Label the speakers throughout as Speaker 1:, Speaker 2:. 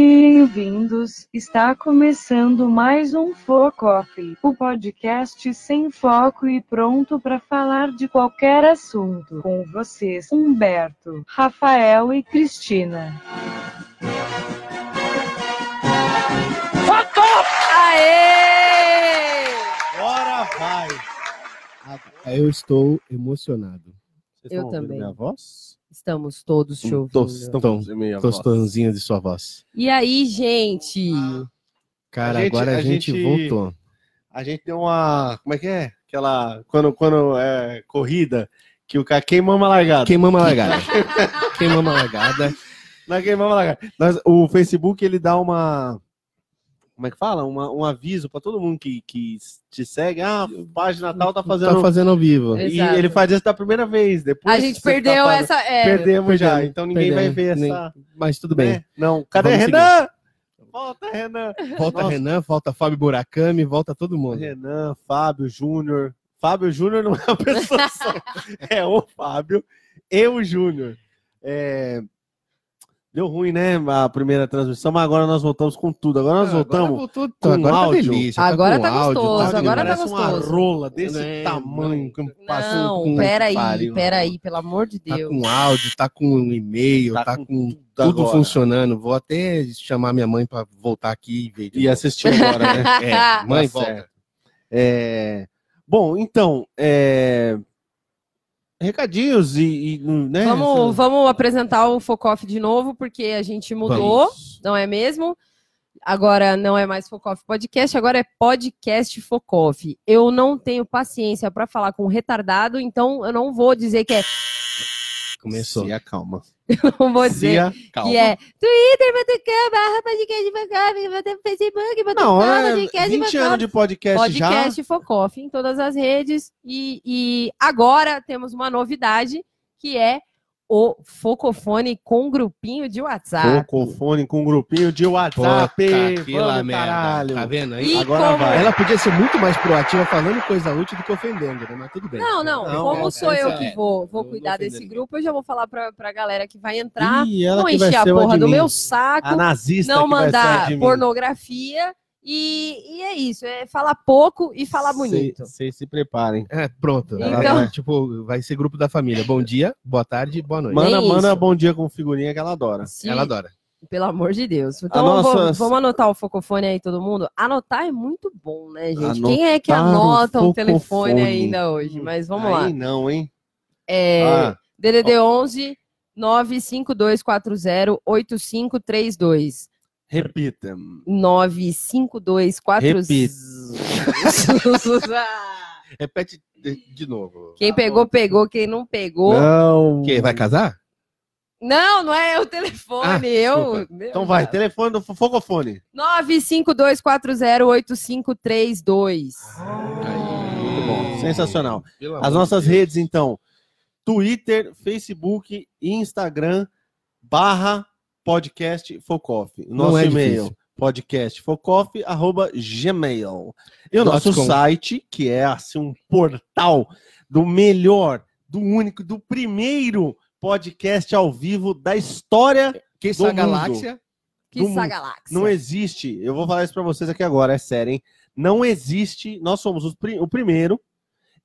Speaker 1: Bem-vindos! Está começando mais um Focoff, o podcast sem foco e pronto para falar de qualquer assunto. Com vocês, Humberto, Rafael e Cristina.
Speaker 2: Aê!
Speaker 3: Bora vai! Eu estou emocionado.
Speaker 2: Eu estão ouvindo também.
Speaker 4: né?
Speaker 2: minha
Speaker 3: voz? Um
Speaker 2: Estamos todos te ouvindo.
Speaker 3: Tostão, tostãozinha de sua voz.
Speaker 2: E aí, gente?
Speaker 3: Cara,
Speaker 4: A gente-
Speaker 3: agora a,
Speaker 4: a
Speaker 3: gente,
Speaker 4: gente-
Speaker 3: voltou.
Speaker 4: A gente deu uma. Como é que é? Aquela. Quando, quando é corrida, que o cara queimamos a largada.
Speaker 3: Queimamos a largada. Queimamos a largada.
Speaker 4: Nós queimamos a é largada. Nós- o Facebook, ele dá uma. Como é que fala? Uma- um aviso pra todo mundo que, que te segue. Ah, a página tal tá fazendo.
Speaker 3: Tá fazendo ao vivo.
Speaker 2: É,
Speaker 4: E
Speaker 2: Exato.
Speaker 4: ele faz isso da primeira vez. Depois
Speaker 2: a gente
Speaker 4: você tá
Speaker 2: perdeu
Speaker 4: fazendo-
Speaker 2: essa. É,
Speaker 4: Perdemos já.
Speaker 3: Perdemos,
Speaker 4: Então ninguém vai ver
Speaker 3: perdemos.
Speaker 4: essa.
Speaker 3: Mas tudo bem.
Speaker 4: né? Não. Cadê
Speaker 3: Vamos
Speaker 4: Renan? Volta, Renan.
Speaker 3: Volta
Speaker 4: Nossa.
Speaker 3: Renan, volta Fábio Burakami, volta todo mundo.
Speaker 4: Renan, Fábio Júnior. Fábio Júnior não é uma pessoa só. É o Fábio e o Júnior. É, Deu ruim, né? A primeira transmissão, mas agora nós voltamos com tudo. Agora nós
Speaker 3: É, Agora
Speaker 4: voltamos.
Speaker 3: voltou tudo,
Speaker 4: com
Speaker 3: agora tá
Speaker 4: áudio.
Speaker 3: delícia,
Speaker 2: Agora
Speaker 3: com
Speaker 2: tá
Speaker 3: áudio,
Speaker 2: gostoso,
Speaker 3: com-
Speaker 2: agora tá
Speaker 4: Parece uma
Speaker 2: gostoso.
Speaker 4: rola desse
Speaker 3: Né?
Speaker 4: tamanho que passou
Speaker 2: Não,
Speaker 3: com-
Speaker 2: peraí,
Speaker 4: pariu.
Speaker 2: peraí, pelo amor de
Speaker 3: Tá
Speaker 2: Deus.
Speaker 3: com áudio, tá com e-mail, tá,
Speaker 4: Tá
Speaker 3: com,
Speaker 4: com
Speaker 3: tudo
Speaker 4: agora.
Speaker 3: funcionando. Vou até chamar minha mãe pra voltar aqui e assim- ver. de
Speaker 4: e
Speaker 3: novo.
Speaker 4: assistiu agora, né?
Speaker 3: É, mãe,
Speaker 4: Tá
Speaker 3: volta.
Speaker 4: certo. É, Bom, então, é, recadinhos e, e, né?
Speaker 2: Vamos, vamos apresentar o Focoff de novo, porque a gente mudou, não é mesmo? Agora não é mais Focoff Podcast, agora é Podcast Focoff. Eu não tenho paciência para falar com um retardado, então eu não vou dizer que é.
Speaker 3: Começou.
Speaker 4: Se acalma.
Speaker 2: Não vou
Speaker 4: Se
Speaker 2: dizer
Speaker 4: acalma.
Speaker 2: que é twitter.com barra podcast Focoff, bota facebook, bota
Speaker 4: Não, é
Speaker 2: podcast
Speaker 4: 20
Speaker 2: Focoff.
Speaker 4: anos de podcast, já.
Speaker 2: podcast Focoff em todas as redes. E, e agora temos uma novidade que é o Focofone com grupinho de WhatsApp.
Speaker 4: Focofone com um grupinho de
Speaker 3: Puta
Speaker 4: WhatsApp.
Speaker 3: que
Speaker 4: Vamos,
Speaker 3: tá lá, merda.
Speaker 4: caralho.
Speaker 3: Tá vendo aí?
Speaker 2: E
Speaker 4: agora
Speaker 2: como...
Speaker 4: vai.
Speaker 3: Ela podia ser muito mais proativa falando coisa útil do que ofendendo, né? Mas tudo bem.
Speaker 2: Não, não,
Speaker 4: Não,
Speaker 2: como
Speaker 4: é,
Speaker 2: sou eu
Speaker 3: essa
Speaker 2: que
Speaker 3: é.
Speaker 2: vou, vou
Speaker 3: Eu não
Speaker 2: cuidar
Speaker 3: ofendo
Speaker 2: desse
Speaker 3: ninguém.
Speaker 2: grupo, eu já vou falar pra, pra galera que vai entrar,
Speaker 4: Ih, ela
Speaker 2: não
Speaker 4: que vai
Speaker 2: tá encher a
Speaker 4: ser o
Speaker 2: porra do
Speaker 4: admin.
Speaker 2: meu
Speaker 4: A
Speaker 2: saco,
Speaker 4: nazista
Speaker 2: não
Speaker 4: que vai ser
Speaker 2: mandar
Speaker 4: admin.
Speaker 2: pornografia. E, e é isso, é falar pouco e falar
Speaker 4: Cê-
Speaker 2: bonito.
Speaker 4: Vocês se preparem.
Speaker 3: É, pronto. Ela
Speaker 2: Então-
Speaker 3: vai, tipo, vai ser grupo da família. Bom dia, boa tarde, boa noite.
Speaker 4: Manda,
Speaker 2: isso.
Speaker 4: manda bom dia com figurinha que ela adora.
Speaker 2: Se-
Speaker 3: Ela adora.
Speaker 2: Pelo amor de Deus. Então
Speaker 4: A nossa-
Speaker 2: vamos, vamos anotar o focofone aí, todo mundo? Anotar é muito bom, né, gente?
Speaker 4: Anotar
Speaker 2: Quem é que
Speaker 4: o
Speaker 2: anota o telefone
Speaker 4: Focofone.
Speaker 2: ainda hoje? Mas vamos
Speaker 4: Aí
Speaker 2: lá.
Speaker 4: não, hein?
Speaker 2: É,
Speaker 4: Ah,
Speaker 2: DDD 11 95240 8532.
Speaker 4: repita.
Speaker 2: 95240.
Speaker 3: Repete de, de novo.
Speaker 2: Quem pegou, pegou. Quem não pegou.
Speaker 4: Não.
Speaker 3: Quem vai casar?
Speaker 2: Não, não é o telefone.
Speaker 3: Ah,
Speaker 2: eu.
Speaker 4: Então vai, telefone do Focofone.
Speaker 2: 952408532.
Speaker 4: Ah, Muito bom, sensacional.
Speaker 3: Pelo amor
Speaker 4: As
Speaker 3: de
Speaker 4: nossas
Speaker 3: Deus.
Speaker 4: redes, então, Twitter, Facebook e Instagram, barra podcast Focoff. O
Speaker 3: Não
Speaker 4: Nosso
Speaker 3: é
Speaker 4: e-mail,
Speaker 3: difícil.
Speaker 4: podcastfocoff, arroba gmail. E o
Speaker 3: Dot
Speaker 4: nosso
Speaker 3: com.
Speaker 4: site, que é assim, um portal do melhor, do único, do primeiro podcast ao vivo da história
Speaker 3: Quem
Speaker 4: do
Speaker 3: sabe a
Speaker 4: mundo.
Speaker 3: galáxia?
Speaker 2: Que
Speaker 4: Não-
Speaker 2: sagaláxia.
Speaker 4: Não existe, eu vou falar isso pra vocês aqui agora, é sério, hein? Não existe, nós somos os pri- o primeiro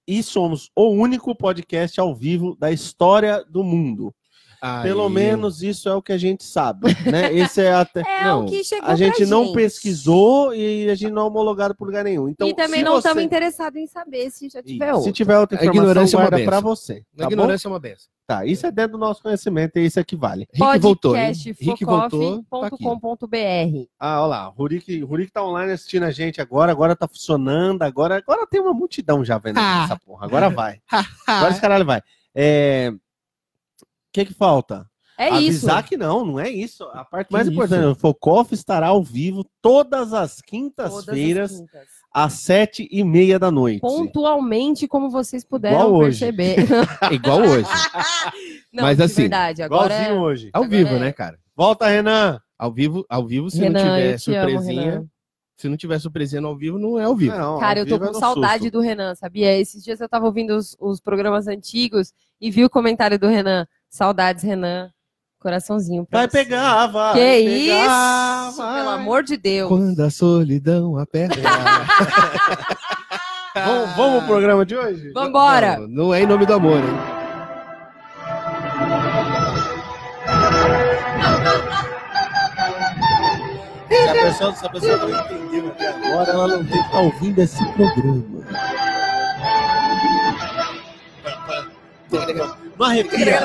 Speaker 4: e somos o único podcast ao vivo da história do mundo. Pelo
Speaker 3: Aí.
Speaker 4: menos isso é o que a gente sabe, né? Esse é até
Speaker 2: É
Speaker 3: Não,
Speaker 2: o que chegou
Speaker 4: a gente
Speaker 2: pra
Speaker 4: não pesquisou e a gente não é homologado por lugar nenhum. Então,
Speaker 2: e também
Speaker 4: se
Speaker 2: não
Speaker 4: você-
Speaker 2: estamos interessados em saber se já
Speaker 4: Isso,
Speaker 2: tiver outro.
Speaker 4: Se tiver outra
Speaker 3: A
Speaker 4: informação,
Speaker 3: ignorância é uma
Speaker 4: guarda
Speaker 3: benção.
Speaker 4: pra você, tá bom?
Speaker 3: ignorância é uma benção.
Speaker 4: Tá, isso é dentro do nosso conhecimento e isso é que vale.
Speaker 3: Rick voltou. hein? Rick voltou. tá aqui.
Speaker 2: podcast.com.br
Speaker 4: Ah, olha lá, o Rurik, o Rurik tá online assistindo a gente agora, agora tá funcionando, agora, agora tem uma multidão já vendo
Speaker 3: Ah.
Speaker 2: Ah,
Speaker 4: essa porra, agora vai. agora esse caralho vai. É, O que que falta?
Speaker 2: É isso.
Speaker 4: Avisar que não, não é isso. A parte mais
Speaker 3: Que
Speaker 4: importante,
Speaker 3: isso?
Speaker 4: o Focoff estará ao vivo todas as
Speaker 2: Todas as
Speaker 4: quintas-feiras,
Speaker 2: quintas.
Speaker 4: às sete e meia da noite.
Speaker 2: Pontualmente, como vocês puderam
Speaker 4: Igual hoje.
Speaker 2: perceber.
Speaker 3: Igual hoje.
Speaker 2: não,
Speaker 3: Mas
Speaker 2: de
Speaker 3: assim,
Speaker 2: verdade, agora.
Speaker 4: Igualzinho hoje.
Speaker 3: Ao
Speaker 2: Agora
Speaker 3: vivo,
Speaker 2: é.
Speaker 3: né, cara?
Speaker 4: Volta, Renan.
Speaker 3: Ao vivo, ao vivo se
Speaker 2: Renan,
Speaker 3: não
Speaker 2: eu
Speaker 3: tiver
Speaker 2: te amo,
Speaker 3: surpresinha.
Speaker 2: Renan. Ah,
Speaker 3: se não tiver surpresinha no ao vivo, não é ao vivo.
Speaker 4: Não,
Speaker 2: Cara,
Speaker 4: ao
Speaker 2: eu tô
Speaker 4: vivo é
Speaker 2: com
Speaker 4: no
Speaker 2: saudade
Speaker 4: susto.
Speaker 2: do Renan, sabia? Esses dias eu tava ouvindo os, os programas antigos e vi o comentário do Renan. Saudades, Renan. Coraçãozinho. pra
Speaker 4: Vai
Speaker 2: você.
Speaker 4: pegar, vai.
Speaker 2: Que
Speaker 4: pegar,
Speaker 2: isso!
Speaker 4: vai.
Speaker 2: Pelo amor de Deus.
Speaker 3: Quando a solidão aperta.
Speaker 4: Vamos, vamos
Speaker 2: Ah.
Speaker 4: pro programa de hoje?
Speaker 2: Vambora!
Speaker 3: Não, não é em nome do amor, hein?
Speaker 4: Se a pessoa, se a pessoa não entendeu até agora, ela não tem que estar ouvindo esse programa. Não arrepia.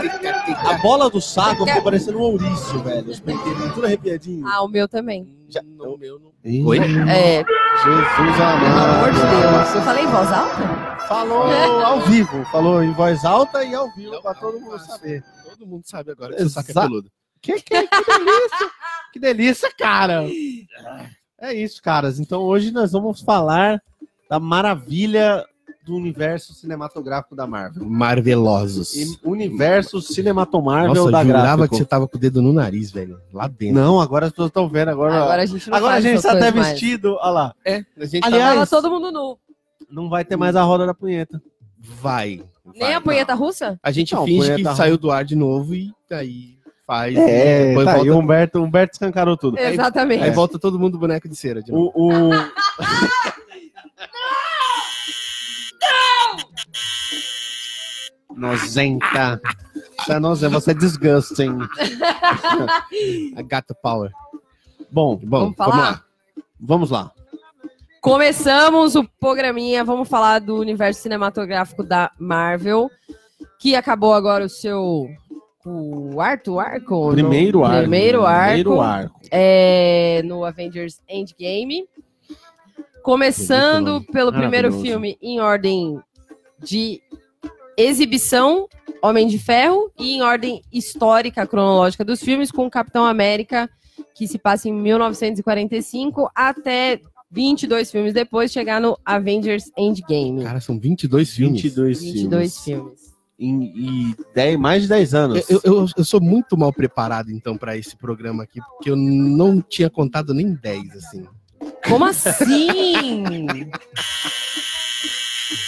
Speaker 4: A bola do saco ficou parecendo um ouriço, velho. Os pentelhos tudo arrepiadinho.
Speaker 2: Ah, o meu também.
Speaker 4: Já-
Speaker 3: No meu, não.
Speaker 4: Ih,
Speaker 3: Oi?
Speaker 2: É, pelo
Speaker 3: Jesus
Speaker 2: amor de
Speaker 3: amado.
Speaker 2: Deus. Eu falei em voz alta?
Speaker 4: Falou ao vivo, falou em voz alta e ao vivo, pra todo mundo saber.
Speaker 3: Todo mundo sabe agora que seu saco é
Speaker 4: Exa-
Speaker 3: peludo.
Speaker 4: Que, que, que delícia! que delícia, cara! É isso, caras. Então hoje nós vamos falar da maravilha do universo cinematográfico da Marvel.
Speaker 3: Marvelosos.
Speaker 4: E universo cinematomarvel
Speaker 3: Nossa,
Speaker 4: da
Speaker 3: eu jurava
Speaker 4: Gráfico.
Speaker 3: que você tava com o dedo no nariz, velho. Lá dentro.
Speaker 4: Não, agora as pessoas estão vendo. Agora, agora,
Speaker 2: Agora a gente não
Speaker 4: a
Speaker 2: faz
Speaker 4: gente
Speaker 2: essas
Speaker 4: está até
Speaker 2: coisas mais.
Speaker 4: vestido. Olha lá.
Speaker 3: É, a gente
Speaker 4: Aliás-
Speaker 2: Tava todo mundo nu.
Speaker 4: Não vai ter mais a roda da punheta.
Speaker 3: vai.
Speaker 2: Nem a punheta russa?
Speaker 3: A gente
Speaker 4: Não,
Speaker 3: finge que
Speaker 4: punheta-
Speaker 3: saiu do ar de novo e aí faz. e
Speaker 4: É,
Speaker 3: depois
Speaker 4: tá aí,
Speaker 3: volta,
Speaker 4: o Humberto, Humberto escancarou tudo.
Speaker 2: Exatamente.
Speaker 3: aí volta todo mundo boneco de cera de novo.
Speaker 4: O, o- Nozenta. Você é nozenta, você é disgusting.
Speaker 3: A gata power.
Speaker 4: Bom,
Speaker 3: Bom,
Speaker 2: Vamos falar?
Speaker 3: lá.
Speaker 4: vamos lá.
Speaker 2: Começamos o programinha, vamos falar do universo cinematográfico da Marvel, que acabou agora o seu quarto arco?
Speaker 4: Primeiro
Speaker 2: Não,
Speaker 4: arco.
Speaker 2: Primeiro arco.
Speaker 4: Primeiro arco.
Speaker 2: é, no Avengers Endgame. Começando pelo primeiro
Speaker 4: Maravilhoso.
Speaker 2: filme em ordem de exibição, Homem de Ferro, e em ordem histórica, cronológica dos filmes, com Capitão América, que se passa em 1945, até 22 filmes depois, chegar no Avengers Endgame.
Speaker 3: Cara, são 22 filmes.
Speaker 4: 22,
Speaker 2: 22 filmes.
Speaker 4: Em, e dez- mais de 10 anos.
Speaker 3: Eu, eu, eu sou muito mal preparado, então, pra esse programa aqui, porque eu não tinha contado nem 10, assim.
Speaker 2: Como assim?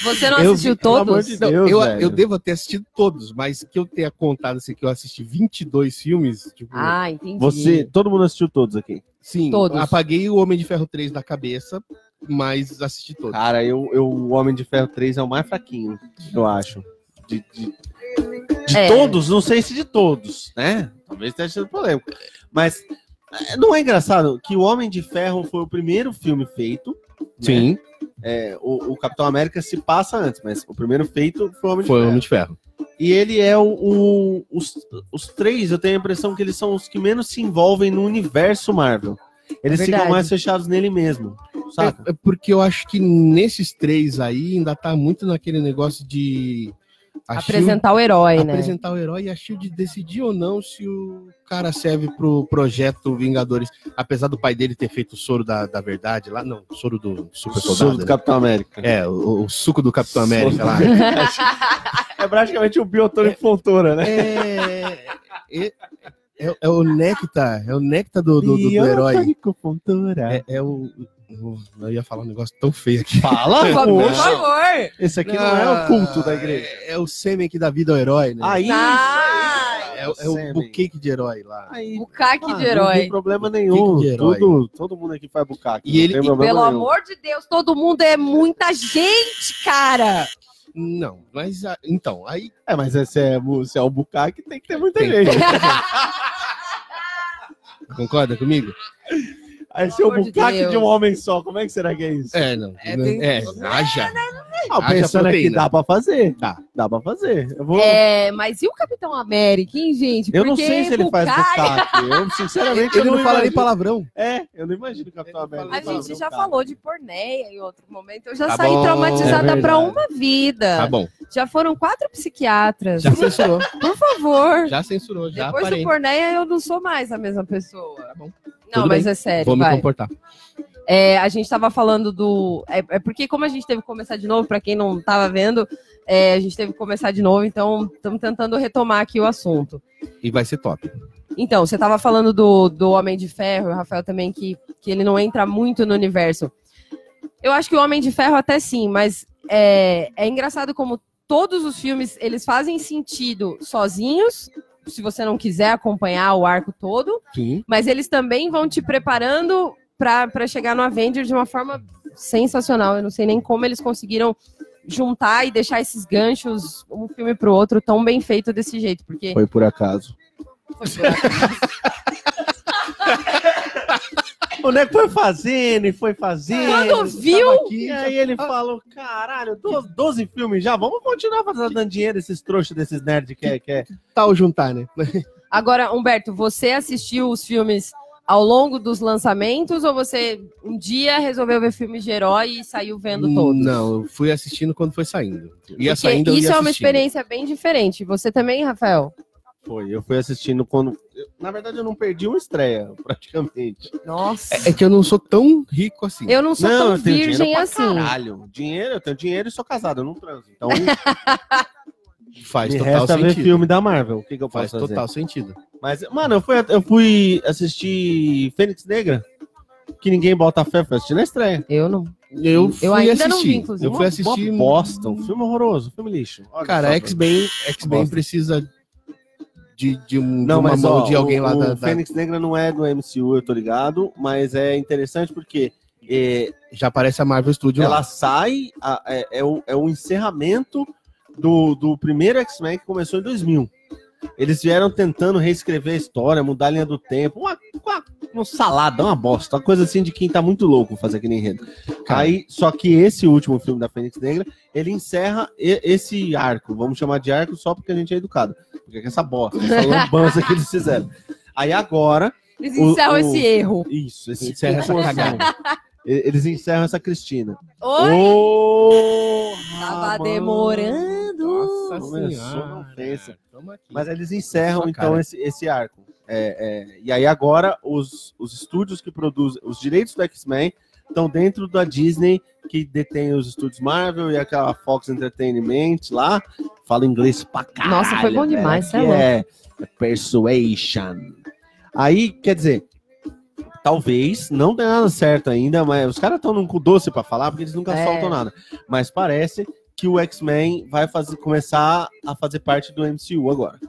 Speaker 2: Você não
Speaker 3: Eu
Speaker 2: assistiu
Speaker 3: vi- pelo amor
Speaker 2: todos?
Speaker 3: de Deus,
Speaker 4: Deus,
Speaker 3: eu,
Speaker 4: velho.
Speaker 3: eu devo ter assistido todos, mas que eu tenha contado assim, que eu assisti 22 filmes, tipo,
Speaker 2: Ah, entendi.
Speaker 4: Você, todo mundo assistiu todos aqui.
Speaker 3: sim,
Speaker 2: todos.
Speaker 3: apaguei o Homem de Ferro 3 da cabeça, mas assisti todos.
Speaker 4: Cara, eu, eu, o Homem de Ferro 3 é o mais fraquinho, eu acho. De, de- de
Speaker 2: É.
Speaker 4: todos, não sei se de todos, né? Talvez tenha sido polêmico. Mas é, não é engraçado que o Homem de Ferro foi o primeiro filme feito. né? É, o, o Capitão América se passa antes, mas o primeiro feito foi o Homem de
Speaker 3: foi o
Speaker 4: Ferro.
Speaker 3: Homem de Ferro.
Speaker 4: E ele é o, o- os, os três, eu tenho a impressão que eles são os que menos se envolvem no universo Marvel. Eles ficam
Speaker 2: verdade.
Speaker 4: mais fechados nele mesmo, saca?
Speaker 3: É, é porque eu acho que nesses três aí ainda tá muito naquele negócio de a
Speaker 2: apresentar o herói,
Speaker 3: Shield-
Speaker 2: né?
Speaker 3: apresentar o herói e a Shield decidir ou não se o cara serve pro projeto Vingadores, apesar do pai dele ter feito o soro da, da verdade lá, não, o soro do super soldado.
Speaker 4: Sou do
Speaker 3: né?
Speaker 4: Capitão América.
Speaker 3: É, o, o suco do Capitão América lá.
Speaker 4: É praticamente o biotônico Fontoura, né?
Speaker 3: É, é, é- é o néctar, é o néctar do, do, do- do herói.
Speaker 4: Fontoura.
Speaker 3: É, é o, o- Eu ia falar um negócio tão feio aqui.
Speaker 4: É. Fala,
Speaker 2: Por favor, por
Speaker 4: poxa.
Speaker 2: favor.
Speaker 4: Esse aqui não, é o culto da igreja.
Speaker 3: Ah, É, é o sêmen que dá vida ao herói, né?
Speaker 4: Aí,
Speaker 2: Ah,
Speaker 3: é, o- é o buqueque de herói lá.
Speaker 4: Aí,
Speaker 2: Bucaque
Speaker 4: ah,
Speaker 2: de
Speaker 4: Não tem
Speaker 2: herói.
Speaker 4: problema nenhum.
Speaker 3: Que que de herói?
Speaker 4: Todo, todo mundo aqui faz bucaque.
Speaker 3: E ele-
Speaker 4: não
Speaker 3: e
Speaker 4: tem problema
Speaker 2: Pelo
Speaker 4: nenhum.
Speaker 2: amor de Deus, todo mundo é muita gente, cara.
Speaker 3: Não, mas a- então, aí
Speaker 4: É, mas se é, mu- se é o bucaque, tem que ter muita
Speaker 3: Tem.
Speaker 4: gente.
Speaker 3: concorda comigo?
Speaker 4: Aí ser o
Speaker 2: amor de
Speaker 4: bucaque de,
Speaker 2: Deus.
Speaker 4: um homem só, como é que será que é isso?
Speaker 3: É, não.
Speaker 2: É,
Speaker 3: não-
Speaker 2: tem-
Speaker 3: É, haja.
Speaker 4: Ah,
Speaker 3: haja
Speaker 4: pensando é que
Speaker 3: proteína.
Speaker 4: dá pra fazer.
Speaker 3: Dá.
Speaker 4: Dá pra fazer. Eu, vou...
Speaker 2: É, mas e o Capitão América, hein, gente?
Speaker 4: eu não
Speaker 2: Porque
Speaker 4: sei se ele faz
Speaker 2: bucaque-
Speaker 4: bucaque. Eu, sinceramente,
Speaker 3: Ele
Speaker 4: eu
Speaker 3: não, fala nem
Speaker 4: imagino.
Speaker 3: palavrão.
Speaker 4: É, eu não imagino o Capitão
Speaker 3: Ele não
Speaker 4: América.
Speaker 2: A
Speaker 3: fala nem
Speaker 2: gente
Speaker 4: Não,
Speaker 2: já
Speaker 4: cara.
Speaker 2: falou de porneia em outro momento. Eu já
Speaker 3: Tá
Speaker 2: saí
Speaker 3: bom,
Speaker 2: traumatizada
Speaker 4: é
Speaker 2: pra
Speaker 4: verdade.
Speaker 2: uma vida.
Speaker 3: Tá bom.
Speaker 2: Já foram quatro psiquiatras.
Speaker 3: Já censurou.
Speaker 2: Por favor.
Speaker 3: Já censurou. Já
Speaker 2: Depois
Speaker 3: parei.
Speaker 2: do Corneia, eu não sou mais a mesma pessoa.
Speaker 4: Tá
Speaker 3: bom.
Speaker 2: Não,
Speaker 3: Tudo
Speaker 2: mas
Speaker 3: bem.
Speaker 2: é sério,
Speaker 3: Vou me
Speaker 2: vai.
Speaker 3: comportar.
Speaker 2: É, a gente tava falando do... É, é porque como a gente teve que começar de novo, para quem não tava vendo, é, a gente teve que começar de novo, então estamos tentando retomar aqui o assunto.
Speaker 3: E vai ser top.
Speaker 2: Então, você tava falando do, do Homem de Ferro, o Rafael também, que, que ele não entra muito no universo. Eu acho que o Homem de Ferro até sim, mas é, é engraçado como todos os filmes, eles fazem sentido sozinhos, se você não quiser acompanhar o arco todo,
Speaker 3: Sim.
Speaker 2: mas eles também vão te preparando para chegar no Avengers de uma forma sensacional. Eu não sei nem como eles conseguiram juntar e deixar esses ganchos um filme pro outro tão bem feito desse jeito, porque
Speaker 4: Foi por acaso. O Neco foi fazendo e foi fazendo.
Speaker 2: Quando
Speaker 4: tava
Speaker 2: viu-
Speaker 4: aqui, e aí ele falou: caralho, 12, 12 filmes já. Vamos continuar fazendo dando dinheiro esses trouxas desses nerds que é. Que é.
Speaker 3: Tal juntar, né?
Speaker 2: agora, Humberto, você assistiu os filmes ao longo dos lançamentos ou você um dia resolveu ver filmes de herói e saiu vendo todos?
Speaker 3: Não, eu fui assistindo quando foi saindo. Ia
Speaker 2: Porque
Speaker 3: saindo, Hum, eu ia
Speaker 2: isso é uma
Speaker 3: assistindo.
Speaker 2: experiência bem diferente. Você também, Rafael?
Speaker 4: Foi, eu fui assistindo quando. eu- na verdade, eu não perdi uma estreia, praticamente.
Speaker 2: Nossa.
Speaker 3: É que eu não sou tão rico assim.
Speaker 2: Eu não sou
Speaker 4: eu
Speaker 2: tão
Speaker 4: tenho dinheiro
Speaker 2: virgem
Speaker 4: pra
Speaker 2: assim.
Speaker 4: Caralho, dinheiro, eu tenho dinheiro e sou casado, eu não transo. Então,
Speaker 3: Faz
Speaker 4: me
Speaker 3: total
Speaker 4: resta ver
Speaker 3: sentido.
Speaker 4: filme da Marvel. O que, que eu
Speaker 3: Faz
Speaker 4: posso fazer?
Speaker 3: total sentido.
Speaker 4: Mas, mano, eu fui, eu fui assistir Fênix Negra, que ninguém bota fé, fui assistir na estreia.
Speaker 2: Eu não.
Speaker 3: Eu, fui
Speaker 2: Eu ainda
Speaker 3: assistir.
Speaker 2: não vi, inclusive.
Speaker 3: Eu fui
Speaker 4: Uma
Speaker 3: assistir.
Speaker 4: bosta, um filme horroroso, um filme lixo. Olha
Speaker 3: Cara, é
Speaker 4: só,
Speaker 3: X-Men X-Men
Speaker 4: Bosta.
Speaker 3: precisa de, de um,
Speaker 4: Não,
Speaker 3: de uma
Speaker 4: mas
Speaker 3: mão
Speaker 4: ó,
Speaker 3: de alguém
Speaker 4: o,
Speaker 3: lá
Speaker 4: o
Speaker 3: da, da-
Speaker 4: Fênix Negra não é do MCU, eu tô ligado, mas é interessante porque é,
Speaker 3: Já aparece a Marvel Studio
Speaker 4: ela
Speaker 3: lá.
Speaker 4: sai, a- é, é o, é o encerramento do, do primeiro X-Men que começou em 2000. Eles vieram tentando reescrever a história, mudar a linha do tempo, uma, uma, um salada, uma bosta, uma coisa assim de quem tá muito louco fazer aquele enredo.
Speaker 3: Cara.
Speaker 4: Aí, só que esse último filme da Fênix Negra, ele encerra e- esse arco, vamos chamar de arco só porque a gente é educado, porque é essa bosta, essa lambança que eles fizeram. Aí agora,
Speaker 2: Eles
Speaker 4: O-
Speaker 2: encerram
Speaker 4: o-
Speaker 2: é esse erro.
Speaker 4: isso, esse
Speaker 3: Encerra essa
Speaker 4: cocôzão.
Speaker 3: cagada.
Speaker 4: E- Eles encerram essa Cristina.
Speaker 2: Oi!
Speaker 4: Ô,
Speaker 2: Tava
Speaker 4: mano.
Speaker 2: demorando.
Speaker 4: Nossa Senhora.
Speaker 3: Toma aqui.
Speaker 4: Mas é eles encerram,
Speaker 3: Nossa,
Speaker 4: então,
Speaker 3: cara.
Speaker 4: esse, esse arco. É, é, e aí agora os, os estúdios que produzem os direitos do X-Men estão dentro da Disney, que detém os estúdios Marvel e aquela Fox Entertainment lá. Fala inglês pra caralho.
Speaker 2: Nossa, foi bom
Speaker 4: velho,
Speaker 2: demais,
Speaker 4: que
Speaker 2: cê é louco.
Speaker 4: é, é Persuasion. Aí, quer dizer, talvez, não dê nada certo ainda, mas os caras estão num cu doce pra falar, porque eles nunca
Speaker 2: É.
Speaker 4: soltam nada. Mas parece que o X-Men vai fazer, começar a fazer parte do MCU agora.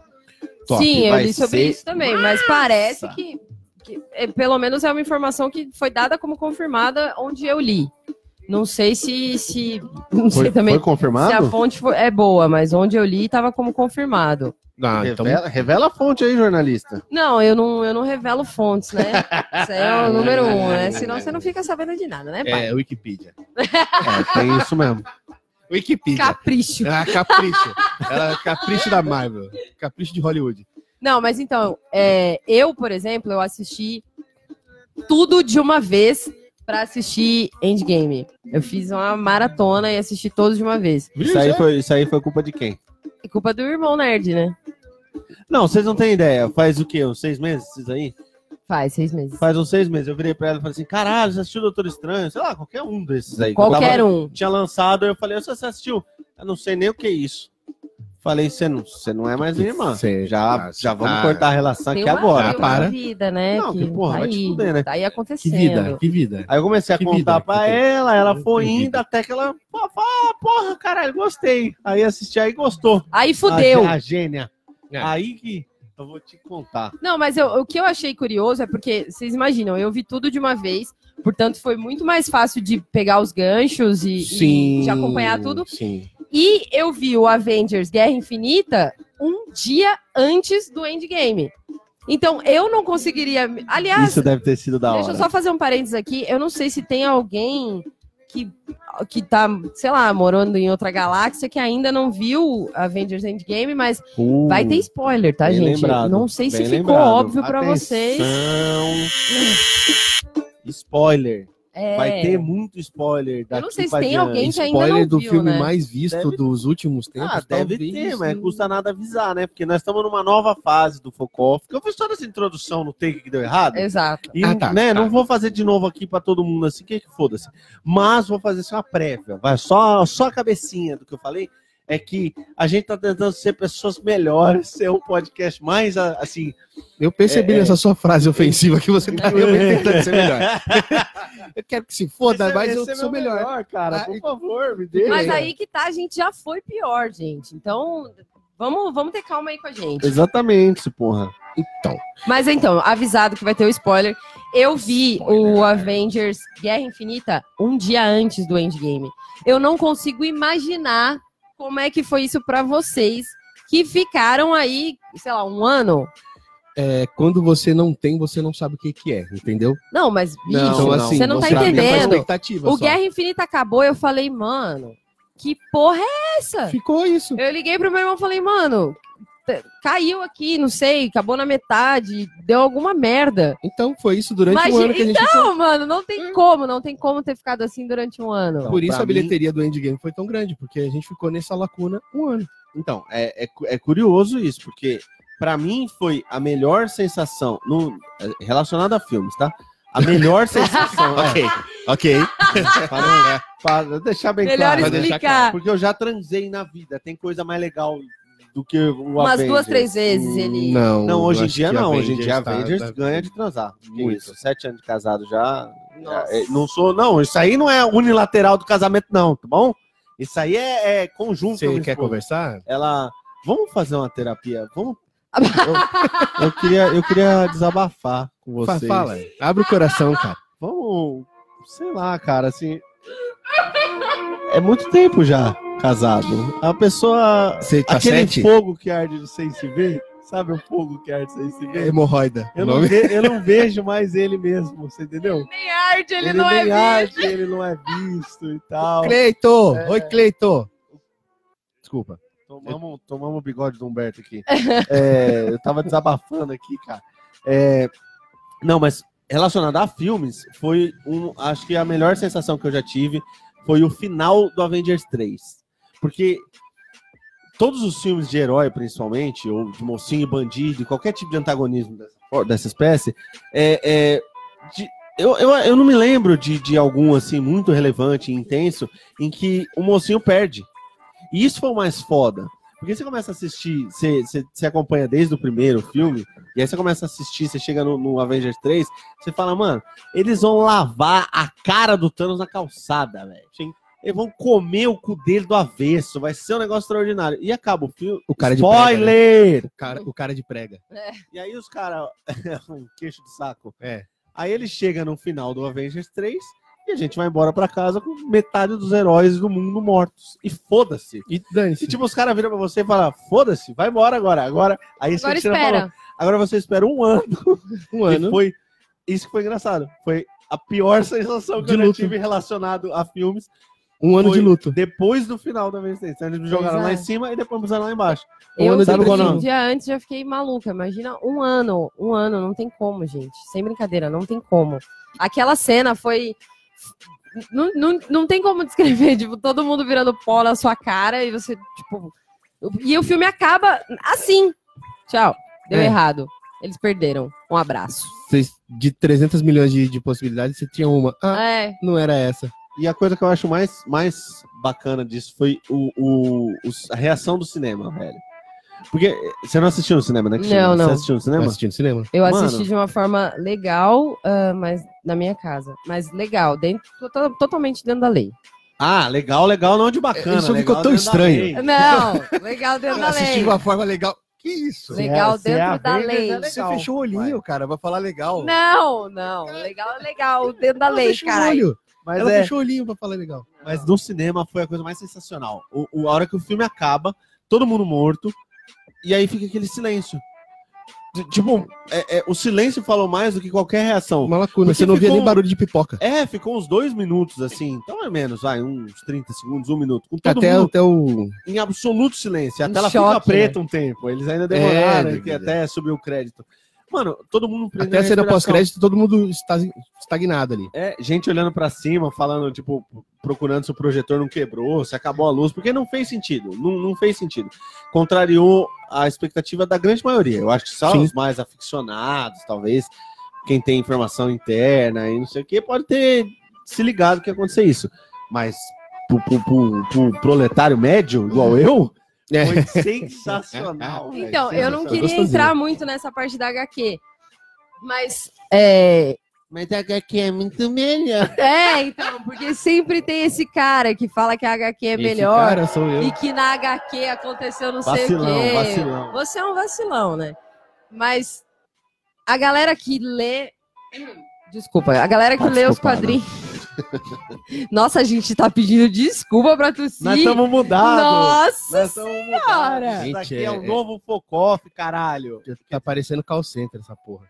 Speaker 4: Top,
Speaker 2: Sim, eu
Speaker 4: vai
Speaker 2: li sobre
Speaker 4: ser
Speaker 2: isso também, mas parece que, que, é, pelo menos é uma informação que foi dada como confirmada onde eu li. Não sei se, se não sei
Speaker 4: Foi,
Speaker 2: também
Speaker 4: foi confirmado?
Speaker 2: se a fonte foi- é boa, mas onde eu li estava como confirmado.
Speaker 3: Ah, então,
Speaker 4: revela, revela a fonte aí, jornalista.
Speaker 2: Não, eu não, eu não revelo fontes, né? Isso aí é o número um, né? Senão você não fica sabendo de nada, né, pai?
Speaker 3: é Wikipedia.
Speaker 4: É, tem isso mesmo. é.
Speaker 3: Wikipedia.
Speaker 2: Capricho.
Speaker 3: Ah, capricho. Ela é capricho da Marvel. Capricho de Hollywood.
Speaker 2: Não, mas então, é, eu, por exemplo, eu assisti tudo de uma vez pra assistir Endgame. Eu fiz uma maratona e assisti todos de uma vez.
Speaker 4: Isso aí, foi, isso aí foi culpa de quem?
Speaker 2: É culpa do irmão nerd, né?
Speaker 4: Não, vocês não têm ideia. Faz o quê? Uns seis meses? Esses aí?
Speaker 2: Faz seis meses.
Speaker 4: Faz uns seis meses. Eu virei pra ela e falei assim: caralho, você assistiu Doutor Estranho? Sei lá, qualquer um desses aí.
Speaker 2: Qualquer
Speaker 4: Eu
Speaker 2: um.
Speaker 4: tava- Tinha lançado, eu falei: você assistiu? Eu não sei nem o que é isso. Falei: você não, você não é mais minha irmã.
Speaker 3: Cê-
Speaker 4: já tá
Speaker 3: ah,
Speaker 4: já vamos
Speaker 3: ah.
Speaker 4: cortar a relação
Speaker 2: Tem
Speaker 4: aqui
Speaker 2: uma,
Speaker 4: agora.
Speaker 2: tem uma
Speaker 3: para.
Speaker 2: vida, né?
Speaker 4: Não,
Speaker 2: que
Speaker 4: que porra,
Speaker 2: tá
Speaker 4: vai
Speaker 2: aí,
Speaker 4: te fuder, né?
Speaker 2: Tá
Speaker 3: Que
Speaker 2: aí
Speaker 3: vida,
Speaker 2: acontecendo.
Speaker 3: que vida.
Speaker 4: Aí eu comecei a
Speaker 3: Que
Speaker 4: contar
Speaker 3: vida,
Speaker 4: pra
Speaker 3: que vida.
Speaker 4: ela, ela foi
Speaker 3: Que
Speaker 4: indo
Speaker 3: vida.
Speaker 4: até que ela. Pô, pô, porra, caralho, gostei. Aí assisti aí e gostou.
Speaker 2: Aí fudeu.
Speaker 4: A, a gênia.
Speaker 3: É.
Speaker 4: Aí que eu vou te contar.
Speaker 2: Não, mas eu- o que eu achei curioso é porque, vocês imaginam, eu vi tudo de uma vez, portanto foi muito mais fácil de pegar os ganchos e- e de acompanhar tudo.
Speaker 3: Sim.
Speaker 2: E eu vi o Avengers Guerra Infinita um dia antes do Endgame. Então, eu não conseguiria. Aliás,
Speaker 4: Isso deve ter sido da
Speaker 2: Deixa eu
Speaker 4: hora.
Speaker 2: só fazer um parênteses aqui. Eu não sei se tem alguém que, que tá, sei lá, morando em outra galáxia que ainda não viu Avengers Endgame, mas
Speaker 4: Uh,
Speaker 2: vai ter spoiler, tá,
Speaker 4: bem
Speaker 2: gente?
Speaker 4: lembrado,
Speaker 2: não sei se
Speaker 4: bem
Speaker 2: ficou
Speaker 4: lembrado.
Speaker 2: óbvio pra
Speaker 4: Atenção.
Speaker 2: vocês.
Speaker 4: Spoiler.
Speaker 2: É,
Speaker 4: Vai ter muito spoiler daqui
Speaker 2: Eu não sei se
Speaker 4: pra
Speaker 2: tem
Speaker 4: diante.
Speaker 2: alguém que ainda
Speaker 3: Spoiler
Speaker 2: não
Speaker 3: do
Speaker 2: viu,
Speaker 3: filme
Speaker 2: né?
Speaker 3: mais visto
Speaker 4: Deve-
Speaker 3: dos últimos tempos.
Speaker 4: Ah, deve
Speaker 3: talvez,
Speaker 4: ter, mas
Speaker 3: não-
Speaker 4: custa nada avisar, né? Porque nós estamos numa nova fase do Focoff. Eu fiz toda essa introdução no take que deu errado.
Speaker 2: Exato.
Speaker 4: E,
Speaker 3: Ah, tá,
Speaker 4: né,
Speaker 3: tá.
Speaker 4: Não vou fazer de novo aqui pra todo mundo assim, que, que foda-se. Mas vou fazer só uma prévia. Vai, só, só a cabecinha do que eu falei. É que a gente tá tentando ser pessoas melhores, ser um podcast mais a- assim.
Speaker 3: Eu percebi
Speaker 4: É, é.
Speaker 3: nessa sua frase ofensiva que você tá realmente tentando ser melhor. Eu quero que se foda,
Speaker 4: Esse é-
Speaker 3: mas eu
Speaker 4: esse é
Speaker 3: sou
Speaker 4: meu
Speaker 3: melhor.
Speaker 4: cara.
Speaker 3: Ah,
Speaker 4: Por
Speaker 3: e-
Speaker 4: favor, me deixa.
Speaker 2: Mas aí que tá, a gente já foi pior, gente. Então, vamos, vamos ter calma aí com a gente.
Speaker 4: Exatamente, porra.
Speaker 3: Então,
Speaker 2: Mas então, avisado que vai ter o spoiler. Eu vi o Avengers Guerra Infinita um dia antes do Endgame. Eu não consigo imaginar como é que foi isso pra vocês que ficaram aí, sei lá, um ano.
Speaker 3: é, quando você não tem, você não sabe o que, que é, entendeu?
Speaker 2: Não, mas bicho,
Speaker 4: Não,
Speaker 3: então, assim,
Speaker 2: você não tá
Speaker 3: você fica com
Speaker 2: entendendo.
Speaker 3: expectativa
Speaker 2: O
Speaker 3: só.
Speaker 2: Guerra Infinita acabou, eu falei, mano, que porra é essa?
Speaker 3: Ficou isso.
Speaker 2: Eu liguei pro meu irmão e falei, mano, t- caiu aqui, não sei, acabou na metade, deu alguma merda.
Speaker 3: Então foi isso durante
Speaker 2: Mas, então!
Speaker 3: um ano que a gente
Speaker 2: Não, mano, não tem como, não tem como ter ficado assim durante um ano.
Speaker 3: Por isso
Speaker 4: pra
Speaker 3: a bilheteria do Endgame foi tão grande, porque a gente ficou nessa lacuna um ano.
Speaker 4: Então, é, é, cu- é curioso isso, porque pra mim foi a melhor sensação, no, é, relacionada a filmes, tá? A melhor sensação. é,
Speaker 2: Ah,
Speaker 3: ok.
Speaker 2: tá.
Speaker 4: pra, não- pra deixar bem
Speaker 2: Melhor
Speaker 4: claro.
Speaker 3: Pra deixar
Speaker 2: explicar.
Speaker 4: Porque eu já transei na vida, tem coisa mais legal do que o Hum.
Speaker 2: Umas
Speaker 4: Avengers.
Speaker 2: duas, três vezes ele.
Speaker 3: Não,
Speaker 4: Não, hoje em
Speaker 3: acho
Speaker 4: dia
Speaker 3: que
Speaker 4: não. Hoje em dia a
Speaker 3: tá-
Speaker 4: Avengers
Speaker 3: tá-
Speaker 4: ganha de transar.
Speaker 3: Muito.
Speaker 4: Muito. Sete anos de casado já.
Speaker 2: Nossa.
Speaker 4: É, Não sou, não. Isso aí não é unilateral do casamento, não, tá bom? Isso aí é, é conjunto. com a
Speaker 3: Você
Speaker 4: minha
Speaker 3: quer
Speaker 4: esposa.
Speaker 3: conversar?
Speaker 4: ela. Vamos fazer uma terapia? Vamos. Eu, eu queria, eu queria desabafar com
Speaker 3: Fa-
Speaker 4: vocês.
Speaker 3: Fala, abre o coração, cara.
Speaker 4: Vamos. Sei lá, cara, assim. É muito tempo já casado. A pessoa.
Speaker 3: Você tá
Speaker 4: aquele
Speaker 3: sete?
Speaker 4: fogo que arde sem se ver. Sabe o fogo que arde sem se ver?
Speaker 3: Hemorroida.
Speaker 4: Eu não, ve- eu não vejo mais ele mesmo, você entendeu?
Speaker 2: Nem arde, ele, não
Speaker 4: nem
Speaker 2: é
Speaker 4: arde, ele não é visto e tal.
Speaker 3: Cleito!
Speaker 4: É.
Speaker 3: Oi, Cleito! Desculpa.
Speaker 4: Tomamos, tomamos o bigode do Humberto aqui. É, eu tava desabafando aqui, cara. É, não, mas relacionado a filmes, foi um. Acho que a melhor sensação que eu já tive foi o final do Avengers 3. Porque todos os filmes de herói, principalmente, ou de mocinho e bandido, qualquer tipo de antagonismo dessa, dessa espécie, é. é, de- eu, eu, eu não me lembro de, de algum assim muito relevante e intenso em que o mocinho perde. E isso foi o mais foda. Porque você começa a assistir, você, você, você acompanha desde o primeiro filme, e aí você começa a assistir, você chega no, no Avengers 3, você fala, mano, eles vão lavar a cara do Thanos na calçada, velho. Sim. Eles vão comer o cu dele do avesso, vai ser um negócio extraordinário. E acaba o filme.
Speaker 3: O cara de né?
Speaker 4: Spoiler!
Speaker 3: O cara, o cara de prega.
Speaker 4: E aí os caras. um queixo de saco.
Speaker 3: É.
Speaker 4: Aí ele chega no final do Avengers 3 e a gente vai embora pra casa com metade dos heróis do mundo mortos. E foda-se.
Speaker 3: E
Speaker 4: Se
Speaker 3: dane-se.
Speaker 4: tipo, os caras viram pra você e falam, foda-se, vai embora agora. Agora, aí você
Speaker 2: Agora
Speaker 4: tira pra
Speaker 2: espera.
Speaker 4: Agora você espera um ano.
Speaker 3: um
Speaker 4: E
Speaker 3: ano.
Speaker 4: foi. Isso que foi engraçado. Foi a pior sensação que
Speaker 3: De
Speaker 4: eu já
Speaker 3: luto.
Speaker 4: tive relacionado a filmes
Speaker 3: Um ano
Speaker 4: foi-
Speaker 3: de luto.
Speaker 4: depois do final da vez. Então, eles me jogaram
Speaker 2: Pois
Speaker 4: lá
Speaker 2: é.
Speaker 4: em cima e depois me puseram lá embaixo.
Speaker 3: Um
Speaker 2: Eu
Speaker 3: ano de
Speaker 2: sabe,
Speaker 4: luto.
Speaker 2: um dia antes já fiquei maluca. Imagina um ano, um ano, não tem como, gente. Sem brincadeira, não tem como. Aquela cena foi. Não, não, não tem como descrever, tipo, todo mundo virando pó na sua cara e você, tipo. E o filme acaba assim. Tchau. Deu
Speaker 3: É.
Speaker 2: errado. Eles perderam. Um abraço.
Speaker 3: Vocês- De 300 milhões de, de possibilidades, você tinha uma. Ah,
Speaker 2: É.
Speaker 3: não era essa.
Speaker 4: E a coisa que eu acho mais, mais bacana disso foi o, o- os- a reação do cinema, velho. Porque eh, você não assistiu no cinema, né? Cristina?
Speaker 2: Não, não.
Speaker 4: Você assistiu no
Speaker 3: Tá
Speaker 4: cinema?
Speaker 3: assistindo cinema.
Speaker 2: Eu
Speaker 4: Mano.
Speaker 2: assisti de uma forma legal, ah, mas na minha casa. Mas legal, dentro, to- totalmente dentro da lei.
Speaker 4: Ah, legal, legal, não de bacana.
Speaker 3: Isso ficou
Speaker 4: legal
Speaker 3: tão
Speaker 4: dentro da
Speaker 3: estranho.
Speaker 4: lei.
Speaker 2: Não, legal dentro da
Speaker 3: Assisti de
Speaker 2: lei.
Speaker 3: uma forma legal. Que isso?
Speaker 4: Sim.
Speaker 2: Legal
Speaker 4: Se é- se é
Speaker 2: dentro da
Speaker 4: Avengers,
Speaker 2: lei.
Speaker 4: é legal.
Speaker 3: Você fechou o olhinho, cara. Vai falar legal.
Speaker 2: Não, não. Legal, é legal, dentro da
Speaker 3: Ela
Speaker 2: lei,
Speaker 3: fechou o
Speaker 2: caralho.
Speaker 3: olho.
Speaker 4: Mas
Speaker 3: Ela
Speaker 4: é,
Speaker 3: fechou o olhinho pra falar legal.
Speaker 4: Mas no cinema foi a coisa mais sensacional. O, o- a hora que o filme acaba, todo mundo morto, e aí fica aquele silêncio. T- Tipo, é- é, o silêncio falou mais do que qualquer reação.
Speaker 3: Uma lacuna,
Speaker 4: Porque
Speaker 3: você não via
Speaker 4: ficou-
Speaker 3: nem barulho de pipoca.
Speaker 4: É, ficou uns dois minutos assim, então é menos, vai, uns 30 segundos, um minuto. Com todo
Speaker 3: Até,
Speaker 4: mundo
Speaker 3: até o.
Speaker 4: em absoluto silêncio. A
Speaker 2: Em
Speaker 4: tela fica
Speaker 2: choque,
Speaker 4: preta um tempo. Eles ainda demoraram
Speaker 3: né? É,
Speaker 4: que até subiu o crédito. Mano, todo mundo prendendo
Speaker 3: Até a cena
Speaker 4: respiração.
Speaker 3: pós-crédito, todo mundo está estagnado ali.
Speaker 4: É, gente olhando pra cima, falando, tipo, procurando se o projetor não quebrou, se acabou a luz, porque não fez sentido. Não, não fez sentido. Contrariou a expectativa da grande maioria. Eu acho que só
Speaker 3: Sim.
Speaker 4: os mais aficionados, talvez, quem tem informação interna e não sei o que, pode ter se ligado que ia acontecer isso. Mas pro, pro- pro- pro proletário médio, igual eu,
Speaker 3: É.
Speaker 4: foi sensacional. velho,
Speaker 2: Então, eu não
Speaker 4: sensacional.
Speaker 2: queria
Speaker 3: gostosinho.
Speaker 2: entrar muito nessa parte da HQ. Mas. É,
Speaker 4: Mas a HQ é muito melhor.
Speaker 2: é, então, porque sempre tem esse cara que fala que a HQ é
Speaker 3: Esse
Speaker 2: melhor
Speaker 3: Cara, sou eu.
Speaker 2: e que na HQ aconteceu não sei o
Speaker 4: Vacilão,
Speaker 2: quê.
Speaker 4: vacilão.
Speaker 2: Você é um vacilão, né? Mas a galera que lê. Desculpa, a galera que
Speaker 4: Tá
Speaker 2: lê os
Speaker 4: desculpada.
Speaker 2: quadrinhos. Nossa, a gente tá pedindo desculpa pra tossir.
Speaker 4: Nós estamos mudados.
Speaker 2: Nossa!
Speaker 4: Nós estamos mudados.
Speaker 2: Senhora!
Speaker 4: Isso aqui
Speaker 3: Gente,
Speaker 4: é,
Speaker 3: é-
Speaker 4: o novo Focoff, caralho.
Speaker 3: Tá parecendo call center essa porra.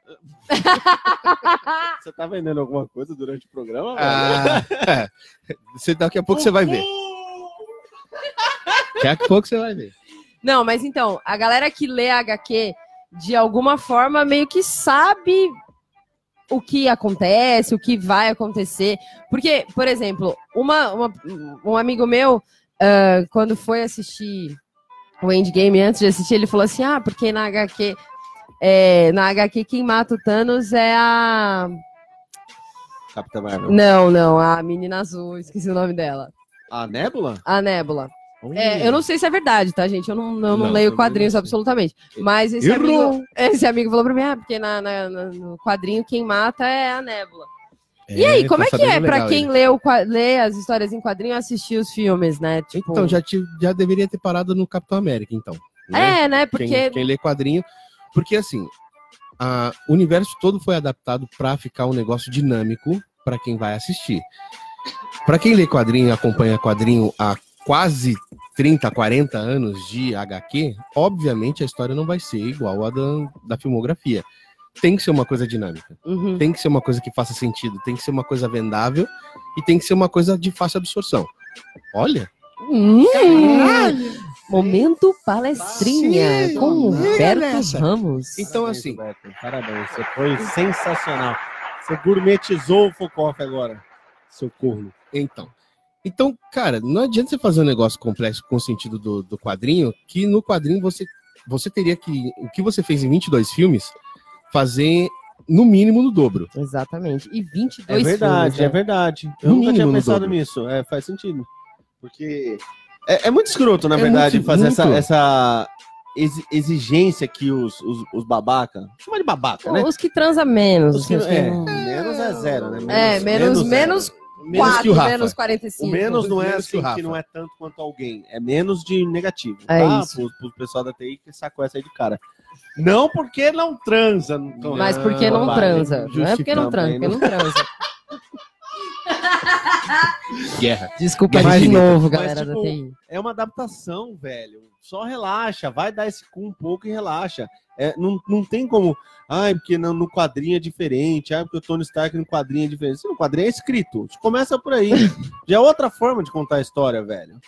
Speaker 2: Ah.
Speaker 4: Você tá vendendo alguma coisa durante o programa?
Speaker 3: Ah, é. Você, daqui a pouco você vai ver. Daqui a pouco você vai ver.
Speaker 2: Não, mas então, a galera que lê HQ, de alguma forma, meio que sabe o que acontece, o que vai acontecer. Porque, por exemplo, uma, uma- um amigo meu, ah, quando foi assistir o Endgame, antes de assistir, ele falou assim, ah, porque na HQ... é, na HQ, quem mata o Thanos é a.
Speaker 4: Capitã Marvel.
Speaker 2: Não, não, a menina azul, esqueci o nome dela.
Speaker 4: A Nébula?
Speaker 2: A Nébula. É,
Speaker 4: Hum.
Speaker 2: eu não sei se é verdade, tá, gente? Eu não, eu não,
Speaker 3: Não,
Speaker 2: leio
Speaker 3: também
Speaker 2: quadrinhos
Speaker 3: não sei.
Speaker 2: absolutamente. Mas esse
Speaker 3: Errou!
Speaker 2: amigo, esse amigo falou pra mim, ah, porque na, na- na- no quadrinho quem mata é a Nébula. e aí, como
Speaker 3: tá
Speaker 2: é que
Speaker 3: sabendo
Speaker 2: é pra
Speaker 3: legal
Speaker 2: quem
Speaker 3: ele.
Speaker 2: lê, o qua- lê as histórias em quadrinho e assistir os filmes, né? Tipo,
Speaker 3: Então, já, te- já deveria ter parado no Capitão América, então. né?
Speaker 2: É, né? Porque...
Speaker 3: Quem, quem lê quadrinho. Porque, assim, a- o universo todo foi adaptado pra ficar um negócio dinâmico pra quem vai assistir. Pra quem lê quadrinho, acompanha quadrinho há quase 30, 40 anos de HQ, obviamente a história não vai ser igual a da, da filmografia. Tem que ser uma coisa dinâmica.
Speaker 2: Uhum.
Speaker 3: Tem que ser uma coisa que faça sentido. Tem que ser uma coisa vendável. E tem que ser uma coisa de fácil absorção. Olha,
Speaker 2: Hum, Momento palestrinha
Speaker 3: Sim,
Speaker 2: com o
Speaker 3: liga
Speaker 2: Humberto
Speaker 3: nessa.
Speaker 2: Ramos.
Speaker 3: então assim,
Speaker 4: Beto, parabéns. Você foi sensacional. Você gourmetizou o Focoff agora. Seu corno.
Speaker 3: Então. Então, cara, não adianta você fazer um negócio complexo com o sentido do, do quadrinho, que no quadrinho você, você teria que. O que você fez em 22 filmes, fazer no mínimo no dobro.
Speaker 2: Exatamente. E 22
Speaker 4: É verdade,
Speaker 2: filmes, né?
Speaker 4: é verdade. Eu
Speaker 3: No
Speaker 4: nunca tinha
Speaker 3: mínimo no
Speaker 4: pensado
Speaker 3: dobro.
Speaker 4: nisso. É, faz sentido. Porque é, é muito escroto, na
Speaker 3: É
Speaker 4: verdade,
Speaker 3: muito,
Speaker 4: fazer essa,
Speaker 3: muito.
Speaker 4: essa exi- exigência que os, os, os babaca. Chama de babaca, né?
Speaker 2: Os que transa menos.
Speaker 4: Os que-
Speaker 2: os que
Speaker 4: é.
Speaker 2: não-
Speaker 4: Menos é zero, né?
Speaker 2: É, menos, menos,
Speaker 4: zero.
Speaker 3: Menos que o
Speaker 2: 4,
Speaker 3: Rafa.
Speaker 2: menos
Speaker 4: O
Speaker 2: 45.
Speaker 4: menos não é
Speaker 3: Menos
Speaker 4: assim
Speaker 3: que o
Speaker 4: que,
Speaker 3: Rafa.
Speaker 4: não é tanto quanto alguém. É menos de negativo.
Speaker 2: É
Speaker 4: tá?
Speaker 2: isso.
Speaker 4: Pro, pro pessoal da TI que sacou essa aí de cara. Não porque não transa. Não, é
Speaker 2: Mas porque
Speaker 3: Ah,
Speaker 2: não
Speaker 4: bobagem.
Speaker 2: transa. Não é porque não transa,
Speaker 4: né?
Speaker 2: porque não
Speaker 3: né?
Speaker 2: transa.
Speaker 3: Guerra.
Speaker 2: Desculpa
Speaker 3: Mas,
Speaker 2: de
Speaker 3: tipo,
Speaker 2: novo,
Speaker 4: mas,
Speaker 2: galera da
Speaker 4: tipo,
Speaker 2: TI.
Speaker 4: É uma adaptação, velho. Só relaxa, vai dar esse cu um pouco e relaxa. É, não, não tem como. Ai, porque no, no quadrinho é diferente. Ai, porque o Tony Stark no quadrinho é diferente. Se no quadrinho é escrito. Começa por aí. Já é outra forma de contar a história, velho.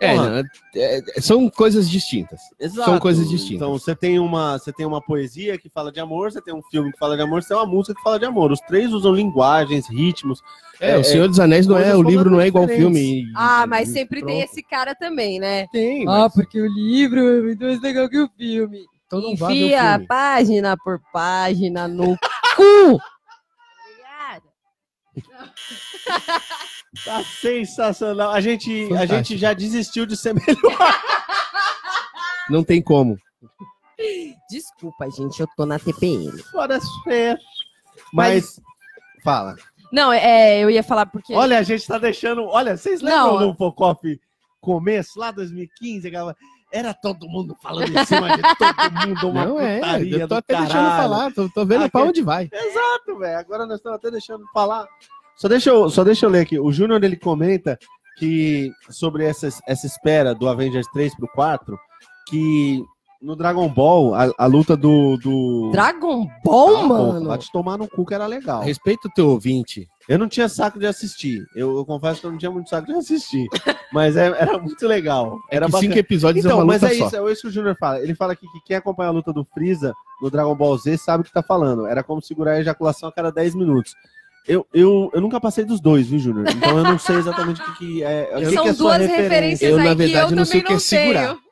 Speaker 3: É,
Speaker 4: Porra.
Speaker 3: não, é, são coisas distintas.
Speaker 4: Exato.
Speaker 3: São coisas distintas.
Speaker 4: Então você tem uma, você tem uma poesia que fala de amor, você tem um filme que fala de amor, você tem uma música que fala de amor. Os três usam linguagens, ritmos.
Speaker 3: É, o Senhor dos Anéis não é,
Speaker 4: coisas
Speaker 3: o livro não é igual ao
Speaker 4: completamente
Speaker 3: filme. e-
Speaker 2: Ah, mas
Speaker 3: e
Speaker 2: sempre tem
Speaker 3: pronto.
Speaker 2: esse cara também, né?
Speaker 3: Tem,
Speaker 2: Ah,
Speaker 3: mas,
Speaker 2: porque o livro é muito mais legal que o filme.
Speaker 3: então não vá ver o
Speaker 2: Enfia
Speaker 3: filme.
Speaker 2: página por página no cu. Obrigada.
Speaker 4: Tá sensacional. A gente, a
Speaker 3: Fantástico.
Speaker 4: gente já desistiu de ser melhor.
Speaker 3: Não tem como.
Speaker 2: Desculpa, gente, eu tô na TPM.
Speaker 4: Fora as festas. Mas fala.
Speaker 2: Não, é, eu ia falar porque.
Speaker 4: Olha, a gente tá deixando. Olha, vocês lembram
Speaker 2: Não,
Speaker 4: do Focoff começo lá 2015, aquela- era todo mundo falando em cima de todo mundo uma
Speaker 3: não é,
Speaker 4: putaria
Speaker 3: eu tô
Speaker 4: do
Speaker 3: até deixando
Speaker 4: caralho.
Speaker 3: falar, tô, tô vendo
Speaker 4: Ah,
Speaker 3: pra
Speaker 4: que-
Speaker 3: onde vai.
Speaker 4: Exato, velho. Agora nós estamos até deixando falar. Só deixa eu, só deixa eu ler aqui. O Júnior ele comenta que sobre essa, essa espera do Avengers 3 pro 4, que no Dragon Ball, a, a luta do. do...
Speaker 2: Dragon Ball,
Speaker 4: Ah, porra,
Speaker 2: mano.
Speaker 4: vai te tomar no cu que era legal.
Speaker 3: Respeita o teu ouvinte.
Speaker 4: Eu não tinha saco de assistir. Eu, eu confesso que eu não tinha muito saco de assistir. mas é- era muito legal. Era
Speaker 3: que
Speaker 4: bacana.
Speaker 3: cinco episódios é
Speaker 4: Então,
Speaker 3: uma
Speaker 4: mas
Speaker 3: luta
Speaker 4: é
Speaker 3: só.
Speaker 4: isso, é isso que o Júnior fala. Ele fala aqui que quem acompanha a luta do Freeza no Dragon Ball Z sabe o que tá falando. Era como segurar a ejaculação a cada 10 minutos. Eu, eu, eu nunca passei dos dois, viu, Júnior? Então eu não sei exatamente o que, que é. o que
Speaker 2: São
Speaker 4: que é a sua
Speaker 2: duas referências
Speaker 3: Eu, na
Speaker 2: aí que eu
Speaker 3: verdade,
Speaker 2: também
Speaker 3: não
Speaker 2: não,
Speaker 3: sei o que é segurar.
Speaker 2: tenho.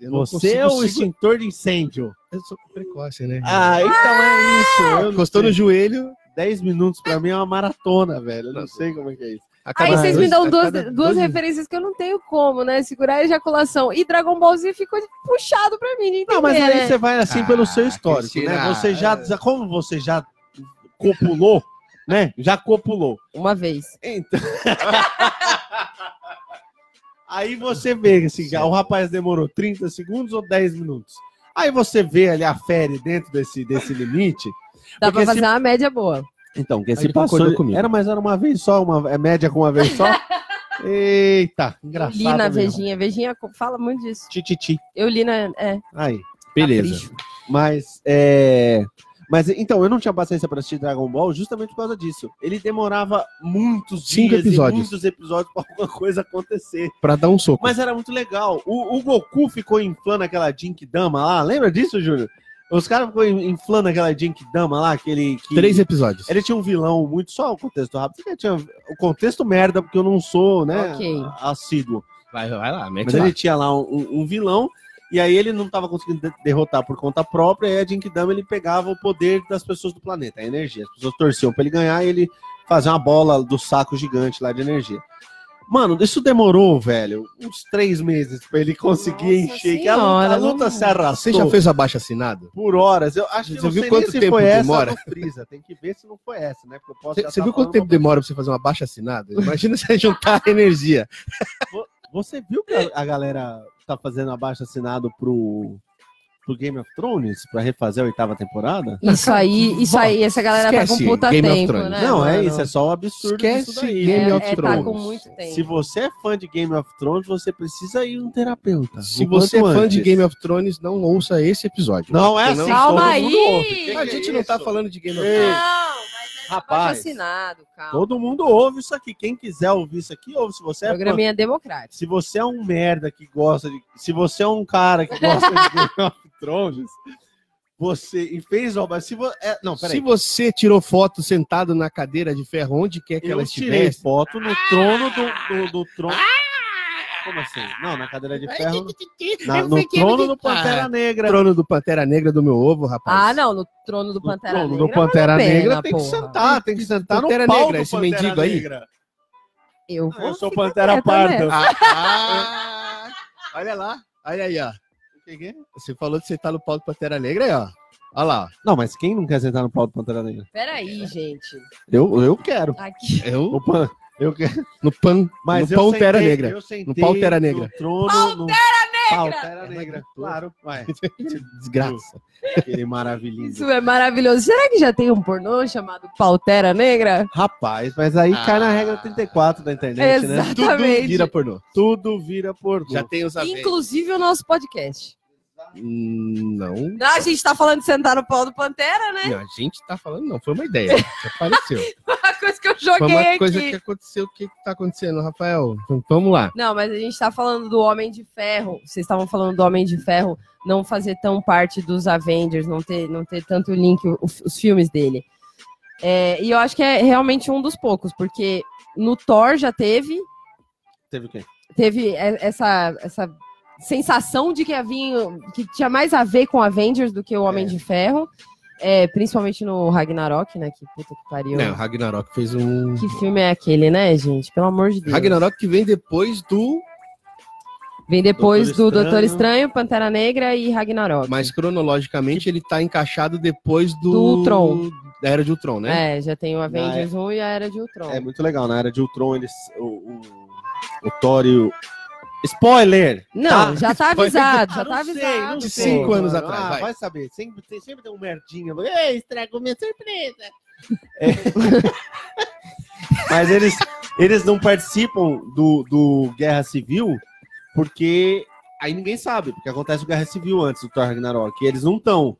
Speaker 3: Eu não
Speaker 4: Você é
Speaker 3: consigo
Speaker 4: o
Speaker 3: segurar.
Speaker 4: extintor de incêndio.
Speaker 3: Eu sou precoce, né?
Speaker 4: Ah, então é isso. Eu não
Speaker 3: Encostou
Speaker 4: sei.
Speaker 3: no joelho,
Speaker 4: 10 minutos pra mim é uma maratona, velho. Eu não sei como é que é isso.
Speaker 3: acaba
Speaker 2: Aí vocês
Speaker 3: dois-
Speaker 2: me
Speaker 4: é
Speaker 2: dão
Speaker 3: a
Speaker 2: duas,
Speaker 3: cada
Speaker 2: duas
Speaker 3: dois-
Speaker 2: referências que eu não tenho como, né? Segurar a ejaculação. E Dragon Ball Z ficou puxado pra mim. de
Speaker 4: Não, mas
Speaker 2: entender,
Speaker 4: aí
Speaker 2: né?
Speaker 4: você vai assim
Speaker 3: Ah,
Speaker 4: pelo seu histórico, né?
Speaker 3: Cristina,
Speaker 4: Você já, já- como você já copulou, né? Já copulou.
Speaker 2: Uma vez.
Speaker 4: Então. Aí você vê assim, já, o rapaz demorou 30 segundos ou 10 minutos. Aí você vê ali a fere dentro desse, desse limite.
Speaker 2: Dá
Speaker 4: Porque
Speaker 2: pra
Speaker 4: se-
Speaker 2: fazer uma média boa.
Speaker 4: Então, que
Speaker 3: Aí
Speaker 4: se
Speaker 3: ele concordou
Speaker 4: passou
Speaker 3: comigo.
Speaker 4: Era, mas era uma vez só, uma é média com uma vez só. Eita,
Speaker 2: Eu
Speaker 4: engraçado.
Speaker 2: li na
Speaker 4: Tá mesmo.
Speaker 2: Vejinha. Vejinha co- fala muito disso.
Speaker 4: Ti, ti, ti.
Speaker 2: Eu li na. É.
Speaker 4: Aí.
Speaker 2: Tá
Speaker 3: Beleza.
Speaker 4: Mas é. Mas então, eu não tinha paciência pra assistir Dragon Ball justamente por causa disso. Ele demorava muitos
Speaker 3: Cinco
Speaker 4: dias e
Speaker 3: episódios.
Speaker 4: muitos episódios pra alguma coisa acontecer.
Speaker 3: Pra dar um soco.
Speaker 4: Mas era muito legal. O, o Goku ficou inflando aquela Jink Dama lá. Lembra disso, Júnior? Os caras ficou in- inflando aquela Jink Dama lá, aquele. Que...
Speaker 3: Três episódios.
Speaker 4: Ele tinha um vilão muito. Só o contexto rápido. Ele tinha o contexto merda, porque eu não sou, né?
Speaker 2: Ok.
Speaker 4: Assíduo.
Speaker 3: Vai, vai É lá, mete
Speaker 4: Mas ele tinha lá um, um- um vilão. E aí ele não tava conseguindo de- derrotar por conta própria, e a Jinkidama ele pegava o poder das pessoas do planeta, a energia. As pessoas torciam pra ele ganhar e ele fazia uma bola do saco gigante lá de energia. Mano, isso demorou, velho, uns três meses pra ele conseguir
Speaker 2: Nossa
Speaker 4: encher. que a luta, a
Speaker 2: senhora,
Speaker 4: luta
Speaker 2: não-
Speaker 4: se arrastou
Speaker 3: Você já fez o abaixo assinado?
Speaker 4: por horas. Eu acho que
Speaker 3: Você
Speaker 4: não
Speaker 3: viu
Speaker 4: sei
Speaker 3: quanto
Speaker 4: nem se
Speaker 3: tempo
Speaker 4: foi essa
Speaker 3: demora?
Speaker 4: do Freeza. Tem que ver se não foi essa, né? Porque eu posso
Speaker 3: Você,
Speaker 4: já
Speaker 3: você
Speaker 4: tá
Speaker 3: viu quanto
Speaker 4: falando
Speaker 3: tempo
Speaker 4: uma
Speaker 3: demora pra você fazer um abaixo assinado? Imagina você juntar energia.
Speaker 4: Você viu que a, a galera tá fazendo abaixo assinado pro, pro Game of Thrones pra refazer a oitava temporada?
Speaker 2: Isso aí, isso aí, essa galera tá
Speaker 3: Esquece
Speaker 2: com puta
Speaker 3: Game of
Speaker 2: tempo,
Speaker 3: Thrones.
Speaker 2: né?
Speaker 4: não, é
Speaker 2: mano?
Speaker 4: isso, é só um absurdo
Speaker 3: Esquece
Speaker 4: disso daí.
Speaker 3: Game
Speaker 2: é,
Speaker 3: of
Speaker 2: é, tá
Speaker 3: Thrones.
Speaker 2: com muito tempo.
Speaker 4: Se você é fã de Game of Thrones, você precisa ir um terapeuta.
Speaker 3: Se
Speaker 4: O quanto
Speaker 3: você é fã
Speaker 4: antes.
Speaker 3: de Game of Thrones, não ouça esse episódio.
Speaker 4: Não é
Speaker 3: Não.
Speaker 4: assim,
Speaker 2: Calma
Speaker 4: todo
Speaker 2: aí!
Speaker 4: mundo ouve. Que que
Speaker 3: A
Speaker 4: é
Speaker 3: gente não tá
Speaker 4: isso?
Speaker 3: falando de Game of
Speaker 4: Ei.
Speaker 3: Thrones.
Speaker 2: Não, mas é
Speaker 4: Rapaz.
Speaker 2: Rapaz, assinado, calma.
Speaker 4: Todo mundo ouve isso aqui. Quem quiser ouvir isso aqui, ouve. Se você é fã
Speaker 2: Programinha democrático.
Speaker 4: Se você é um merda que gosta de. Se você é um cara que gosta de Game of Thrones, você. E fez obra. Se vo... é, não, peraí.
Speaker 3: Se você tirou foto sentado na cadeira de ferro, onde quer que
Speaker 4: eu
Speaker 3: ela
Speaker 4: tirei
Speaker 3: estivesse,
Speaker 4: foto no trono do, do, do trono. Como assim? Não, na cadeira de ferro. na- no trono do Pantera
Speaker 3: o
Speaker 4: Negra.
Speaker 3: trono do Pantera Negra do meu ovo,
Speaker 2: Ah,
Speaker 3: rapaz.
Speaker 2: não, no trono do Pantera
Speaker 4: trono do
Speaker 2: Negra. vale a
Speaker 3: Pantera
Speaker 2: pena,
Speaker 3: Negra
Speaker 4: tem que
Speaker 2: porra.
Speaker 4: sentar, tem que sentar
Speaker 3: Pantera
Speaker 4: no pau
Speaker 3: Negra,
Speaker 4: do
Speaker 3: esse mendigo aí.
Speaker 4: Negra.
Speaker 2: Eu, vou
Speaker 4: Eu sou
Speaker 2: ficar
Speaker 4: Pantera
Speaker 2: quieta
Speaker 4: Parda.
Speaker 2: mesmo.
Speaker 3: Ah, ah, olha lá, é? olha aí, ó. Você falou de sentar no pau do Pantera Negra aí, ó. Olha lá.
Speaker 4: Não, mas quem não quer sentar no pau do Pantera Negra?
Speaker 2: Peraí, gente.
Speaker 4: Eu, eu quero.
Speaker 2: Aqui.
Speaker 3: Eu,
Speaker 4: O pan- Eu quero.
Speaker 3: no pan,
Speaker 4: Mas
Speaker 3: no
Speaker 4: eu
Speaker 3: Pantera
Speaker 4: sentei-
Speaker 3: Negra.
Speaker 4: eu sentei
Speaker 3: No Pantera Negra.
Speaker 4: No trono, no... Negra!
Speaker 3: Ela
Speaker 4: Negra.
Speaker 3: gritou.
Speaker 4: Claro, vai.
Speaker 3: é. Desgraça.
Speaker 4: Aquele maravilhoso.
Speaker 2: Isso é maravilhoso. Será que já tem um pornô chamado Pautera Negra?
Speaker 4: Rapaz, mas aí
Speaker 3: Ah.
Speaker 4: cai na regra 34 da internet, né?
Speaker 2: Exato.
Speaker 3: Tudo
Speaker 2: Exatamente.
Speaker 3: vira pornô.
Speaker 4: Tudo vira por
Speaker 3: Já tem os aventos.
Speaker 2: Inclusive o nosso podcast.
Speaker 3: Hum, Não.
Speaker 2: Ah, a gente tá falando de sentar no pau do Pantera, né?
Speaker 3: Não, a gente tá falando, não. Foi uma ideia. Apareceu.
Speaker 2: A é coisa que eu
Speaker 3: Foi
Speaker 2: joguei
Speaker 3: uma
Speaker 2: aqui.
Speaker 3: coisa que aconteceu. O que que tá acontecendo, Rafael? Então, vamos lá.
Speaker 2: Não, mas a gente tá falando do Homem de Ferro. Vocês estavam falando do Homem de Ferro não fazer tão parte dos Avengers, não ter, não ter tanto link o- os filmes dele. É, e eu acho que é realmente um dos poucos, porque no Thor já teve,
Speaker 4: Teve o quê?
Speaker 2: teve e- essa, essa sensação de que havia que tinha mais a ver com Avengers do que o Homem
Speaker 3: É.
Speaker 2: de Ferro, É, principalmente no Ragnarok, né? Que puta que pariu.
Speaker 3: Não, Ragnarok fez um.
Speaker 2: Que filme é aquele, né, gente? Pelo amor de Deus.
Speaker 3: Ragnarok que vem depois do.
Speaker 2: Vem depois
Speaker 4: Doutor
Speaker 2: do Doutor
Speaker 4: Estranho.
Speaker 2: Estranho, Pantera Negra e Ragnarok.
Speaker 3: Mas cronologicamente ele tá encaixado depois do.
Speaker 2: Do Ultron.
Speaker 3: Da Era de Ultron, né?
Speaker 2: É, já tem o Avengers 1 e a Era de Ultron.
Speaker 4: É muito legal. Na era de Ultron, eles. O, o, o Thor e o. Spoiler!
Speaker 2: Não,
Speaker 4: Ah,
Speaker 2: já tá
Speaker 3: foi-
Speaker 2: avisado, já
Speaker 4: Ah, não
Speaker 2: tá
Speaker 4: sei,
Speaker 2: avisado.
Speaker 4: não
Speaker 3: De
Speaker 2: pô.
Speaker 4: sei,
Speaker 3: cinco anos
Speaker 4: mano.
Speaker 3: atrás,
Speaker 4: Ah,
Speaker 3: vai.
Speaker 4: vai saber. Sempre, tem- sempre tem um merdinha. Ei, estragou minha surpresa. É. Mas eles, eles não participam do, do Guerra Civil porque Aí ninguém sabe, porque acontece o Guerra Civil antes do Thor Ragnarok. E eles não estão.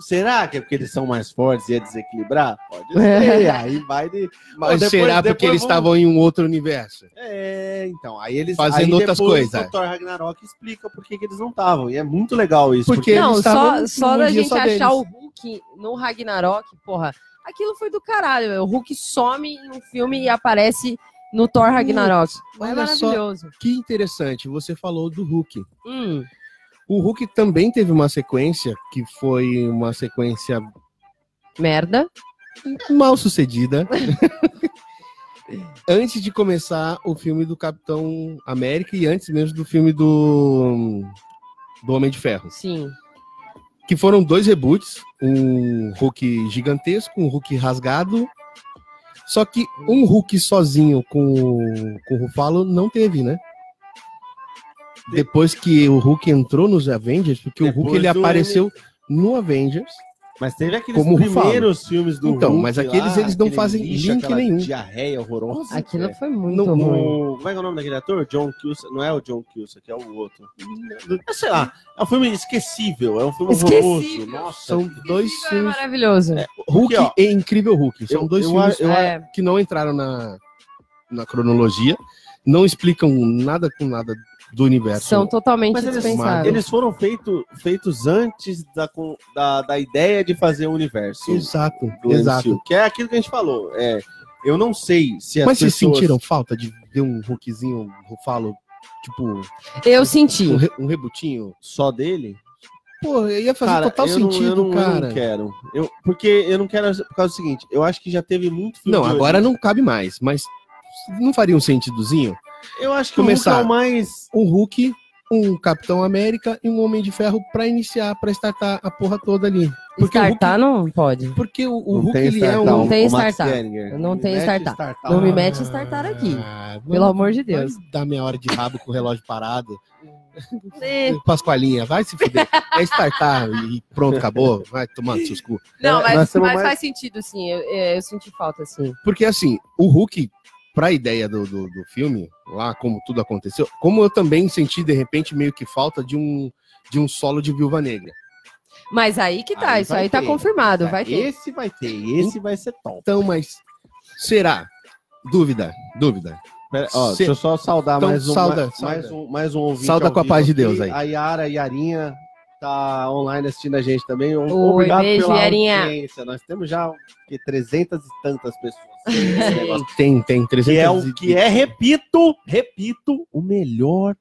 Speaker 4: Será que é porque eles são mais fortes e ia desequilibrar? Pode
Speaker 2: É.
Speaker 4: ser. aí vai de.
Speaker 3: Mas
Speaker 4: depois-
Speaker 3: será porque
Speaker 4: depois vamos-
Speaker 3: eles estavam em um outro universo?
Speaker 4: É, então. Aí eles.
Speaker 3: Fazendo
Speaker 4: aí
Speaker 3: outras
Speaker 4: depois
Speaker 3: coisas.
Speaker 4: O Thor Ragnarok explica por que, que eles não estavam. E é muito legal isso.
Speaker 3: Porque-
Speaker 2: Não,
Speaker 3: eles
Speaker 2: só,
Speaker 3: estavam
Speaker 2: só
Speaker 3: num
Speaker 2: da
Speaker 3: dia
Speaker 2: gente
Speaker 3: só
Speaker 2: achar
Speaker 3: deles.
Speaker 2: o Hulk no Ragnarok, porra, aquilo foi do caralho. velho. O Hulk some em um filme e aparece no Thor Ragnarok. é
Speaker 3: Hum, Olha só
Speaker 2: maravilhoso.
Speaker 3: que interessante, você falou do Hulk.
Speaker 2: Hum,
Speaker 3: O Hulk também teve uma sequência que foi uma sequência
Speaker 2: merda.
Speaker 3: mal sucedida. antes de começar o filme do Capitão América e antes mesmo do filme do, do Homem de Ferro.
Speaker 2: Sim.
Speaker 3: Que foram dois reboots, um Hulk gigantesco, um Hulk rasgado. Só que um Hulk sozinho com, com o Rufalo não teve, né? Depois que o Hulk entrou nos Avengers, porque o
Speaker 4: Depois
Speaker 3: Hulk ele
Speaker 4: do-
Speaker 3: apareceu no Avengers.
Speaker 4: Mas teve aqueles
Speaker 3: Como o Hulk
Speaker 4: primeiros filmes do
Speaker 3: Então,
Speaker 4: Hulk
Speaker 3: mas aqueles
Speaker 4: lá,
Speaker 3: eles não
Speaker 4: aquele
Speaker 3: fazem link
Speaker 4: aquela
Speaker 3: nenhum. É.
Speaker 4: Diarreia horrorosa.
Speaker 2: Aquilo
Speaker 4: velho.
Speaker 2: foi muito
Speaker 3: Não-
Speaker 2: ruim.
Speaker 4: O- Como é que é o nome daquele ator? John Cusack. Não é o John Cusack, é o outro. Eu sei lá. É um filme esquecível. É um filme horroroso.
Speaker 2: Esquecível.
Speaker 4: Nossa.
Speaker 3: São dois
Speaker 2: Incrível, é
Speaker 3: filmes.
Speaker 2: maravilhoso.
Speaker 3: Hulk
Speaker 4: Aqui, ó.
Speaker 3: e Incrível Hulk. São
Speaker 4: Eu-
Speaker 3: dois
Speaker 4: eu
Speaker 3: filmes
Speaker 4: a- eu
Speaker 2: É.
Speaker 3: que não entraram na, na cronologia, não explicam nada com nada do universo.
Speaker 2: São totalmente
Speaker 4: Mas eles,
Speaker 2: dispensáveis.
Speaker 4: eles foram feito, feitos antes da, con- da, da ideia de fazer o universo.
Speaker 3: Exato,
Speaker 4: do
Speaker 3: exato.
Speaker 4: MCU, que é aquilo que a gente falou. É, eu não sei se as
Speaker 3: Mas vocês
Speaker 4: pessoas-
Speaker 3: sentiram falta de ver um Hulkzinho, um falo, tipo,
Speaker 2: Eu senti.
Speaker 3: um, re, um rebutinho?
Speaker 4: só dele?
Speaker 3: Pô, ia fazer
Speaker 4: Cara,
Speaker 3: total
Speaker 4: eu não-
Speaker 3: sentido,
Speaker 4: eu não, eu não
Speaker 3: cara.
Speaker 4: quero. Eu, porque eu não quero por causa do seguinte, eu acho que já teve muito filme
Speaker 3: Não,
Speaker 4: de
Speaker 3: agora
Speaker 4: origem.
Speaker 3: não cabe mais, mas não faria um sentidozinho?
Speaker 4: Eu acho que
Speaker 3: começar.
Speaker 4: o Hulk é o mais
Speaker 3: Um Hulk, um Capitão América e um Homem de Ferro pra iniciar, pra startar a porra toda ali. Porque o Hulk- é
Speaker 2: Startar tá? né? não pode.
Speaker 3: Porque o, o
Speaker 4: Não
Speaker 3: Hulk
Speaker 4: tem
Speaker 3: ele é
Speaker 4: startup,
Speaker 3: um.
Speaker 2: Não tem
Speaker 4: o Max
Speaker 2: startup.
Speaker 4: Geringer.
Speaker 2: Não tem
Speaker 4: mete
Speaker 2: startup.
Speaker 4: startup.
Speaker 2: Não me mete startar aqui,
Speaker 3: Ah,
Speaker 2: pelo amor de Deus.
Speaker 3: Dá meia hora de rabo com o relógio parado.
Speaker 2: É.
Speaker 3: Pascoalinha, vai se fuder. É startar e pronto, acabou. Vai tomando seus cu.
Speaker 2: Não,
Speaker 4: Nós
Speaker 2: mas,
Speaker 4: temos
Speaker 2: mas
Speaker 4: mais-
Speaker 2: faz sentido, sim. Eu, é, eu senti falta, sim.
Speaker 3: Porque assim, o Hulk, pra ideia do, do, do filme, lá como tudo aconteceu, como eu também senti de repente meio que falta de um, de um solo de viúva negra.
Speaker 2: Mas aí que tá,
Speaker 4: Ah, Aí
Speaker 2: isso
Speaker 4: vai
Speaker 2: aí tá
Speaker 4: ter.
Speaker 2: confirmado,
Speaker 4: Tá,
Speaker 2: vai ter.
Speaker 4: Esse vai ter, esse vai ser top.
Speaker 3: Então, mas será? Dúvida, dúvida.
Speaker 4: Pera- ó,
Speaker 3: Se-
Speaker 4: deixa eu só saudar
Speaker 3: Então,
Speaker 4: mais um,
Speaker 3: sauda,
Speaker 4: mais,
Speaker 3: sauda.
Speaker 4: mais um, mais um ouvinte.
Speaker 3: Sauda
Speaker 4: ao
Speaker 3: com a
Speaker 4: vivo
Speaker 3: paz de
Speaker 4: aqui.
Speaker 3: Deus aí.
Speaker 4: A Yara Yarinha tá online assistindo a gente também. Um-
Speaker 2: Oi,
Speaker 4: Obrigado
Speaker 2: beijo,
Speaker 4: pela
Speaker 2: Yarinha.
Speaker 4: audiência. Nós temos já que, 300 e tantas pessoas.
Speaker 3: Tem, tem, 300
Speaker 4: que é
Speaker 3: e-
Speaker 4: o que é, repito, repito, o melhor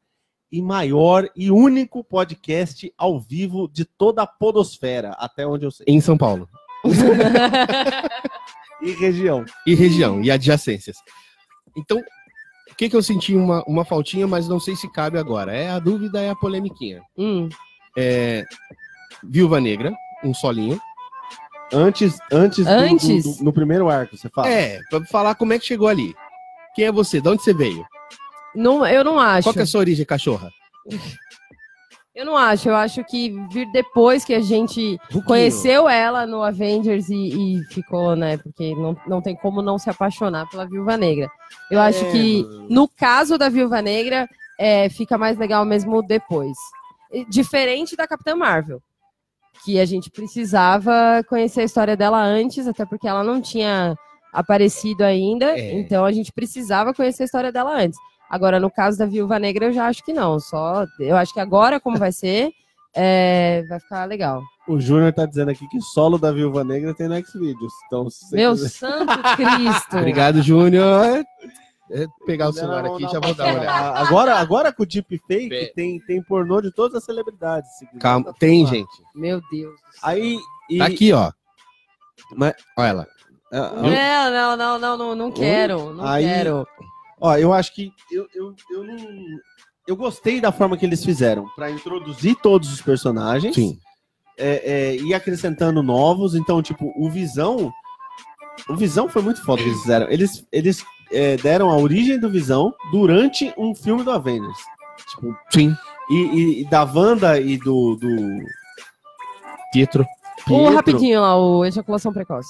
Speaker 4: e maior e único podcast ao vivo de toda a podosfera, até onde eu sei.
Speaker 3: em São Paulo.
Speaker 4: E região.
Speaker 3: e região e adjacências. Então, o que, que eu senti uma, uma faltinha, mas não sei se cabe agora. É a dúvida, é a polemiquinha.
Speaker 2: Hum,
Speaker 3: É, Viúva Negra, um solinho.
Speaker 4: Antes, antes, do-
Speaker 2: Antes?
Speaker 4: do- do- no primeiro arco, você fala.
Speaker 3: É, pra falar como é que chegou ali. Quem é você? De onde você veio?
Speaker 2: não, eu não acho.
Speaker 3: Qual que é a sua origem, cachorra?
Speaker 2: Eu não acho. Eu acho que vir depois que a gente
Speaker 3: Hulkinho.
Speaker 2: conheceu ela no Avengers e, e ficou, né? Porque não, não tem como não se apaixonar pela Viúva Negra. Eu acho
Speaker 4: É,
Speaker 2: que, no caso da Viúva Negra, é, fica mais legal mesmo depois. E- Diferente da Capitã Marvel, que a gente precisava conhecer a história dela antes, até porque ela não tinha aparecido ainda,
Speaker 3: É.
Speaker 2: então a gente precisava conhecer a história dela antes. Agora, no caso da Viúva Negra, eu já acho que não. Só, eu acho que agora, como vai ser, é, vai ficar legal.
Speaker 4: O Júnior tá dizendo aqui que solo da Viúva Negra tem no Xvideos. Então, se você
Speaker 2: Meu
Speaker 4: quiser-
Speaker 2: santo Cristo!
Speaker 3: Obrigado, Júnior. É, pegar o celular
Speaker 4: Não,
Speaker 3: aqui
Speaker 4: não,
Speaker 3: já vou
Speaker 4: pode
Speaker 3: dar uma olhada.
Speaker 4: falar. Agora, agora com o deepfake,
Speaker 3: Fe-
Speaker 4: tem, tem pornô de todas as celebridades. Se quiser,
Speaker 3: Calma,
Speaker 4: tá
Speaker 3: tem,
Speaker 4: filmado.
Speaker 3: gente.
Speaker 2: Meu Deus. do céu.
Speaker 4: Aí. E,
Speaker 3: Tá aqui, ó.
Speaker 4: Mas-
Speaker 3: Olha ela.
Speaker 4: Ah, ah,
Speaker 2: Não, não, não, não, não, não quero. Não
Speaker 4: Aí-
Speaker 2: quero.
Speaker 4: ó, eu acho que. Eu, eu, eu não. Eu gostei da forma que eles fizeram para introduzir todos os personagens
Speaker 3: Sim.
Speaker 4: é, é, e acrescentando novos. Então, tipo, o Visão. O Visão foi muito foda que eles fizeram. Eles, eles é, deram a origem do Visão durante um filme do Avengers. Tipo,
Speaker 3: Sim.
Speaker 4: e, e- e da Wanda e do. do
Speaker 3: Pietro.
Speaker 2: Ô,
Speaker 4: Pietro.
Speaker 2: rapidinho lá, o ejaculação precoce.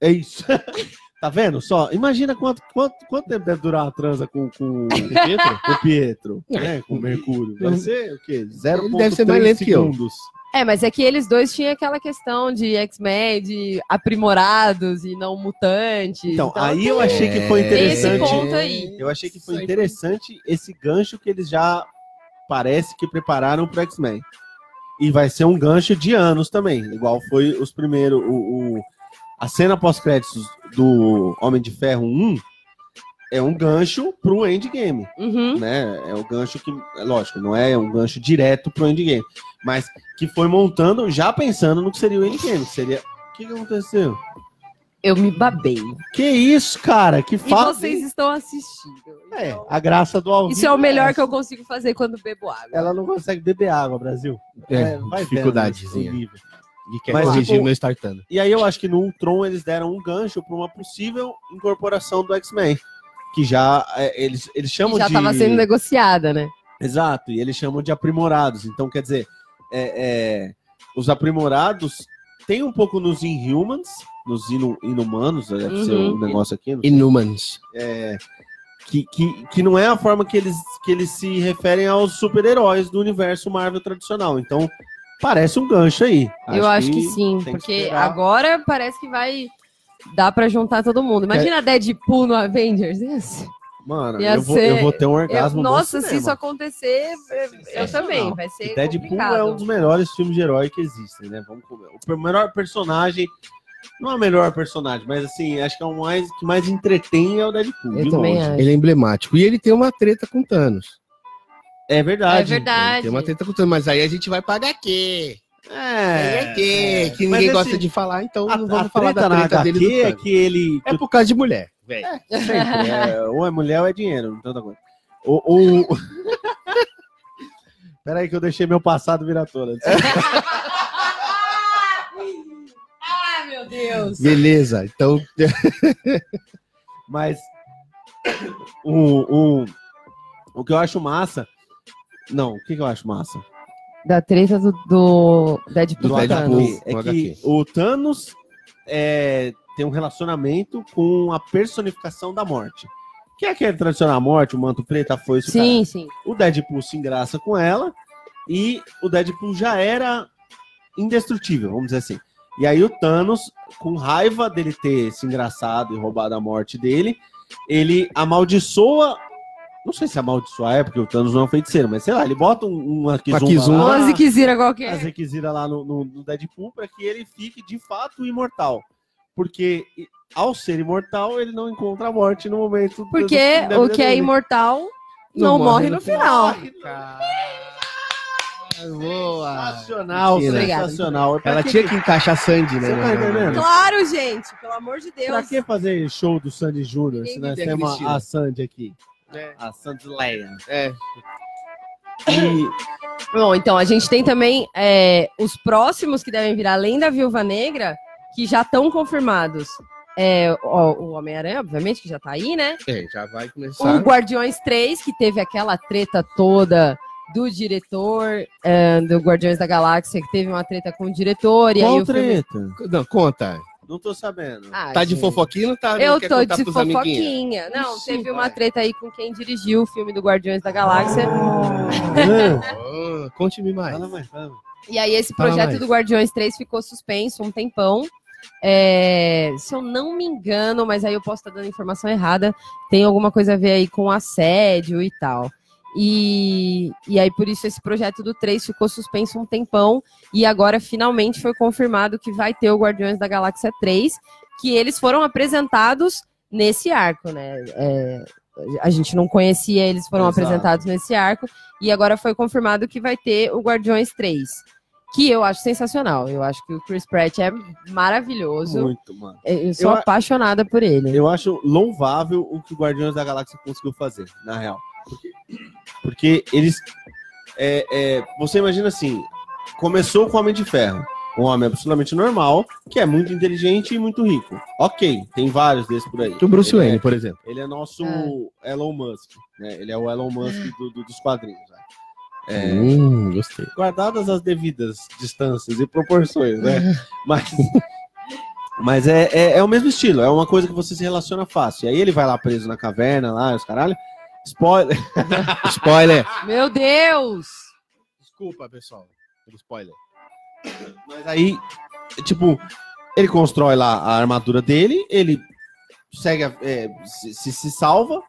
Speaker 4: É isso. Tá vendo só? Imagina quanto, quanto, quanto tempo deve durar a transa com, com o Pietro, com o Pietro, né? Com o Mercúrio. Deve ser o quê? 0,3
Speaker 3: Uhum. Ele deve ser mais lento que eu.
Speaker 4: segundos.
Speaker 2: É, mas é que eles dois tinham aquela questão de X-Men, de aprimorados e não mutantes.
Speaker 4: Então, aí eu achei que foi
Speaker 2: tem é, esse
Speaker 4: interessante.
Speaker 2: ponto aí.
Speaker 4: Eu achei que
Speaker 3: Isso
Speaker 4: foi
Speaker 3: aí
Speaker 4: interessante esse gancho que eles já parece que prepararam pro X-Men. E vai ser um gancho de anos também, igual foi os primeiros. O, o- a cena pós-créditos do Homem de Ferro 1 é um gancho pro endgame,
Speaker 2: Uhum.
Speaker 4: né? É o gancho que, é lógico, não é um gancho direto pro endgame, mas que foi montando já pensando no que seria o endgame. que Seria. O que, que aconteceu?
Speaker 2: Eu me babei.
Speaker 4: Que isso, cara? Que
Speaker 2: E
Speaker 4: fala.
Speaker 2: vocês estão assistindo.
Speaker 4: É, a graça do ao
Speaker 2: Isso
Speaker 4: vivo
Speaker 2: é o
Speaker 4: essa.
Speaker 2: melhor que eu consigo fazer quando bebo água.
Speaker 4: Ela não consegue beber água, Brasil.
Speaker 3: É,
Speaker 4: vai vendo,
Speaker 3: dificuldadezinha.
Speaker 4: esse nível.
Speaker 3: E quer
Speaker 4: Mas,
Speaker 3: corrigir
Speaker 4: tipo,
Speaker 3: meu startando.
Speaker 4: E aí eu acho que no Ultron eles deram um gancho para uma possível incorporação do X-Men. Que já é, eles, eles chamam
Speaker 2: E já
Speaker 4: de.
Speaker 2: estava sendo negociada, né?
Speaker 4: Exato, e eles chamam de aprimorados. Então, quer dizer, é, é, os aprimorados tem um pouco nos Inhumans, nos inu- Inumanos, né, deve ser o
Speaker 2: Uhum.
Speaker 4: negócio aqui, não
Speaker 3: Inumans.
Speaker 4: que, que, que não é a forma que eles, que eles se referem aos super-heróis do universo Marvel tradicional. Então, parece um gancho aí.
Speaker 2: eu acho que, sim,
Speaker 4: tem que
Speaker 2: porque
Speaker 4: esperar.
Speaker 2: agora parece que vai dar pra juntar todo mundo. Imagina Deadpool no Avengers. Ia ser-
Speaker 4: Mano,
Speaker 2: Ia
Speaker 4: eu vou,
Speaker 2: ser-
Speaker 4: eu vou ter um orgasmo.
Speaker 2: Eu-
Speaker 4: no
Speaker 2: nossa, se
Speaker 4: cinema.
Speaker 2: isso acontecer, eu também. Vai ser
Speaker 4: E Deadpool
Speaker 2: complicado.
Speaker 4: é um dos melhores filmes de herói que existem, né? Vamos comer. O per- melhor personagem. Não é o melhor personagem, mas assim, acho que é o mais que mais entretém é o Deadpool.
Speaker 2: Eu
Speaker 4: de
Speaker 2: também
Speaker 4: longe.
Speaker 2: acho.
Speaker 3: Ele é emblemático. E ele tem uma treta com Thanos.
Speaker 4: É verdade.
Speaker 2: É verdade.
Speaker 3: Ele tem uma treta com Thanos. Mas aí a gente vai pra HQ. É,
Speaker 4: É.
Speaker 3: HQ, que
Speaker 4: Mas
Speaker 3: ninguém
Speaker 4: esse-
Speaker 3: gosta de falar, então
Speaker 4: A,
Speaker 3: não
Speaker 4: a
Speaker 3: vamos falar
Speaker 4: treta
Speaker 3: da
Speaker 4: na
Speaker 3: treta
Speaker 4: HQ
Speaker 3: dele. do
Speaker 4: é
Speaker 3: Thanos.
Speaker 4: que ele.
Speaker 3: É por causa de mulher, velho.
Speaker 4: Sempre. é, ou é mulher ou é dinheiro, não tem outra coisa. Ou. ou... Peraí, que eu deixei meu passado virar toda.
Speaker 2: Ah, meu Deus!
Speaker 3: Beleza, então
Speaker 4: Mas o, o, o que eu acho massa. Não, o que, que eu acho massa?
Speaker 2: Da treta do, do Deadpool.
Speaker 3: Do Deadpool.
Speaker 2: com Thanos.
Speaker 4: É
Speaker 3: do
Speaker 4: que
Speaker 3: HQ.
Speaker 4: o Thanos é, tem um relacionamento com a personificação da morte. Que é aquele tradicional morte, o manto preto, a foice, o caralho.
Speaker 2: Sim, sim.
Speaker 4: O Deadpool se engraça com ela e o Deadpool já era indestrutível, vamos dizer assim. E aí o Thanos, com raiva dele ter se engraçado e roubado a morte dele, ele amaldiçoa. Não sei se amaldiçoar é, porque o Thanos não é um feiticeiro, mas sei lá, ele bota um, uma Kizumba
Speaker 3: Kizumba.
Speaker 4: lá,
Speaker 2: Uma ziquezira
Speaker 4: as
Speaker 2: qualquer.
Speaker 4: Zequizira lá no, no- no Deadpool para que ele fique de fato imortal. Porque e- ao ser imortal, ele não encontra a morte no momento.
Speaker 2: Porque
Speaker 4: da- da
Speaker 2: o
Speaker 4: vida
Speaker 2: que é
Speaker 4: dele.
Speaker 2: imortal não, morre no final.
Speaker 4: Morre, cara.
Speaker 3: Boa!
Speaker 4: Sensacional,
Speaker 3: Mentira.
Speaker 4: sensacional. Pra
Speaker 3: Ela
Speaker 4: que-
Speaker 3: tinha que encaixar Sandy, né?
Speaker 4: Você tá entendendo?
Speaker 2: Claro, gente, pelo amor de Deus.
Speaker 4: Pra que fazer show do Sandy Júnior se
Speaker 3: Quem
Speaker 4: nós
Speaker 3: que é,
Speaker 4: temos a-
Speaker 3: Cristina?
Speaker 4: a Sandy aqui?
Speaker 3: É.
Speaker 4: A Sandy Leia.
Speaker 3: É.
Speaker 4: E
Speaker 2: Bom, então a gente tem também é, os próximos que devem vir, além da Viúva Negra, que já estão confirmados. É, ó, o Homem-Aranha, obviamente, que já tá aí, né?
Speaker 3: É, já vai
Speaker 2: O
Speaker 3: começar.
Speaker 2: Guardiões 3, que teve aquela treta toda do diretor é, do Guardiões da Galáxia, que teve uma treta com o diretor. E aí
Speaker 4: qual
Speaker 2: o filme...
Speaker 4: treta?
Speaker 3: Não, conta.
Speaker 4: Não tô sabendo.
Speaker 2: Ah,
Speaker 3: Tá de
Speaker 2: gente.
Speaker 3: fofoquinha ou tá?
Speaker 2: Eu
Speaker 3: quer
Speaker 2: tô
Speaker 3: contar
Speaker 2: de
Speaker 3: pros amiguinhos?
Speaker 2: fofoquinha. Não,
Speaker 4: Ixi,
Speaker 2: teve uma
Speaker 3: vai.
Speaker 2: treta aí com quem dirigiu o filme do Guardiões da Galáxia.
Speaker 4: Ah,
Speaker 3: Ah, Conte-me mais.
Speaker 4: fala mais, fala mais.
Speaker 2: E aí esse
Speaker 3: Fala
Speaker 2: projeto
Speaker 3: mais.
Speaker 2: do Guardiões 3 ficou suspenso um tempão. É, se eu não me engano, mas aí eu posso estar dando informação errada, tem alguma coisa a ver aí com assédio e tal. E, e aí por isso esse projeto do 3 ficou suspenso um tempão e agora finalmente foi confirmado que vai ter o Guardiões da Galáxia 3, que eles foram apresentados nesse arco, né? É, a gente não conhecia, eles foram
Speaker 4: Exato.
Speaker 2: apresentados nesse arco e agora foi confirmado que vai ter o Guardiões 3, que eu acho sensacional. Eu acho que o Chris Pratt é maravilhoso.
Speaker 4: Muito, mano.
Speaker 2: Eu sou
Speaker 4: Eu a-
Speaker 2: apaixonada por ele.
Speaker 4: Eu acho louvável o que o Guardiões da Galáxia conseguiu fazer, na real. Porque, porque eles. é, é, você imagina assim: começou com o Homem de Ferro. Um homem absolutamente normal, que é muito inteligente e muito rico. Ok, tem vários desses por aí.
Speaker 3: O Bruce
Speaker 4: Ele é-
Speaker 3: Wayne, por exemplo.
Speaker 4: ele é nosso
Speaker 2: É.
Speaker 4: Elon Musk. Né? Ele é o Elon Musk do- do- dos quadrinhos. né? É,
Speaker 3: Hum, gostei.
Speaker 4: guardadas as devidas distâncias e proporções, né? Mas, Mas é, é, é o mesmo estilo, é uma coisa que você se relaciona fácil. E aí ele vai lá preso na caverna, lá, os caralho. Spoiler.
Speaker 3: Spoiler!
Speaker 2: Meu Deus!
Speaker 3: Desculpa, pessoal, pelo spoiler.
Speaker 4: Mas aí, tipo, ele constrói lá a armadura dele, ele segue, a- é, se, se- se salva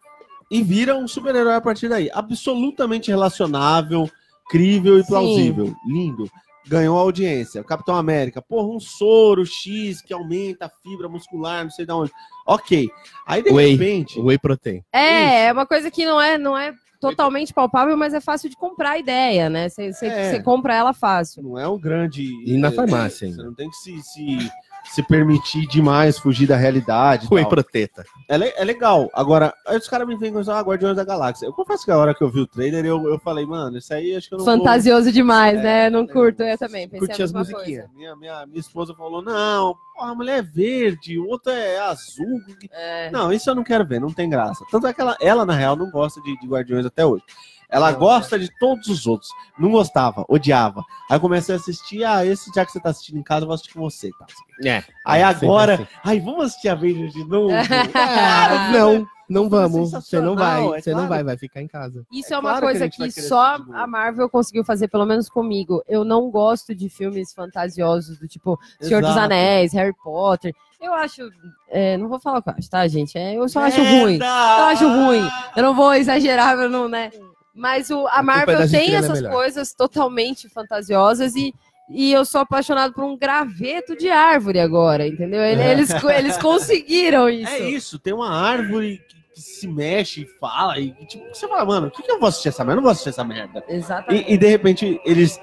Speaker 4: e vira um super-herói a partir daí. Absolutamente relacionável, crível e
Speaker 2: Sim.
Speaker 4: plausível. Lindo. Ganhou audiência. O Capitão América, porra, um soro X que aumenta a fibra muscular, não sei de onde. Ok. Aí, de
Speaker 3: Whey.
Speaker 4: repente,
Speaker 3: Whey Protein.
Speaker 2: É, é uma coisa que não é, não é totalmente palpável, mas é fácil de comprar a ideia, né? Você você-
Speaker 4: É.
Speaker 2: você compra ela fácil.
Speaker 4: não é um grande.
Speaker 3: E na
Speaker 4: eh,
Speaker 3: farmácia
Speaker 4: Você
Speaker 3: ainda.
Speaker 4: não tem que se, se, se permitir demais fugir da realidade. e
Speaker 3: Whey
Speaker 4: tal.
Speaker 3: Proteta.
Speaker 4: É, le- é legal. Agora, aí os caras me vêm com isso, ah, Guardiões da Galáxia. Eu confesso que a hora que eu vi o trailer, eu, eu falei, mano, isso aí acho que eu não vou-
Speaker 2: Fantasioso demais,
Speaker 4: É,
Speaker 2: né? Não curto, eu também. Pensei
Speaker 3: Curti
Speaker 2: a
Speaker 3: as
Speaker 2: mesma
Speaker 3: musiquinhas.
Speaker 2: coisa.
Speaker 4: Minha, minha, minha esposa falou, não, porra, a mulher é verde, o outro é azul.
Speaker 2: É.
Speaker 4: Não, isso eu não quero ver, não tem graça. Tanto é que ela, ela na real, não gosta de, de Guardiões até hoje. Ela
Speaker 2: é.
Speaker 4: gosta de todos os outros. Não gostava, odiava. Aí eu comecei a assistir, ah, esse já que você tá assistindo em casa, eu vou assistir com você, tá?
Speaker 3: É.
Speaker 4: Aí
Speaker 3: Sempre
Speaker 4: agora,
Speaker 3: assim.
Speaker 4: ai, vamos assistir Avengers de novo?
Speaker 3: Ah, não, não
Speaker 2: é
Speaker 3: vamos. Você
Speaker 4: sensacional,
Speaker 3: não vai.
Speaker 4: é
Speaker 3: Você não
Speaker 4: claro.
Speaker 3: vai, vai ficar em casa.
Speaker 2: Isso é,
Speaker 4: É
Speaker 2: uma
Speaker 4: claro que a
Speaker 2: coisa
Speaker 4: gente
Speaker 2: que,
Speaker 4: vai querer
Speaker 2: só
Speaker 4: assistir de novo.
Speaker 2: a Marvel conseguiu fazer, pelo menos comigo. Eu não gosto de filmes fantasiosos do tipo Senhor dos
Speaker 4: Exato.
Speaker 2: Anéis, Harry Potter. Eu acho. é, não vou falar o que eu acho, tá, gente? É, eu só acho ruim. Eu acho ruim. Eu não vou exagerar, eu não, né? Mas o,
Speaker 3: culpa
Speaker 2: a,
Speaker 3: é
Speaker 2: Marvel
Speaker 3: das
Speaker 2: tem
Speaker 3: estrelas, é
Speaker 2: essas
Speaker 3: melhor.
Speaker 2: coisas totalmente fantasiosas e, e eu sou apaixonado por um graveto de árvore agora, entendeu? Ele- Eles, co- eles conseguiram isso.
Speaker 4: É isso, tem uma árvore que, que se mexe e fala, e que, tipo, você fala, mano, o que, que eu vou assistir essa merda? Eu não vou assistir essa merda.
Speaker 2: Exatamente.
Speaker 4: E, e, de repente eles.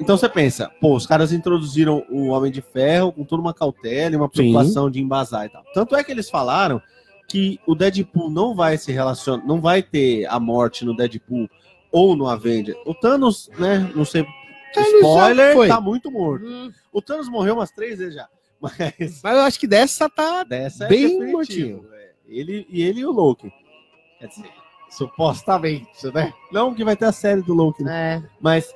Speaker 4: Então você pensa, pô, os caras introduziram o Homem de Ferro com toda uma cautela e uma preocupação de embasar e tal. Tanto é que eles falaram que o Deadpool não vai se relacionar, não vai ter a morte no Deadpool ou no Avenger. O Thanos, né, não sei,
Speaker 3: Ele já
Speaker 4: spoiler,
Speaker 3: foi.
Speaker 4: tá muito morto.
Speaker 2: Hum,
Speaker 4: O Thanos morreu umas três vezes já, mas
Speaker 3: Mas eu acho que dessa tá.
Speaker 4: dessa é
Speaker 3: Bem
Speaker 4: definitivo,
Speaker 3: mortinho.
Speaker 4: é. Ele e ele e o Loki. Quer dizer, supostamente, né? Não que vai ter a série do Loki, né?
Speaker 2: é.
Speaker 4: Mas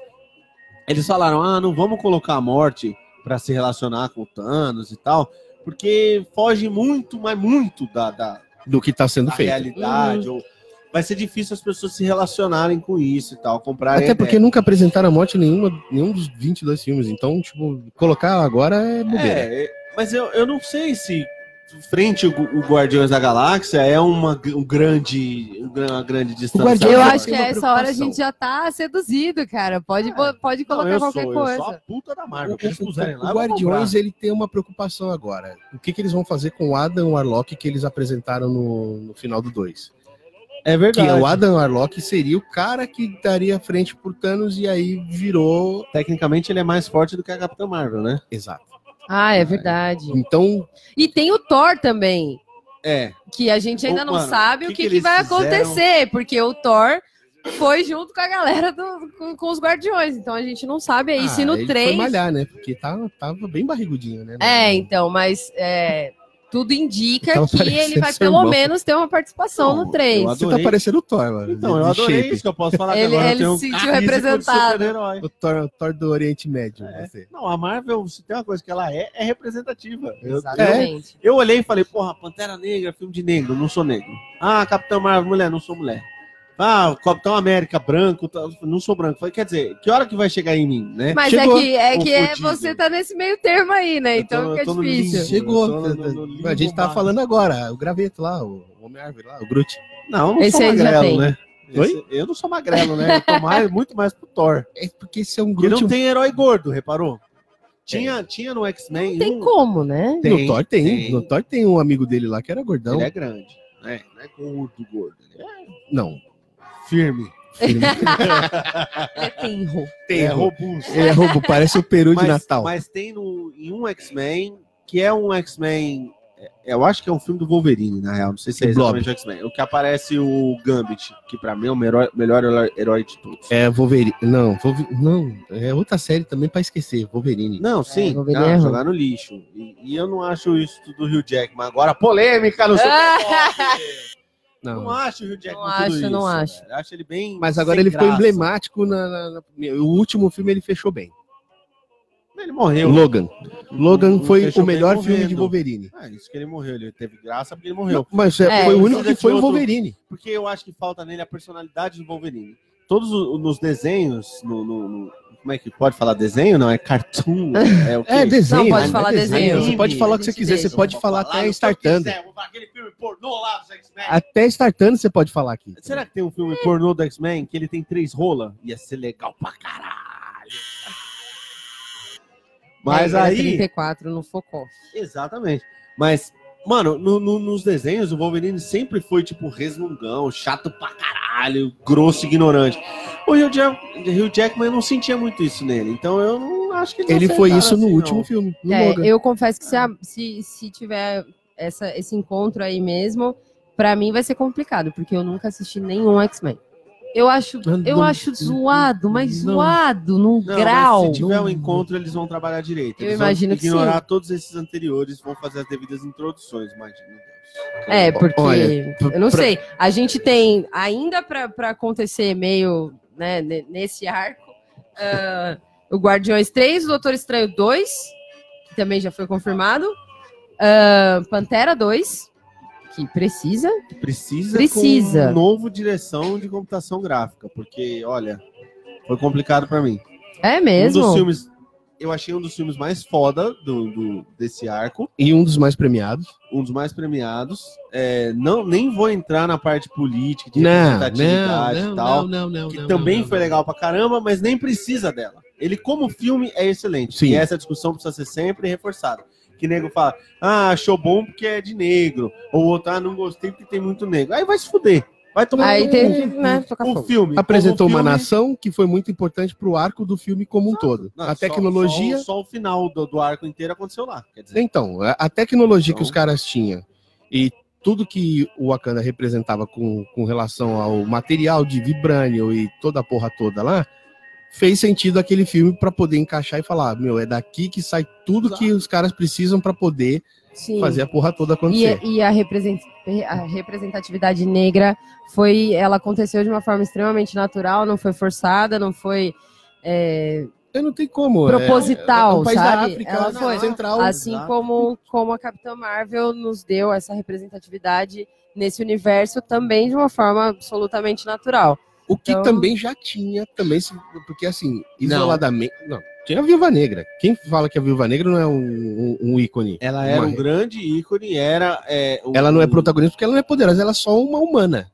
Speaker 4: eles falaram: "Ah, não vamos colocar a morte pra se relacionar com o Thanos e tal, porque foge muito, mas muito da, da,
Speaker 3: Do que tá sendo
Speaker 4: da
Speaker 3: feito. Uhum.
Speaker 4: realidade ou vai ser difícil as pessoas se relacionarem com isso e tal, comprarem
Speaker 3: Até
Speaker 4: a
Speaker 3: porque nunca apresentaram a morte em nenhuma, nenhum dos 22 filmes. Então, tipo, colocar agora é bobeira.
Speaker 4: É, é, mas eu, eu não sei se frente o, Gu- o Guardiões da Galáxia é uma, gr- um grande, um gran- uma grande distância.
Speaker 3: Guardião-
Speaker 2: Eu
Speaker 3: Tem
Speaker 2: acho que
Speaker 3: uma
Speaker 2: a essa hora a
Speaker 3: preocupação.
Speaker 2: gente já tá seduzido, cara. Pode, bo- pode
Speaker 4: É. Não,
Speaker 2: colocar
Speaker 4: eu
Speaker 2: qualquer
Speaker 4: sou,
Speaker 2: coisa.
Speaker 4: Ah, Eu sou a puta da
Speaker 3: O,
Speaker 4: Marvel. que eles
Speaker 3: o-
Speaker 4: puserem lá,
Speaker 3: o
Speaker 4: eu vou
Speaker 3: Guardiões
Speaker 4: comprar.
Speaker 3: ele tem uma preocupação agora. O que, que eles vão fazer com o Adam Warlock que eles apresentaram no, no final do 2?
Speaker 4: É
Speaker 3: Que
Speaker 4: verdade.
Speaker 3: o Adam Warlock seria o cara que daria frente por Thanos e aí virou.
Speaker 4: Tecnicamente ele é mais forte do que a Capitã Marvel, né?
Speaker 3: Exato.
Speaker 2: Ah, é verdade.
Speaker 3: Então,
Speaker 2: E tem o Thor também,
Speaker 4: É.
Speaker 2: que a gente ainda
Speaker 4: Ô,
Speaker 2: não
Speaker 4: mano,
Speaker 2: sabe o
Speaker 4: que
Speaker 2: que,
Speaker 4: que
Speaker 2: que
Speaker 4: eles
Speaker 2: vai
Speaker 4: fizeram?
Speaker 2: acontecer, porque o Thor foi junto com a galera do- com, com os guardiões, então a gente não sabe aí se
Speaker 3: ah,
Speaker 2: no
Speaker 3: ele foi
Speaker 2: 3.
Speaker 3: malhar, né? Porque tá, tava bem barrigudinho, né?
Speaker 2: É, então, mas é, tudo indica
Speaker 3: Tava
Speaker 2: que ele
Speaker 3: parecendo
Speaker 2: vai
Speaker 3: seu
Speaker 2: pelo
Speaker 3: irmão.
Speaker 2: menos ter uma participação
Speaker 4: Não,
Speaker 2: no
Speaker 4: eu
Speaker 2: 3.
Speaker 4: adoro
Speaker 3: Você tá
Speaker 4: adorei.
Speaker 3: parecendo o Thor, mano.
Speaker 4: Então, eu
Speaker 3: de
Speaker 4: adorei
Speaker 3: shape.
Speaker 4: isso que eu posso falar que
Speaker 2: Ele-
Speaker 4: agora eu
Speaker 2: ele
Speaker 4: tenho
Speaker 2: se sentiu
Speaker 4: físico de
Speaker 2: representado.
Speaker 4: super-herói.
Speaker 3: O Thor, o Thor do Oriente Médio.
Speaker 4: É.
Speaker 3: você.
Speaker 4: Não, a Marvel, se tem uma coisa que ela é, é representativa. Eu-
Speaker 2: Exatamente.
Speaker 4: Eu olhei e falei, porra, Pantera Negra, filme de negro, não sou negro. Ah, Capitão Marvel, mulher, não sou mulher. Ah, Capitão América, branco, tá- não sou branco. Falei, quer dizer, que hora que vai chegar em mim, né?
Speaker 2: Mas
Speaker 3: Chegou
Speaker 2: é que, é que é-
Speaker 4: confundido.
Speaker 2: você tá nesse meio termo aí,
Speaker 4: Eu
Speaker 2: né?
Speaker 4: tô-
Speaker 2: Então
Speaker 4: eu
Speaker 2: fica
Speaker 4: tô no
Speaker 2: difícil.
Speaker 4: limbo.
Speaker 3: Chegou.
Speaker 4: Eu tô no- no limbo
Speaker 3: a gente tava
Speaker 4: básico.
Speaker 3: falando agora, o graveto lá, o Homem-Árvore lá, o Groot.
Speaker 4: Não, eu não
Speaker 2: Esse
Speaker 4: sou
Speaker 2: aí já tem.
Speaker 4: magrelo, né?
Speaker 3: Oi?
Speaker 4: Esse- eu não sou magrelo, né? Eu tô mais- muito mais pro Thor.
Speaker 3: É porque esse é um
Speaker 4: Porque
Speaker 3: Groot.
Speaker 4: não tem herói gordo, reparou? Tinha,
Speaker 3: É.
Speaker 4: tinha no X-Men.
Speaker 2: Tem
Speaker 4: um-
Speaker 2: como, né?
Speaker 4: tem,
Speaker 3: no Thor tem,
Speaker 4: tem.
Speaker 3: No Thor tem um amigo dele lá que era gordão.
Speaker 4: Ele é grande. Né? Não é gordo, gordo. Ele é
Speaker 3: Não.
Speaker 4: firme.
Speaker 2: É tenro.
Speaker 4: é
Speaker 3: roubo.
Speaker 4: robusto.
Speaker 3: Ele é roubo, parece o peru de
Speaker 4: mas,
Speaker 3: Natal.
Speaker 4: mas tem no, em um X-Men, que é um X-Men. é, Eu acho que é um filme do Wolverine, na real. Não sei se é
Speaker 3: O Blob.
Speaker 4: exatamente o X-Men. O que aparece o Gambit, que pra mim é o melhor, melhor herói- herói de todos.
Speaker 3: É Wolverine. Não, Wolverine. Não, é outra série também pra esquecer. Wolverine.
Speaker 4: Não, sim.
Speaker 2: Wolverine
Speaker 4: ah,
Speaker 2: é ruim.
Speaker 4: jogar no lixo. E, e eu não acho isso do Rio Jackman. Agora, polêmica no seu. Não
Speaker 3: Não.
Speaker 4: acho o Rio Jackman.
Speaker 2: Ah! Não
Speaker 4: tudo
Speaker 2: acho,
Speaker 4: isso,
Speaker 2: não
Speaker 4: velho.
Speaker 2: acho.
Speaker 4: Eu Acho ele bem.
Speaker 3: Mas agora
Speaker 4: sem
Speaker 3: ele ficou
Speaker 4: graça.
Speaker 3: emblemático na, na- na- O último filme ele fechou bem.
Speaker 4: ele morreu.
Speaker 3: Logan. Logan
Speaker 4: Não
Speaker 3: foi
Speaker 4: deixou
Speaker 3: o melhor
Speaker 4: bem
Speaker 3: filme de
Speaker 4: morrendo.
Speaker 3: Wolverine.
Speaker 4: Ah, isso que ele morreu, ele teve graça porque ele
Speaker 3: Não,
Speaker 4: morreu.
Speaker 3: mas é,
Speaker 2: É,
Speaker 3: foi o
Speaker 2: isso
Speaker 3: único
Speaker 4: já
Speaker 3: que
Speaker 4: tinha
Speaker 3: foi o
Speaker 4: outro-
Speaker 3: Wolverine.
Speaker 4: Porque eu acho que falta nele a personalidade do Wolverine. Todos o- nos desenhos, no, no- no- como é que pode falar desenho? Não, é cartoon. É, o quê?
Speaker 3: É desenho.
Speaker 2: Não, pode
Speaker 3: é
Speaker 2: falar
Speaker 4: desenho.
Speaker 3: Você pode falar o que você
Speaker 2: Gente,
Speaker 3: quiser. Você
Speaker 2: deixa.
Speaker 3: pode falar
Speaker 4: o que
Speaker 3: até
Speaker 4: eu
Speaker 3: startando.
Speaker 4: quiser, vou falar aquele filme pornô lá dos X-Men.
Speaker 3: Até startando você pode falar aqui.
Speaker 4: Será que tem um filme pornô do X-Men que ele tem três rola? Ia ser legal pra caralho. Mas
Speaker 2: Regra
Speaker 4: aí.
Speaker 2: 34 no Focoff.
Speaker 4: Exatamente. Mas, mano, no- no- nos desenhos, o Wolverine sempre foi, tipo, resmungão, chato pra caralho, grosso, ignorante. O Hugh, Jack- Hugh Jackman eu não sentia muito isso nele. Então eu não acho que assim,
Speaker 3: Ele foi isso no último
Speaker 4: filme.
Speaker 3: filme, no
Speaker 2: É,
Speaker 3: Logan.
Speaker 2: eu confesso que se, a- se, se tiver essa, esse encontro aí mesmo, pra mim vai ser complicado, porque eu nunca assisti nenhum X-Men. Eu acho,
Speaker 3: Não,
Speaker 2: eu
Speaker 3: não,
Speaker 2: acho zoado, mas
Speaker 3: não.
Speaker 2: zoado num
Speaker 4: Não,
Speaker 2: grau.
Speaker 4: mas se tiver um encontro, eles vão trabalhar direito.
Speaker 2: Eu
Speaker 4: Eles
Speaker 2: imagino
Speaker 4: vão
Speaker 2: que
Speaker 4: ignorar todos esses anteriores, vão fazer as devidas introduções, imagina. Deus.
Speaker 2: É, porque
Speaker 3: Olha,
Speaker 2: eu não
Speaker 3: pra-
Speaker 2: sei. A gente tem ainda pra pra acontecer meio né, ne- nesse arco ah, o Guardiões 3, o Doutor Estranho 2, que também já foi confirmado, ah, Pantera 2, que precisa.
Speaker 4: Precisa,
Speaker 2: Precisa.
Speaker 4: Com um novo direção de computação gráfica, porque, olha, foi complicado pra mim.
Speaker 2: É mesmo.
Speaker 4: Um dos filmes. Eu achei um dos filmes mais foda do, do- desse arco,
Speaker 3: E um dos mais premiados.
Speaker 4: um dos mais premiados. É, não, nem vou entrar na parte política, de
Speaker 3: Não,
Speaker 4: representatividade
Speaker 3: não,
Speaker 4: e tal.
Speaker 3: não, não, não,
Speaker 4: que
Speaker 3: não,
Speaker 4: também
Speaker 3: não,
Speaker 4: foi
Speaker 3: não.
Speaker 4: legal pra caramba, mas nem precisa dela. Ele, como filme, é excelente.
Speaker 3: Sim.
Speaker 4: E essa discussão precisa ser sempre reforçada. Que nego fala, ah, achou bom porque é de negro. Ou outro, ah, não gostei porque tem muito negro. Aí vai se fuder. Vai tomar
Speaker 2: Aí
Speaker 4: um,
Speaker 2: teve, né? Tocar
Speaker 4: um
Speaker 2: fogo.
Speaker 4: filme.
Speaker 3: Apresentou
Speaker 4: Como
Speaker 3: uma
Speaker 4: filme-
Speaker 3: nação que foi muito importante pro arco do filme como um todo.
Speaker 4: Não,
Speaker 3: a
Speaker 4: só-
Speaker 3: tecnologia.
Speaker 4: Só, só o final do, do arco inteiro aconteceu lá. Quer dizer,
Speaker 3: Então, a, a tecnologia
Speaker 4: É.
Speaker 3: que
Speaker 4: Então.
Speaker 3: os caras tinham e tudo que o Wakanda representava com, com relação ao material de Vibranium e toda a porra toda lá, fez sentido aquele filme pra poder encaixar e falar: meu, é daqui que sai tudo que os caras precisam pra poder
Speaker 2: Sim.
Speaker 3: fazer a porra toda
Speaker 2: E, é
Speaker 3: acontecer.
Speaker 2: e a, represent- a representatividade negra foi, ela aconteceu de uma forma extremamente natural, não foi forçada, não foi é,
Speaker 3: Eu não tem como. é-
Speaker 2: proposital,
Speaker 3: é um país da
Speaker 2: sabe?
Speaker 3: África,
Speaker 2: ela
Speaker 3: na
Speaker 2: foi
Speaker 3: Central.
Speaker 2: assim
Speaker 4: Exato.
Speaker 2: como como a Capitã Marvel nos deu essa representatividade nesse universo também de uma forma absolutamente natural.
Speaker 3: O que
Speaker 2: Então-
Speaker 3: também já tinha, também, se- porque assim, isoladamente. Não. tinha a Viúva Negra. Quem fala que a Viúva Negra não é um, um- um ícone.
Speaker 4: ela era
Speaker 3: Uma-
Speaker 4: um grande ícone, era. é, um-
Speaker 3: Ela não é protagonista porque ela não é poderosa, ela é só uma humana.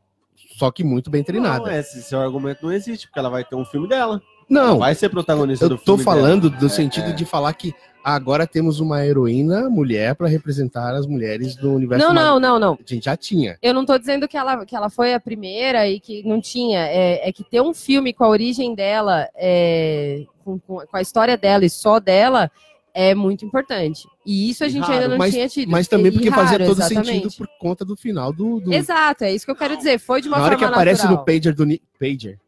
Speaker 3: Só que muito bem treinada. Não,
Speaker 4: Não, é. esse seu argumento não existe, porque ela vai ter um filme dela. Ela vai ser protagonista
Speaker 3: eu
Speaker 4: do
Speaker 3: tô
Speaker 4: filme. dela. É,
Speaker 3: falando do sentido de falar que agora temos uma heroína mulher pra representar as mulheres do universo.
Speaker 2: Não,
Speaker 3: Marvel.
Speaker 2: não, não, não.
Speaker 3: A gente já tinha.
Speaker 2: Eu não tô dizendo que ela, que ela foi a primeira e que não tinha. É, é que ter um filme com a origem dela, é, com, com- com a história dela e só dela, é muito importante. E isso a
Speaker 4: E
Speaker 2: gente
Speaker 4: raro,
Speaker 2: ainda não
Speaker 3: mas-
Speaker 2: tinha tido.
Speaker 3: Mas também
Speaker 2: E
Speaker 3: porque
Speaker 2: raro,
Speaker 3: fazia todo
Speaker 2: exatamente.
Speaker 3: sentido por conta do final do. do-
Speaker 2: Exato, é isso que eu quero dizer. Foi de uma
Speaker 3: Na hora
Speaker 2: forma
Speaker 3: que aparece
Speaker 2: natural.
Speaker 3: no pager do Nick. Pager.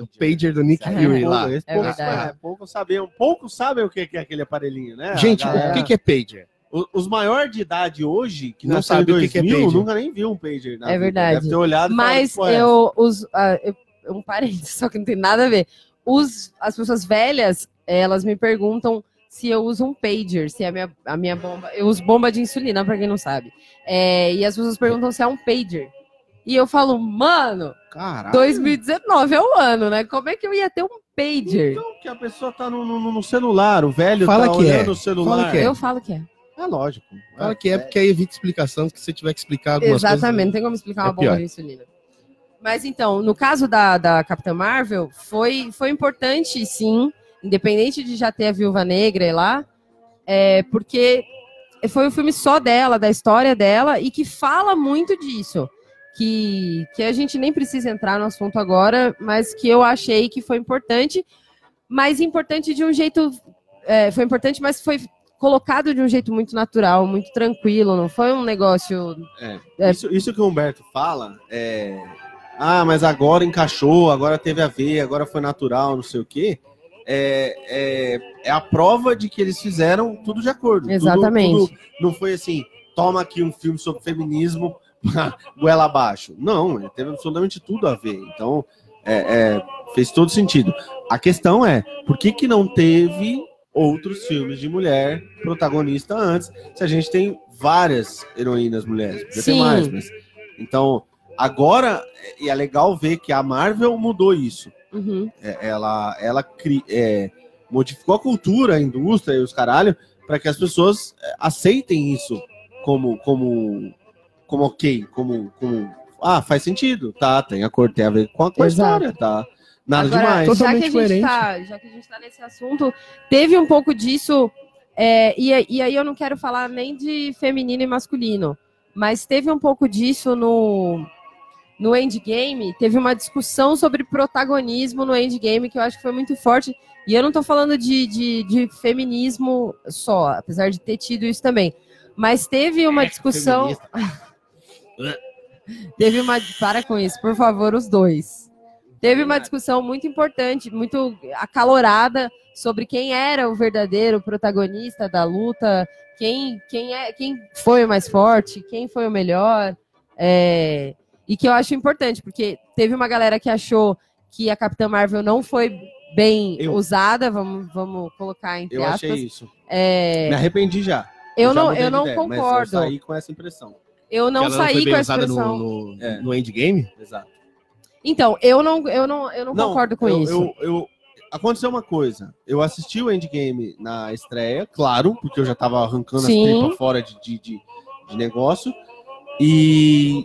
Speaker 3: O pager do Nick
Speaker 4: É,
Speaker 3: Fury lá.
Speaker 4: pouco- esse
Speaker 2: É
Speaker 4: pouco
Speaker 2: verdade.
Speaker 4: sabe- pouco sabem, pouco sabem o que que é aquele aparelhinho, né?
Speaker 3: Gente,
Speaker 4: A
Speaker 3: o
Speaker 4: galera-
Speaker 3: que, que é pager?
Speaker 4: o- os maiores de idade hoje, que
Speaker 3: Não
Speaker 4: não
Speaker 3: sabe
Speaker 4: sabem
Speaker 3: o que que é pager.
Speaker 4: nunca nem viu um pager. na
Speaker 2: É verdade.
Speaker 4: Deve ter olhado e falado,
Speaker 2: Mas
Speaker 4: "Pô, é,
Speaker 2: eu, os, ah, eu- Um parênteses, só que não tem nada a ver. Os, as pessoas velhas, elas me perguntam se eu uso um pager, se é a minha, a minha bomba. Eu uso bomba de insulina, pra quem não sabe. É, e as pessoas perguntam se é um pager. E eu falo, mano,
Speaker 4: Caralho.
Speaker 2: 2019 é o ano, né? Como é que eu ia ter um pager?
Speaker 4: Então, que a pessoa tá no, no- no celular, o velho
Speaker 3: Fala
Speaker 4: tá
Speaker 3: que
Speaker 4: olhando
Speaker 3: é.
Speaker 4: o celular.
Speaker 3: Fala que é.
Speaker 2: Eu falo que é.
Speaker 4: É lógico.
Speaker 3: Fala que é, porque aí evita explicação que você tiver que explicar algumas
Speaker 2: Exatamente, não tem como explicar uma
Speaker 3: É
Speaker 2: bomba
Speaker 3: pior.
Speaker 2: de insulina. Mas então, no caso da, da Capitã Marvel, foi, foi importante, sim, independente de já ter a Viúva Negra lá, é, porque foi um filme só dela, da história dela, e que fala muito disso. Que, que a gente nem precisa entrar no assunto agora, mas que eu achei que foi importante, mas importante de um jeito. é, foi importante, mas foi colocado de um jeito muito natural, muito tranquilo, não foi um negócio É.
Speaker 4: Isso, isso que o Humberto fala é. Ah, mas agora encaixou, agora teve a ver, agora foi natural, não sei o quê. É, é, é a prova de que eles fizeram tudo de acordo. Tudo-
Speaker 2: Exatamente.
Speaker 4: tudo- não foi assim, toma aqui um filme sobre feminismo, goela abaixo. Não, ele teve absolutamente tudo a ver. Então, é, é, fez todo sentido. A questão é, por que, que não teve outros filmes de mulher protagonista antes. Se a gente tem várias heroínas mulheres, podia ter
Speaker 2: Sim.
Speaker 4: mais, mas. Então, agora, e é legal ver que a Marvel mudou isso.
Speaker 2: Uhum.
Speaker 4: É, ela ela cri- é, modificou a cultura, a indústria e os caralho, para que as pessoas é, aceitem isso como como como ok, como como ah, faz sentido, tá? Tem a cor, tem a ver com a, com a
Speaker 3: Exato.
Speaker 4: história, tá? Nada
Speaker 2: Agora,
Speaker 4: demais.
Speaker 2: Já que, a
Speaker 3: Totalmente
Speaker 2: gente tá, já que a gente tá nesse assunto, teve um pouco disso, é, e, aí- e aí eu não quero falar nem de feminino e masculino, mas teve um pouco disso no, no Endgame, teve uma discussão sobre protagonismo no Endgame que eu acho que foi muito forte, e eu não tô falando de, de, de feminismo só, apesar de ter tido isso também, mas teve
Speaker 4: É,
Speaker 2: uma discussão... Teve uma. Para com isso, por favor, os dois. Teve uma discussão muito importante, muito acalorada, sobre quem era o verdadeiro protagonista da luta, quem, quem, é, quem foi o mais forte, quem foi o melhor. é, e que eu acho importante, porque teve uma galera que achou que a Capitã Marvel não foi bem
Speaker 4: Eu.
Speaker 2: usada, vamos, vamos colocar entre
Speaker 4: Eu
Speaker 2: aspas.
Speaker 4: achei isso.
Speaker 2: É,
Speaker 4: Me arrependi já.
Speaker 2: eu
Speaker 4: já
Speaker 2: não,
Speaker 4: mudei
Speaker 2: eu
Speaker 4: de
Speaker 2: não
Speaker 4: ideia, mas
Speaker 2: concordo.
Speaker 4: Eu
Speaker 2: Eu,
Speaker 4: saí com essa impressão.
Speaker 2: não
Speaker 3: Ela foi
Speaker 2: saí
Speaker 3: bem
Speaker 2: com essa
Speaker 3: usada no-
Speaker 2: expressão.
Speaker 3: no, no,
Speaker 4: É.
Speaker 3: endgame?
Speaker 4: Exato.
Speaker 2: Então, eu não, eu não, eu não, concordo com
Speaker 4: eu-
Speaker 2: isso.
Speaker 4: eu- eu- aconteceu uma coisa. Eu assisti o Endgame na estreia, claro, porque eu já tava arrancando
Speaker 2: Sim.
Speaker 4: as tripas fora de, de, de- de negócio. E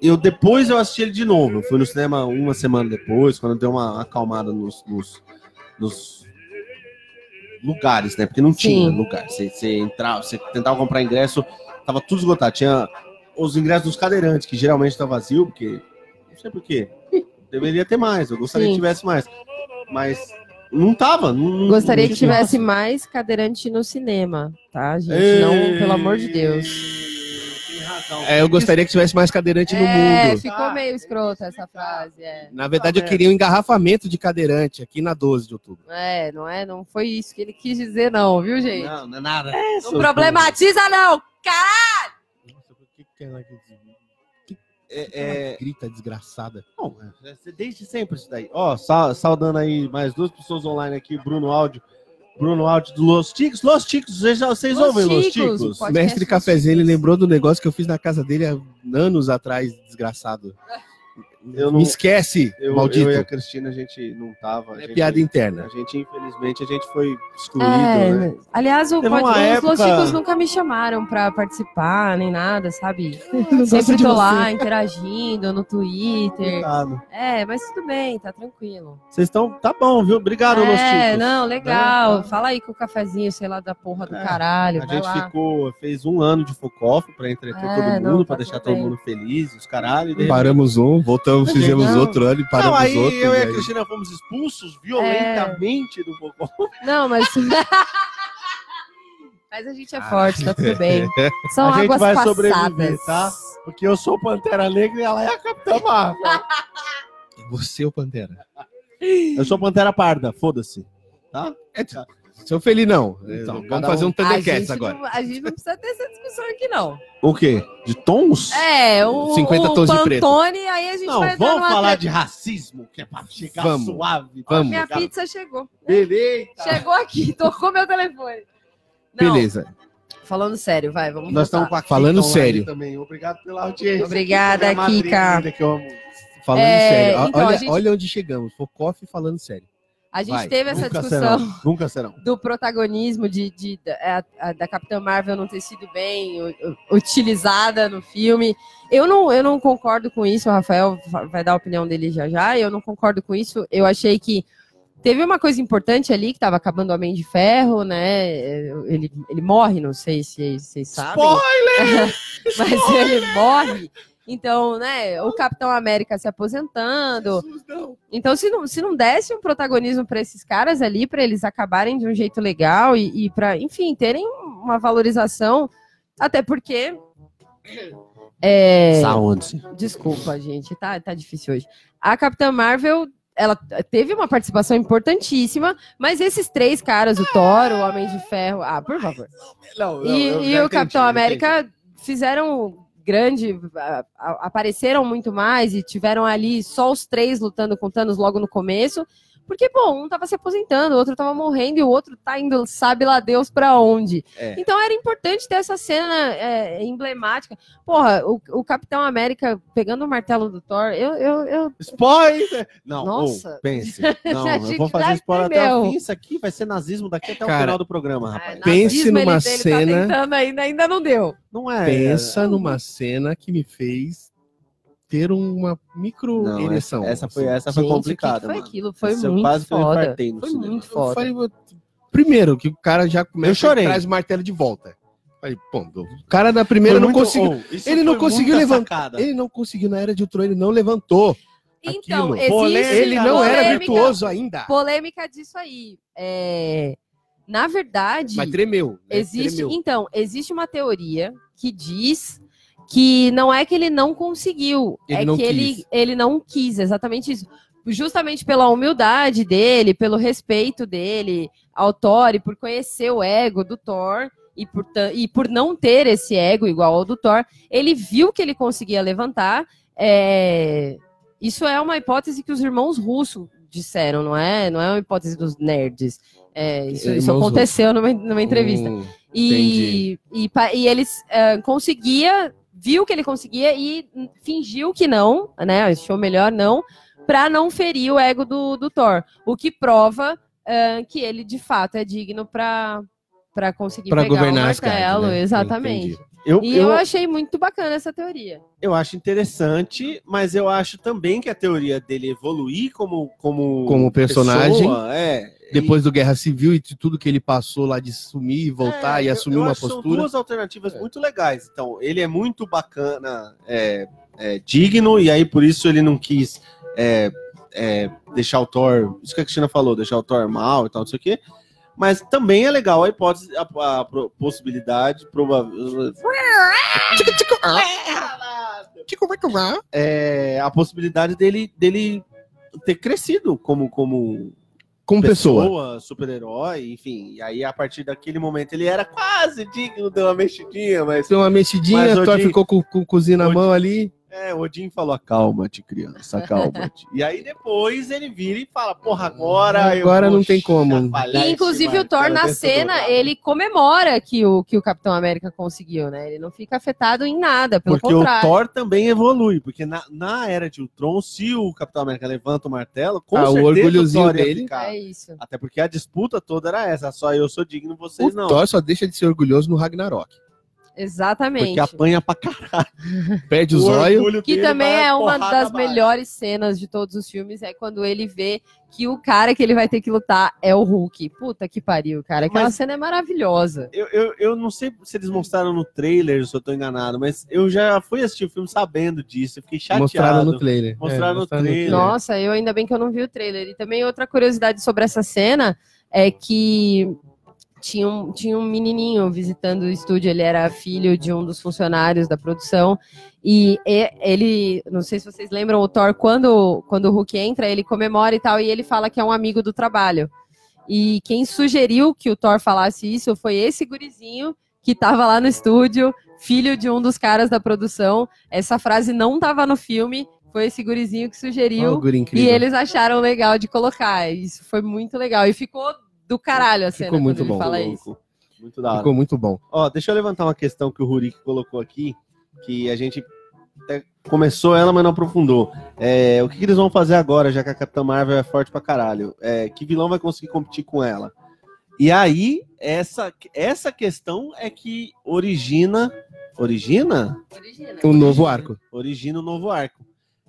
Speaker 4: eu depois eu assisti ele de novo. Eu fui no cinema uma semana depois, quando deu uma acalmada nos, nos- nos lugares, né? Porque não tinha
Speaker 2: Sim.
Speaker 4: lugar. Você, você entrava, você tentava comprar ingresso, tava tudo esgotado. Tinha os ingressos dos cadeirantes, que geralmente tá vazio, porque. Não sei por quê. Deveria ter mais, eu gostaria
Speaker 2: Sim.
Speaker 4: que tivesse mais. Mas não tava. não- não-
Speaker 2: Gostaria
Speaker 4: não
Speaker 2: que
Speaker 4: tinha.
Speaker 2: tivesse mais cadeirante no cinema, tá, gente? Não, pelo amor de Deus.
Speaker 4: Tem razão.
Speaker 3: É, eu gostaria que tivesse mais cadeirante no
Speaker 2: É,
Speaker 3: mundo.
Speaker 2: ficou meio escrota essa frase. É.
Speaker 3: Na verdade, eu queria um engarrafamento de cadeirante aqui na 12 de outubro.
Speaker 2: é, não é? Não foi isso que ele quis dizer, não, viu, gente?
Speaker 4: Não, não é nada.
Speaker 2: não problematiza, não! Cara!
Speaker 3: Nossa, o que que ela
Speaker 4: É, é,
Speaker 3: grita desgraçada?
Speaker 4: Bom, é desde sempre isso daí. Ó, sa- saudando aí mais duas pessoas online aqui, Bruno Áudio. Bruno Áudio do Los Ticos. Los Ticos, vocês, já- vocês
Speaker 2: Los
Speaker 4: ouvem Los
Speaker 2: Ticos,
Speaker 4: Ticos?
Speaker 2: pode-
Speaker 3: O mestre
Speaker 2: Podcast
Speaker 3: cafezinho, ele lembrou do negócio que eu fiz na casa dele há anos atrás, desgraçado.
Speaker 4: Eu não-
Speaker 3: Me esquece,
Speaker 4: Eu,
Speaker 3: maldito.
Speaker 4: eu e a Cristina, a gente não tava. a
Speaker 3: É
Speaker 4: gente-
Speaker 3: piada interna.
Speaker 4: A gente, infelizmente, a gente foi excluído, né?
Speaker 2: É, aliás, o
Speaker 4: Teve
Speaker 2: pod...
Speaker 4: uma
Speaker 2: os
Speaker 4: época-
Speaker 2: Losticos nunca me chamaram pra participar, nem nada, sabe?
Speaker 3: gosto
Speaker 2: Sempre
Speaker 3: de
Speaker 2: tô
Speaker 3: você.
Speaker 2: lá interagindo no Twitter.
Speaker 4: Obrigado.
Speaker 2: É, mas tudo bem, tá tranquilo.
Speaker 4: Vocês estão. Tá bom, viu? Obrigado, Los
Speaker 2: É,
Speaker 4: Ticos.
Speaker 2: não, legal.
Speaker 4: Né?
Speaker 2: Fala aí com o cafezinho, sei lá, da porra do
Speaker 4: É,
Speaker 2: caralho.
Speaker 4: A
Speaker 2: vai
Speaker 4: gente
Speaker 2: lá.
Speaker 4: ficou, fez um ano de focoff pra entreter
Speaker 2: É,
Speaker 4: todo
Speaker 2: não,
Speaker 4: mundo,
Speaker 2: tá
Speaker 4: pra deixar
Speaker 2: tudo
Speaker 4: todo
Speaker 2: bem.
Speaker 4: mundo feliz, os caralho. e de repente-
Speaker 3: Paramos um, voltamos, fizemos
Speaker 2: Não.
Speaker 3: outro ano e
Speaker 4: Não,
Speaker 3: paramos
Speaker 4: aí
Speaker 3: outro.
Speaker 4: eu e a
Speaker 3: velho.
Speaker 4: Cristina fomos expulsos
Speaker 2: É.
Speaker 4: violentamente do focoff.
Speaker 2: Não, mas. mas a gente é forte, tá tudo bem.
Speaker 4: Ah.
Speaker 2: São
Speaker 4: A gente
Speaker 2: águas
Speaker 4: vai sobreviver,
Speaker 2: passadas.
Speaker 4: tá? Porque eu sou o Pantera Negra e ela é a Capitã Marvel.
Speaker 3: Você, é o Pantera.
Speaker 4: eu sou Pantera Parda, foda-se. tá? É
Speaker 3: Seu Felinão.
Speaker 4: Então,
Speaker 3: Então,
Speaker 4: cada
Speaker 3: vamos fazer
Speaker 4: um-
Speaker 3: um
Speaker 2: A
Speaker 3: Thundercats
Speaker 2: gente,
Speaker 3: agora.
Speaker 2: não, a gente não precisa ter essa discussão aqui, não.
Speaker 4: O quê? De tons?
Speaker 2: É, o,
Speaker 3: 50
Speaker 2: o
Speaker 3: tons de preto.
Speaker 2: Pantone, aí a gente
Speaker 4: Não,
Speaker 2: vai entrar
Speaker 4: vamos
Speaker 2: numa
Speaker 4: falar
Speaker 2: treta.
Speaker 4: de racismo, que é pra chegar
Speaker 3: Vamos,
Speaker 4: suave. pra
Speaker 3: vamos.
Speaker 2: Minha
Speaker 4: chegar-
Speaker 2: pizza chegou.
Speaker 4: Beleza.
Speaker 2: Chegou aqui, tocou meu telefone. Não,
Speaker 3: Beleza.
Speaker 2: falando sério, vai, vamos
Speaker 4: Nós
Speaker 2: voltar.
Speaker 4: estamos com a Kika
Speaker 3: Falando
Speaker 4: online
Speaker 3: sério.
Speaker 4: então, Também. Obrigado pela audiência.
Speaker 2: Tá. Obrigada,
Speaker 4: Minha madrinha
Speaker 2: Kika.
Speaker 4: linda que eu amo.
Speaker 3: Falando
Speaker 2: É,
Speaker 3: sério. O-
Speaker 2: então,
Speaker 3: olha,
Speaker 2: a gente-
Speaker 3: olha onde chegamos. Focoff falando sério.
Speaker 2: A gente
Speaker 3: Vai,
Speaker 2: teve essa
Speaker 4: Nunca
Speaker 2: discussão.
Speaker 4: serão. Nunca serão.
Speaker 2: do protagonismo de, de- da, é, a- da Capitã Marvel não ter sido bem u- u- utilizada no filme. Eu não, eu não concordo com isso, o Rafael va- vai dar a opinião dele já já. Eu não concordo com isso. Eu achei que teve uma coisa importante ali, que estava acabando o Homem de Ferro, né? Ele, ele morre, não sei se vocês sabem. Mas ele morre. Então, né, o Capitão América se aposentando. Então, se não, se não desse um protagonismo para esses caras ali, para eles acabarem de um jeito legal e, e para, enfim, terem uma valorização, até porque. É,
Speaker 4: Tá Saúde.
Speaker 2: desculpa, gente, tá, tá difícil hoje. A Capitã Marvel, ela teve uma participação importantíssima, mas esses três caras, o Thor, o Homem de Ferro. Ah, por favor
Speaker 4: Não, não,
Speaker 2: e
Speaker 4: eu
Speaker 2: e
Speaker 4: já
Speaker 2: o
Speaker 4: entendi,
Speaker 2: Capitão
Speaker 4: já
Speaker 2: América fizeram grande, a- a- apareceram muito mais e tiveram ali só os três lutando com Thanos logo no começo, Porque, pô, um tava se aposentando, o outro tava morrendo e o outro tá indo, sabe lá Deus pra onde.
Speaker 4: É.
Speaker 2: Então era importante ter essa cena é, emblemática. Porra, o, o Capitão América pegando o martelo do Thor, eu, eu, eu-
Speaker 4: Spoiler! Não,
Speaker 2: Nossa.
Speaker 4: ou, pense. Não,
Speaker 2: A
Speaker 4: eu
Speaker 2: gente
Speaker 4: vou
Speaker 2: já
Speaker 4: fazer spoiler até o
Speaker 2: entendeu.
Speaker 4: fim. Isso aqui vai ser nazismo daqui até o
Speaker 3: Cara,
Speaker 4: final do programa,
Speaker 2: Ah,
Speaker 4: rapaz.
Speaker 3: pense
Speaker 2: nazismo,
Speaker 3: numa
Speaker 2: tá
Speaker 3: cena-
Speaker 2: tentando ainda, ainda não deu.
Speaker 4: Não é.
Speaker 3: Pensa numa cena que me fez ter uma micro
Speaker 4: Não,
Speaker 3: ereção.
Speaker 4: essa, essa foi,
Speaker 3: assim.
Speaker 4: essa foi
Speaker 2: Gente, o que
Speaker 4: complicada.
Speaker 2: que foi
Speaker 4: mano.
Speaker 2: aquilo? Foi
Speaker 4: Essa eu
Speaker 2: muito
Speaker 4: quase um que eu
Speaker 2: foda.
Speaker 4: infartei no
Speaker 2: Foi
Speaker 4: cinema.
Speaker 2: muito
Speaker 3: Eu
Speaker 2: foda.
Speaker 3: falei, eu- primeiro, que o cara já começa
Speaker 4: Eu chorei.
Speaker 3: e traz o martelo de volta. Falei, pô, o cara da primeira
Speaker 4: Foi
Speaker 3: não
Speaker 4: muito-
Speaker 3: conseguiu.
Speaker 4: oh, isso
Speaker 3: ele não
Speaker 4: foi
Speaker 3: conseguiu
Speaker 4: muita
Speaker 3: levantar.
Speaker 4: sacada.
Speaker 3: Ele não conseguiu, na era de Ultron, ele não levantou.
Speaker 2: Então,
Speaker 3: Aquilo.
Speaker 2: existe
Speaker 4: Polêmica.
Speaker 3: Ele não era
Speaker 2: polêmica-
Speaker 3: virtuoso ainda.
Speaker 2: Polêmica disso aí. É, Na verdade,
Speaker 3: Mas tremeu. né?
Speaker 2: existe.
Speaker 3: Tremeu.
Speaker 2: Então, existe uma teoria que diz que não é que ele não conseguiu,
Speaker 3: Ele
Speaker 2: é
Speaker 3: não
Speaker 2: que ele,
Speaker 3: quis.
Speaker 2: ele não quis, exatamente isso. Justamente pela humildade dele, pelo respeito dele ao Thor e por conhecer o ego do Thor e por, ta- e por não ter esse ego igual ao do Thor, ele viu que ele conseguia levantar. é, Isso é uma hipótese que os irmãos russos disseram, não é? Não é uma hipótese dos nerds. É, isso, isso
Speaker 3: Irmãos
Speaker 2: aconteceu numa, numa entrevista.
Speaker 3: Hum,
Speaker 2: E, e, pa- e eles eh, conseguia, viu que ele conseguia e hum, fingiu que não, né? Achou melhor não, pra não ferir o ego do, do Thor. O que prova eh, que ele de fato é digno pra, pra conseguir
Speaker 3: pra
Speaker 2: pegar o
Speaker 3: governar as
Speaker 2: martelo.
Speaker 3: cartas. né?
Speaker 2: Exatamente.
Speaker 3: Entendi.
Speaker 4: Eu,
Speaker 2: E eu achei muito bacana essa teoria.
Speaker 4: Eu acho interessante, mas eu acho também que a teoria dele evoluir como como,
Speaker 3: Como personagem.
Speaker 4: pessoa, é.
Speaker 3: Depois do Guerra Civil e de tudo que ele passou lá de sumir e voltar
Speaker 4: É,
Speaker 3: e
Speaker 4: eu-
Speaker 3: assumir
Speaker 4: eu
Speaker 3: uma
Speaker 4: acho que São
Speaker 3: postura.
Speaker 4: duas alternativas
Speaker 3: É.
Speaker 4: muito legais. Então, ele é muito bacana, é, é digno e aí por isso ele não quis é, é, deixar o Thor, isso que a Cristina falou, deixar o Thor mal e tal, não sei o quê. Mas também é legal a hipótese, a, a pro- possibilidade, provável, é, a possibilidade dele dele ter crescido como como
Speaker 3: Como pessoa.
Speaker 4: super-herói, enfim. E aí, a partir daquele momento, ele era quase digno de uma mexidinha, mas.
Speaker 3: Tem uma mexidinha,
Speaker 4: Mas,
Speaker 3: Thor
Speaker 4: Odin-
Speaker 3: ficou com, com o cozinho na
Speaker 4: Odin-
Speaker 3: mão ali.
Speaker 4: É, o Odin falou: acalma-te, criança, acalma-te. e aí, depois, ele vira e fala: porra, agora.
Speaker 3: Agora não tem como.
Speaker 4: chacoalhar
Speaker 2: E,
Speaker 4: esse
Speaker 2: inclusive, o Thor,
Speaker 4: martelo
Speaker 2: na
Speaker 4: dentro do
Speaker 2: cena,
Speaker 4: rabo.
Speaker 2: ele comemora que o, que o Capitão América conseguiu, né? Ele não fica afetado em nada, pelo
Speaker 4: Porque
Speaker 2: contrário.
Speaker 4: o Thor também evolui, porque na, na era de Ultron, se o Capitão América levanta o martelo, com
Speaker 3: Ah, o
Speaker 4: certeza
Speaker 3: orgulhozinho
Speaker 4: Thor ia
Speaker 3: dele.
Speaker 4: ficar.
Speaker 2: É isso.
Speaker 4: Até porque a disputa toda era essa, só eu sou digno,
Speaker 3: O
Speaker 4: vocês não.
Speaker 3: Thor só deixa de ser orgulhoso no Ragnarok.
Speaker 2: Exatamente.
Speaker 4: Porque apanha pra caralho.
Speaker 3: Perde
Speaker 4: O
Speaker 3: os olhos.
Speaker 4: orgulho
Speaker 2: Que
Speaker 4: dele
Speaker 2: também
Speaker 4: vai
Speaker 2: é uma
Speaker 4: porrada
Speaker 2: das
Speaker 4: abaixo.
Speaker 2: melhores cenas de todos os filmes, é quando ele vê que o cara que ele vai ter que lutar é o Hulk. Puta que pariu, cara. Aquela
Speaker 4: Mas-
Speaker 2: cena é maravilhosa.
Speaker 4: Eu, eu, eu não sei se eles mostraram no trailer, se eu tô enganado, mas eu já fui assistir o filme sabendo disso, eu fiquei chateado.
Speaker 3: Mostraram no trailer.
Speaker 4: Mostraram no trailer. Não.
Speaker 2: Nossa, eu ainda bem que eu não vi o trailer. E também outra curiosidade sobre essa cena é que tinha um, tinha um menininho visitando o estúdio, ele era filho de um dos funcionários da produção. E e- ele, não sei se vocês lembram, o Thor, quando, quando o Hulk entra, ele comemora e tal, e ele fala que é um amigo do trabalho. E quem sugeriu que o Thor falasse isso foi esse gurizinho que tava lá no estúdio, filho de um dos caras da produção. Essa frase não tava no filme, foi esse gurizinho que
Speaker 3: Olha o
Speaker 2: sugeriu.
Speaker 3: guri
Speaker 2: e
Speaker 3: incrível.
Speaker 2: eles acharam legal de colocar. Isso foi muito legal. E ficou do caralho a cena
Speaker 3: Ficou muito
Speaker 2: quando ele
Speaker 3: bom.
Speaker 2: fala
Speaker 4: Louco.
Speaker 2: isso.
Speaker 4: Muito da hora.
Speaker 3: né? Ficou muito bom.
Speaker 4: Ó, deixa eu levantar uma questão que o Rurik colocou aqui, que a gente até começou ela, mas não aprofundou. É, o que, que eles vão fazer agora, já que a Capitã Marvel é forte pra caralho? É, que vilão vai conseguir competir com ela? E aí, essa, essa questão é que origina. Origina?
Speaker 3: Um novo arco.
Speaker 4: origina o novo arco.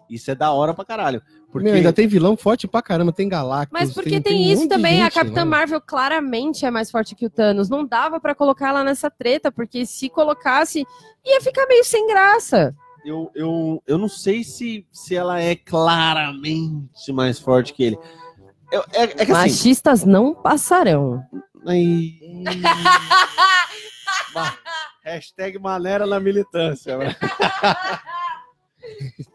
Speaker 4: Isso é da hora pra caralho. Porque
Speaker 3: Meu, ainda tem vilão forte pra caramba. Tem Galactus.
Speaker 2: Mas porque tem,
Speaker 3: um monte
Speaker 2: isso
Speaker 3: de
Speaker 2: também, a
Speaker 3: gente, né?
Speaker 2: Capitã
Speaker 3: mano.
Speaker 2: Marvel claramente é mais forte que o Thanos. Não dava pra colocar ela nessa treta, porque se colocasse, ia ficar meio sem graça.
Speaker 4: eu, eu, eu não sei se, se ela é claramente mais forte que ele. Eu- é, é que assim.
Speaker 2: Machistas não passarão.
Speaker 4: Ai, Ma- hashtag maneira na militância. né?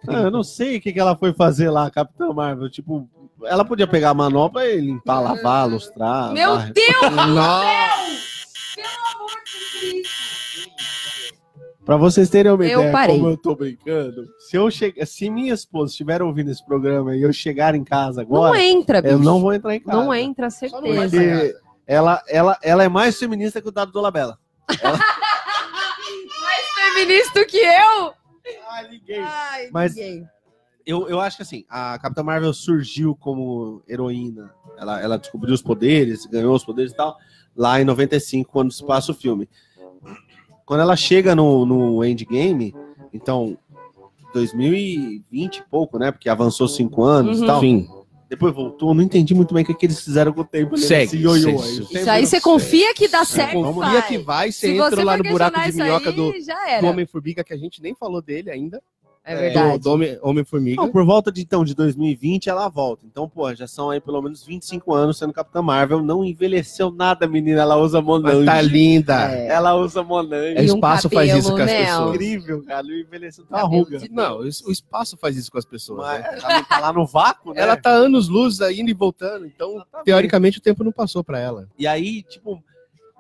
Speaker 4: Ah, eu não sei o que, que ela foi fazer lá, Capitã Marvel. Tipo, ela podia pegar a manopla e limpar, lavar, lustrar.
Speaker 3: Tá
Speaker 2: Meu
Speaker 4: varrer.
Speaker 2: Deus!
Speaker 3: Nossa,
Speaker 4: Pra vocês terem uma
Speaker 2: Eu
Speaker 4: ideia
Speaker 2: parei.
Speaker 4: como eu tô brincando, se eu chegar, se minha esposa estiver ouvindo esse programa e eu chegar em casa
Speaker 2: Não
Speaker 4: agora,
Speaker 2: entra, bicho.
Speaker 4: eu não vou entrar em casa.
Speaker 2: Não entra,
Speaker 3: Só não vai
Speaker 2: certeza.
Speaker 3: pra casa.
Speaker 4: Ela, ela, ela é mais feminista que o Dado Dolabella.
Speaker 2: Mais feminista é que eu?
Speaker 4: Ah, ninguém.
Speaker 2: Ai,
Speaker 4: Mas-
Speaker 2: ninguém.
Speaker 4: Eu, eu acho que assim, a Capitã Marvel surgiu como heroína. Ela, ela descobriu os poderes, ganhou os poderes e tal, lá em 95, quando se passa o filme. Quando ela chega no, no Endgame, então, 2020 e pouco, né? Porque avançou cinco anos
Speaker 2: Uhum.
Speaker 4: e tal.
Speaker 3: Enfim,
Speaker 4: Depois voltou, não entendi muito bem o que, que eles fizeram com o tempo. né,
Speaker 3: Segue,
Speaker 4: nesse ioiô aí.
Speaker 3: segue.
Speaker 2: Isso aí você
Speaker 3: Sempre não
Speaker 2: confia que dá
Speaker 4: Você
Speaker 2: certo,
Speaker 4: confia
Speaker 2: vai.
Speaker 3: confia que vai, você
Speaker 2: Se
Speaker 3: entra
Speaker 2: você
Speaker 3: lá
Speaker 2: for
Speaker 3: no buraco
Speaker 2: questionar
Speaker 3: de
Speaker 2: isso
Speaker 3: minhoca
Speaker 2: aí,
Speaker 3: do,
Speaker 2: já era.
Speaker 3: do Homem-Formiga, que a gente nem falou dele ainda.
Speaker 2: É
Speaker 3: Do,
Speaker 2: verdade.
Speaker 3: do Homem- Homem-Formiga.
Speaker 4: Não, por volta de então de 2020 ela volta. Então, pô, já são aí pelo menos 25 anos sendo Capitã Marvel. Não envelheceu nada, menina. Ela usa
Speaker 3: Mas
Speaker 4: Monange.
Speaker 3: tá linda.
Speaker 2: É.
Speaker 4: Ela usa Monange.
Speaker 3: É,
Speaker 2: E um
Speaker 3: espaço faz
Speaker 2: cabelo,
Speaker 3: isso com as
Speaker 2: né, ó.
Speaker 3: pessoas.
Speaker 4: incrível, cara. Não envelheceu tá
Speaker 2: Cabelo
Speaker 4: ruga.
Speaker 2: de-
Speaker 3: Não, isso- o espaço faz isso com as pessoas. né?
Speaker 4: Mas ela tá lá no vácuo, né?
Speaker 3: Ela tá anos luz aí, indo e voltando, então teoricamente o tempo não passou pra ela.
Speaker 4: E aí, tipo,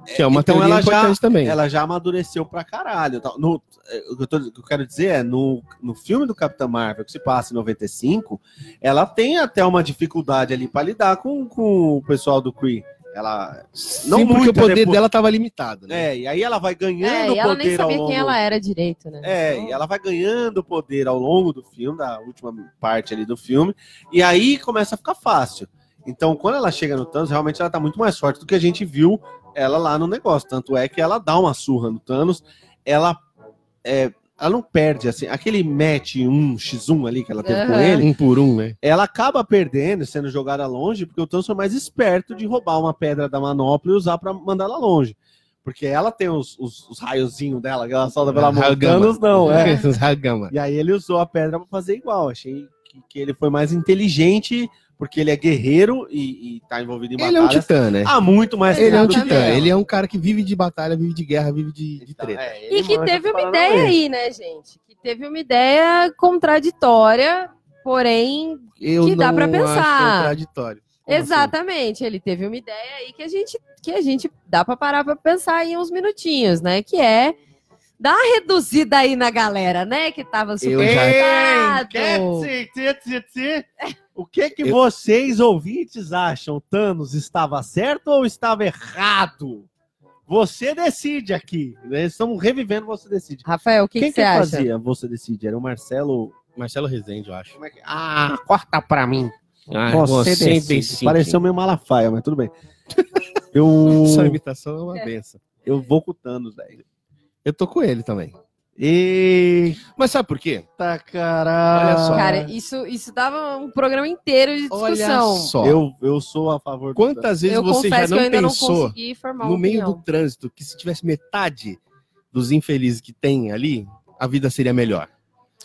Speaker 3: Que é uma
Speaker 4: então
Speaker 3: teoria
Speaker 4: ela já-
Speaker 3: importante também.
Speaker 4: ela já amadureceu pra caralho. tal. No, eh, o, que eu tô- o que eu quero dizer é, no, no filme do Capitão Marvel, que se passa em 95, ela tem até uma dificuldade ali pra lidar com, com o pessoal do Kree. Ela, não
Speaker 3: Sim, porque
Speaker 4: muita
Speaker 3: o poder
Speaker 4: depois-
Speaker 3: dela tava limitado, né?
Speaker 4: É, e aí ela vai
Speaker 2: É,
Speaker 4: ganhando
Speaker 2: e ela nem
Speaker 4: poder ao
Speaker 2: sabia
Speaker 4: longo.
Speaker 2: quem ela era direito, né?
Speaker 4: É, e ela vai ganhando poder ao longo do filme, da última parte ali do filme, e aí começa a ficar fácil. Então, quando ela chega no Thanos, realmente ela tá muito mais forte do que a gente viu ela lá no negócio. Tanto é que ela dá uma surra no Thanos, ela é, ela não perde assim, aquele match 1x1 ali que ela teve com
Speaker 2: Aham.
Speaker 4: ele,
Speaker 3: Um por um, né?
Speaker 4: ela acaba perdendo, sendo jogada longe, porque o Thanos foi mais esperto de roubar uma pedra da manopla e usar pra mandar ela longe. Porque ela tem os, os, os raiozinhos dela, que ela solta pela mão. O
Speaker 3: Ragama.
Speaker 4: Thanos não, é.
Speaker 3: Ragama.
Speaker 4: E aí ele usou a pedra pra fazer igual. Achei que, que ele foi mais inteligente, porque ele é guerreiro e, e tá envolvido em
Speaker 3: Ele é um
Speaker 4: batalhas.
Speaker 3: titã, né?
Speaker 4: Há muito mais
Speaker 3: Ele é um
Speaker 4: tempo do que
Speaker 3: titã.
Speaker 4: ela.
Speaker 3: Ele é um cara que vive de batalha, vive de guerra, vive de, de
Speaker 4: né? Então,
Speaker 3: treta.
Speaker 4: é, ele
Speaker 2: E que
Speaker 4: manja
Speaker 2: teve
Speaker 4: do
Speaker 2: uma
Speaker 4: Paranauê.
Speaker 2: ideia aí, né, gente? Que teve uma ideia contraditória, porém.
Speaker 3: Eu
Speaker 2: Que dá pra pensar.
Speaker 3: é contraditório. Como assim?
Speaker 2: exatamente, ele teve uma ideia aí que a gente, que a gente dá pra parar pra pensar aí uns minutinhos, né? Que é dar uma reduzida aí na galera, né? Que tava super.
Speaker 3: Eu já-
Speaker 4: Ei,
Speaker 2: Coitado.
Speaker 4: quer dizer, tê, tê, tê. O que que
Speaker 3: Eu-
Speaker 4: vocês ouvintes acham? Thanos estava certo ou estava errado? Você decide aqui. Né? Estamos revivendo, você decide.
Speaker 2: Rafael, o que,
Speaker 4: Quem
Speaker 2: que você acha?
Speaker 4: fazia? Você decide. Era o Marcelo.
Speaker 3: assim? Marcelo Rezende, eu acho.
Speaker 4: Como é que- Ah, corta pra mim.
Speaker 3: Ah,
Speaker 4: assim, Pareceu meio Malafaia, mas tudo bem. Eu,
Speaker 3: Sua imitação é uma benção.
Speaker 4: eu vou com o Thanos, velho.
Speaker 3: Eu tô com ele também.
Speaker 4: Eita
Speaker 3: Mas sabe por quê?
Speaker 4: caralho.
Speaker 3: Olha só.
Speaker 2: Cara, isso, isso dava um programa inteiro de
Speaker 3: Ah. Olha
Speaker 2: discussão.
Speaker 3: só.
Speaker 4: Eu, eu sou a favor do Thanos.
Speaker 3: Quantas vezes
Speaker 2: eu
Speaker 3: você já
Speaker 2: confesso que eu
Speaker 3: não
Speaker 2: ainda não
Speaker 3: pensou
Speaker 2: consegui formar
Speaker 3: no
Speaker 2: uma
Speaker 3: meio do
Speaker 2: opinião.
Speaker 3: trânsito que se tivesse metade dos infelizes que tem ali, a vida seria melhor?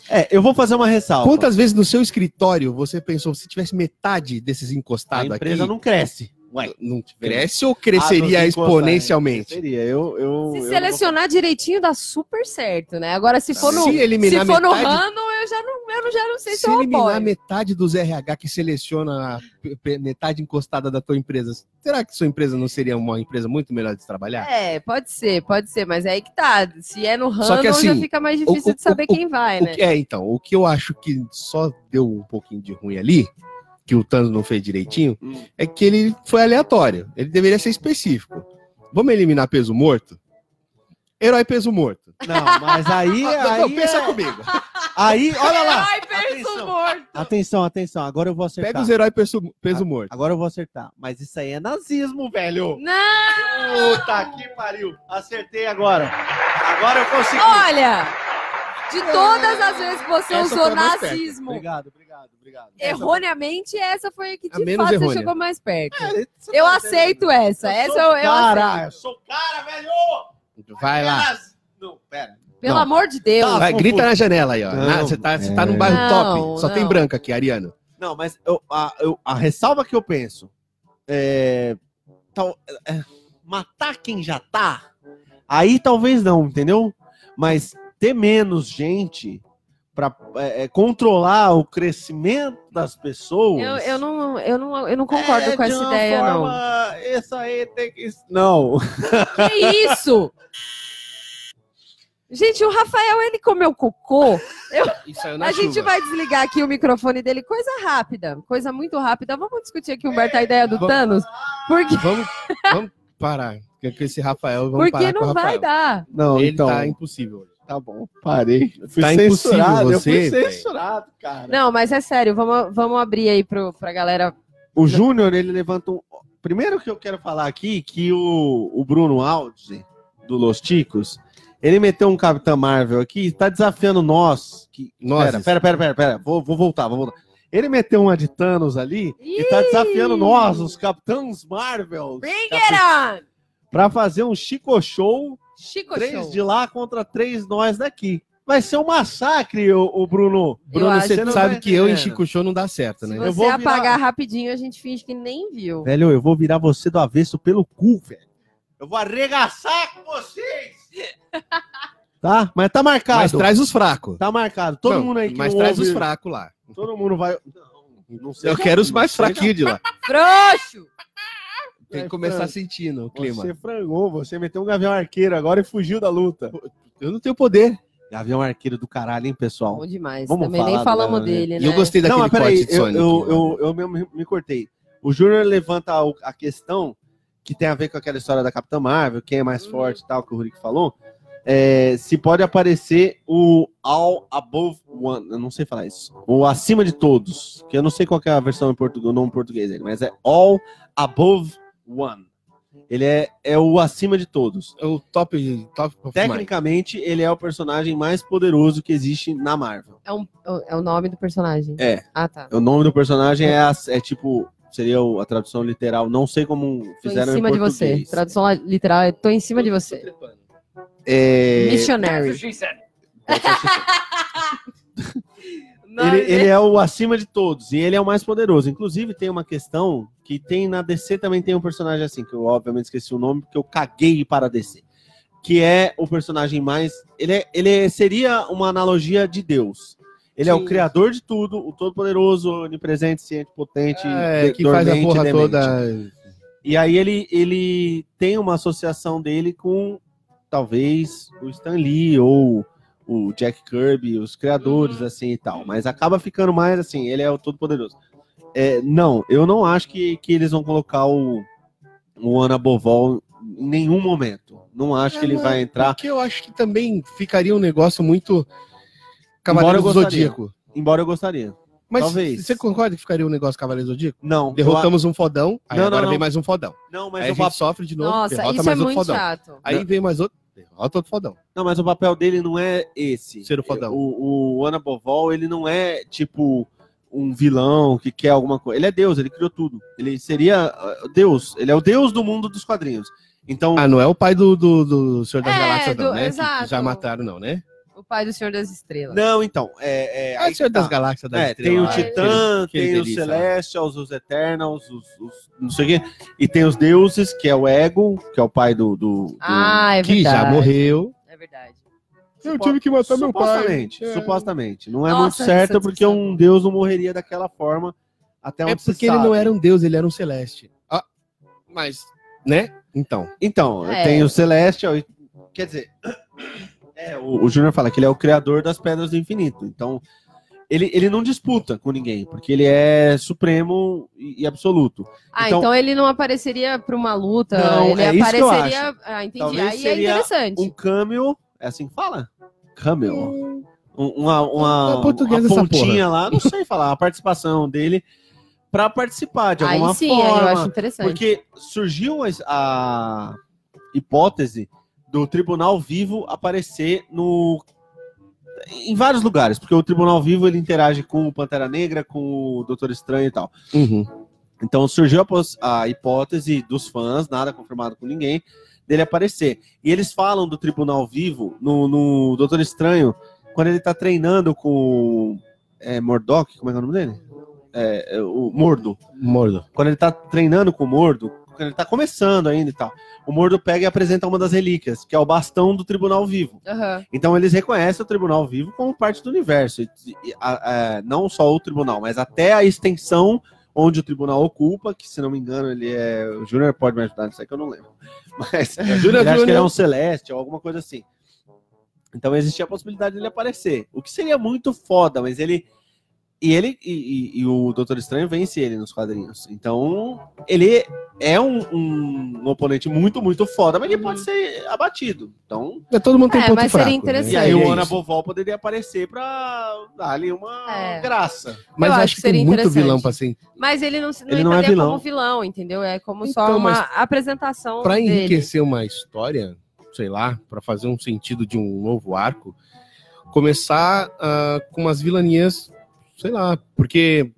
Speaker 4: É, eu vou fazer uma ressalva.
Speaker 3: Quantas vezes no seu escritório você pensou se tivesse metade desses
Speaker 4: a
Speaker 3: encostados aqui,
Speaker 4: empresa
Speaker 3: não,
Speaker 4: não cresce. Ué,
Speaker 3: cresce ou cresceria
Speaker 4: Ah, dos encostados,
Speaker 3: exponencialmente?
Speaker 4: seria. Eu, eu, eu
Speaker 2: Se selecionar direitinho dá super certo, né? Agora, se for no,
Speaker 3: Se eliminar
Speaker 2: se for no
Speaker 3: metade-
Speaker 2: ramo, eu já não, eu não- já não sei se,
Speaker 3: Se
Speaker 2: eu
Speaker 3: eliminar
Speaker 2: apoio.
Speaker 3: metade dos RH que seleciona a pe- pe- metade encostada da tua empresa, será que sua empresa não seria uma empresa muito melhor de se trabalhar?
Speaker 2: É, pode ser, pode ser, mas é aí que tá. Se é no
Speaker 3: Só
Speaker 2: ramo,
Speaker 3: que
Speaker 2: já
Speaker 3: assim,
Speaker 2: fica mais difícil
Speaker 3: o-
Speaker 2: de saber
Speaker 3: o-
Speaker 2: quem vai,
Speaker 3: O
Speaker 2: né?
Speaker 3: que- é, então, o que eu acho que só deu um pouquinho de ruim ali, que o Thanos não fez direitinho,
Speaker 4: Hum.
Speaker 3: é que ele foi aleatório. Ele deveria ser específico. Vamos eliminar peso morto? Herói peso morto.
Speaker 4: Não, mas aí.
Speaker 3: Ah,
Speaker 4: aí,
Speaker 3: não, pensa
Speaker 4: é-
Speaker 3: comigo.
Speaker 4: aí olha lá.
Speaker 2: Ai, um penso
Speaker 4: Atenção.
Speaker 2: morto!
Speaker 4: Atenção, atenção. Agora eu vou acertar.
Speaker 3: Pega os heróis peso, peso
Speaker 4: Tá. Ah,
Speaker 3: morto.
Speaker 4: Agora eu vou acertar. Mas isso aí é nazismo, velho.
Speaker 2: Não,
Speaker 4: Puta que pariu. Acertei agora. Agora eu consegui.
Speaker 2: olha! De todas as vezes que você
Speaker 3: Essa foi
Speaker 2: usou
Speaker 3: a mais perto.
Speaker 2: nazismo,
Speaker 4: Obrigado, obrigado, obrigado.
Speaker 2: é erroneamente, essa foi a que
Speaker 3: A
Speaker 2: de
Speaker 3: menos
Speaker 2: fato você
Speaker 3: errônea. É,
Speaker 2: chegou mais perto.
Speaker 4: Você
Speaker 2: Eu
Speaker 4: tá
Speaker 2: aceito
Speaker 4: entendendo?
Speaker 2: essa. Essa eu, eu
Speaker 4: cara,
Speaker 2: aceito.
Speaker 4: eu sou cara, velho. ah,
Speaker 3: Vai lá.
Speaker 4: Nas- Não, pera.
Speaker 2: Pelo
Speaker 3: Não.
Speaker 2: amor de Deus.
Speaker 4: Tá,
Speaker 3: Vai, grita na janela aí, ó.
Speaker 4: Não,
Speaker 3: Na- Você tá, você tá num
Speaker 4: é.
Speaker 3: bairro
Speaker 2: Não,
Speaker 3: top. Só tem
Speaker 2: não.
Speaker 3: branco aqui, Ariano.
Speaker 4: Não, mas eu- a, eu- a ressalva que eu penso é, tal- é, matar quem já tá, aí talvez não, entendeu? Mas ter menos gente pra é, é, controlar o crescimento das pessoas.
Speaker 2: Eu, eu, não, eu, não, eu não concordo
Speaker 4: é,
Speaker 2: com
Speaker 4: de
Speaker 2: essa
Speaker 4: uma
Speaker 2: ideia, não.
Speaker 4: forma, Isso aí tem que. Não.
Speaker 2: Que isso? Gente, o Rafael, ele comeu cocô.
Speaker 3: E saiu na
Speaker 2: A
Speaker 3: chuva.
Speaker 2: gente vai desligar aqui o microfone dele. Coisa rápida, coisa muito rápida. Vamos discutir aqui, Humberto, a ideia do
Speaker 3: Vamos.
Speaker 2: Thanos? Porque,
Speaker 3: Vamos, vamos parar com esse Rafael. Vamos
Speaker 2: porque
Speaker 3: parar com
Speaker 2: não
Speaker 3: o
Speaker 2: vai
Speaker 3: Rafael.
Speaker 2: dar.
Speaker 4: Não,
Speaker 3: Ele
Speaker 4: então.
Speaker 3: tá impossível. hoje.
Speaker 4: Tá bom, parei. Eu Fui
Speaker 3: Tá impossível
Speaker 4: censurado, eu fui
Speaker 3: você, velho.
Speaker 4: censurado, cara.
Speaker 2: Não, mas é sério, vamos, vamos abrir aí pro, pra galera.
Speaker 4: O Júnior, ele levanta um. Primeiro que eu quero falar aqui, que o, o Bruno Aldi, do Los Ticos, ele meteu um Capitão Marvel aqui e tá desafiando nós. Que...
Speaker 3: Nós.
Speaker 4: Pera, pera, pera, pera, pera. Vou, vou voltar, vou voltar. Ele meteu uma de Thanos ali e tá
Speaker 2: Ih!
Speaker 4: desafiando nós, os Capitãos Marvel,
Speaker 2: Bring it on!
Speaker 4: pra fazer um Chico Show,
Speaker 2: Ah, Chico
Speaker 4: três
Speaker 2: Show.
Speaker 4: de lá contra três nós daqui. Vai ser um massacre, o, Bruno.
Speaker 3: Bruno,
Speaker 2: acho-
Speaker 4: você
Speaker 3: você
Speaker 4: não
Speaker 3: sabe
Speaker 4: vai
Speaker 3: que eu em
Speaker 4: entender.
Speaker 3: Chico Show não dá certo,
Speaker 2: Se
Speaker 3: né?
Speaker 2: você
Speaker 4: Eu vou virar-
Speaker 2: apagar rapidinho, a gente finge que nem viu.
Speaker 4: Velho, eu vou virar você do avesso pelo cu, velho. Eu vou arregaçar com vocês! tá? Mas tá marcado.
Speaker 3: Mas traz os fracos.
Speaker 4: Tá marcado. Todo
Speaker 3: Não,
Speaker 4: mundo aí que
Speaker 3: Mas
Speaker 4: não
Speaker 3: traz
Speaker 4: ouve-
Speaker 3: os fracos lá.
Speaker 4: Todo mundo vai... Não, não sei. é
Speaker 3: Eu quero os mais fraquinhos de lá.
Speaker 2: Frouxo!
Speaker 3: Tem que começar sentindo o clima.
Speaker 4: Você frangou, você meteu um gavião arqueiro agora e fugiu da luta.
Speaker 3: Eu não tenho poder.
Speaker 4: Gavião arqueiro do caralho, hein, pessoal?
Speaker 2: Bom demais.
Speaker 4: Vamos
Speaker 2: Também
Speaker 4: falar
Speaker 2: nem
Speaker 4: do
Speaker 2: falamos
Speaker 4: Batman, né?
Speaker 2: dele,
Speaker 3: E
Speaker 2: né?
Speaker 3: eu gostei
Speaker 4: Não,
Speaker 3: daquele
Speaker 4: mas
Speaker 3: corte
Speaker 4: peraí,
Speaker 3: de
Speaker 4: eu,
Speaker 3: Sonic. né?
Speaker 4: eu, eu, eu mesmo me- me cortei. O Júnior levanta o- a questão que tem a ver com aquela história da Capitã Marvel, quem é mais
Speaker 2: Hum.
Speaker 4: forte e tal, que o Rick falou. É, se pode aparecer o All Above One, eu não sei falar isso, o Acima de Todos, que eu não sei qual que é a versão em português, o nome em português dele, mas é All Above One. Ele é, é o acima de todos.
Speaker 3: É O top, top of mind.
Speaker 4: Tecnicamente, ele é o personagem mais poderoso que existe na Marvel.
Speaker 2: É, um- é o nome do personagem.
Speaker 4: É.
Speaker 2: Ah, tá.
Speaker 4: O nome do personagem é, as- é tipo, seria o- a tradução literal, não sei como
Speaker 2: Tô em
Speaker 4: fizeram
Speaker 2: cima
Speaker 4: em
Speaker 2: de você.
Speaker 4: português.
Speaker 2: Tradução la- literal é tô em cima de você.
Speaker 4: É,
Speaker 2: Missionary.
Speaker 4: ele, ele é o acima de todos e ele é o mais poderoso. Inclusive tem uma questão que tem na DC também tem um personagem assim que eu obviamente esqueci o nome porque eu caguei para a DC, que é o personagem mais ele é- ele é- seria uma analogia de Deus. Ele é o
Speaker 3: Sim.
Speaker 4: criador de tudo, o todo-poderoso, onipresente, ciente, potente,
Speaker 3: É,
Speaker 4: de-
Speaker 3: que faz a
Speaker 4: dormente,
Speaker 3: porra
Speaker 4: demente.
Speaker 3: toda.
Speaker 4: E aí ele, ele tem uma associação dele com talvez o Stan Lee ou o Jack Kirby, os criadores assim e tal, mas acaba ficando mais assim, ele é o todo poderoso. É, não, eu não acho que, que eles vão colocar o, o Ana Bovol em nenhum momento. Não acho que ele
Speaker 3: mas
Speaker 4: vai entrar,
Speaker 3: Porque eu acho que também ficaria um negócio muito. Cavaleiro
Speaker 4: eu
Speaker 3: do
Speaker 4: gostaria.
Speaker 3: Zodíaco.
Speaker 4: embora eu gostaria.
Speaker 3: Mas
Speaker 4: Talvez.
Speaker 3: você concorda que ficaria um negócio Cavaleiro do Zodíaco?
Speaker 4: Não, eu
Speaker 3: Derrotamos um fodão, aí
Speaker 4: Não, não,
Speaker 3: agora
Speaker 4: não.
Speaker 3: vem mais um fodão.
Speaker 4: a- não,
Speaker 3: aí
Speaker 4: mas
Speaker 3: a
Speaker 4: o
Speaker 3: gente
Speaker 4: pap-
Speaker 3: sofre de novo,
Speaker 2: Nossa,
Speaker 3: derrota
Speaker 2: isso é
Speaker 3: mais um
Speaker 2: muito
Speaker 3: fodão.
Speaker 2: chato.
Speaker 3: Aí vem mais outro, derrota outro fodão.
Speaker 4: não, mas o papel dele não é esse. É,
Speaker 3: Ser o fodão.
Speaker 4: O, o Ana Bovol, ele não é tipo um vilão que quer alguma coisa. Ele é Deus, ele criou tudo. Ele seria ah, Deus. Ele é o Deus do mundo dos quadrinhos. Então,
Speaker 3: Ah, não é o pai do, do, do Senhor das
Speaker 2: É,
Speaker 3: Galáxias, não,
Speaker 2: do-
Speaker 3: né? Que-
Speaker 2: exato.
Speaker 3: Que já mataram, não, né?
Speaker 2: O pai do Senhor das Estrelas.
Speaker 4: não, então. É, é,
Speaker 3: Ah,
Speaker 4: aí
Speaker 3: o Senhor
Speaker 4: que tá.
Speaker 3: das Galáxias, das
Speaker 4: É, tem o
Speaker 3: Estrelas,
Speaker 4: Titã, tem
Speaker 3: aquele- aquele
Speaker 4: os
Speaker 3: delícia, né?
Speaker 4: Celestials, os Eternals, os, os não sei o quê. E tem os deuses, que é o Ego, que é o pai do. do, do-
Speaker 2: Ah, é
Speaker 3: Que
Speaker 2: verdade.
Speaker 3: já morreu.
Speaker 2: É verdade.
Speaker 4: Eu tive
Speaker 3: que
Speaker 4: supostamente, supostamente. Não é
Speaker 2: Nossa,
Speaker 4: muito
Speaker 2: essa
Speaker 4: certo, porque
Speaker 2: discussão.
Speaker 4: um deus não morreria daquela forma até onde
Speaker 3: É
Speaker 4: se
Speaker 3: porque ele
Speaker 4: sabe.
Speaker 3: não era um deus, ele era um celeste. Ah, mas, né? Então,
Speaker 4: Então,
Speaker 2: É.
Speaker 4: tem o Celestial. e- Quer dizer, é, o, o Júnior fala que ele é o criador das pedras do infinito. Então, ele, ele não disputa com ninguém, porque ele é supremo e, e absoluto.
Speaker 2: Ah,
Speaker 4: Então-
Speaker 2: então, ele não apareceria pra uma luta.
Speaker 4: Não,
Speaker 2: ele
Speaker 4: é isso que eu
Speaker 2: apareceria. Ah, entendi.
Speaker 4: Talvez
Speaker 2: Aí é
Speaker 4: seria
Speaker 2: interessante.
Speaker 4: Um cameo, é assim que fala? Cameo. Um- uma
Speaker 3: Não
Speaker 4: uma,
Speaker 3: Hum. é português
Speaker 4: uma
Speaker 3: essa
Speaker 4: pontinha lá, não sei falar, a participação dele para participar de alguma
Speaker 2: Aí sim, aí eu
Speaker 4: forma.
Speaker 2: acho interessante.
Speaker 4: Porque surgiu a, a hipótese do Tribunal Vivo aparecer no em vários lugares, porque o Tribunal Vivo ele interage com o Pantera Negra, com o Doutor Estranho e tal.
Speaker 3: uhum.
Speaker 4: Então surgiu a, pos- a hipótese dos fãs, nada confirmado com ninguém, dele aparecer. E eles falam do Tribunal Vivo no, no Doutor Estranho quando ele tá treinando com o, é, Mordok, como é que é o nome dele? É, é, o Mordo
Speaker 3: mordo.
Speaker 4: quando ele tá treinando com o Mordo, quando ele tá começando ainda e tal, o Mordo pega e apresenta uma das relíquias, que é o bastão do Tribunal Vivo.
Speaker 2: Aham.
Speaker 4: Então eles reconhecem o Tribunal Vivo como parte do universo, e- e- a- a- não só o Tribunal, mas até a extensão onde o Tribunal ocupa, que se não me engano ele é... O Júnior pode me ajudar nisso aí que eu não lembro. Mas
Speaker 3: Júnior,
Speaker 4: ele acha que ele é
Speaker 3: Júnior.
Speaker 4: um celeste ou alguma coisa assim. Então existia a possibilidade dele aparecer, o que seria muito foda, mas ele e ele e, e- e o Doutor Estranho vence ele nos quadrinhos. Então ele é um, um oponente muito muito foda, mas ele
Speaker 3: Uhum.
Speaker 4: pode ser abatido. Então
Speaker 3: É, Todo mundo tem
Speaker 2: É,
Speaker 3: ponto
Speaker 2: mas
Speaker 3: fraco.
Speaker 2: seria
Speaker 3: né?
Speaker 2: interessante.
Speaker 4: e aí
Speaker 3: É
Speaker 4: o
Speaker 3: isso.
Speaker 4: Ana Bovol poderia aparecer pra dar ali uma
Speaker 2: É.
Speaker 4: graça.
Speaker 3: Mas
Speaker 2: Eu
Speaker 3: acho,
Speaker 2: acho
Speaker 3: que
Speaker 2: que seria
Speaker 3: tem muito
Speaker 2: interessante.
Speaker 3: vilão pra ser
Speaker 2: Mas ele não, se- não
Speaker 4: Ele não é
Speaker 2: entraria
Speaker 4: vilão.
Speaker 2: como vilão, entendeu? É como só
Speaker 3: Então,
Speaker 2: uma
Speaker 3: mas
Speaker 2: apresentação
Speaker 3: Pra
Speaker 2: dele.
Speaker 3: enriquecer uma história, sei lá, pra fazer um sentido de um novo arco, começar ah, com umas vilanias, sei lá, porque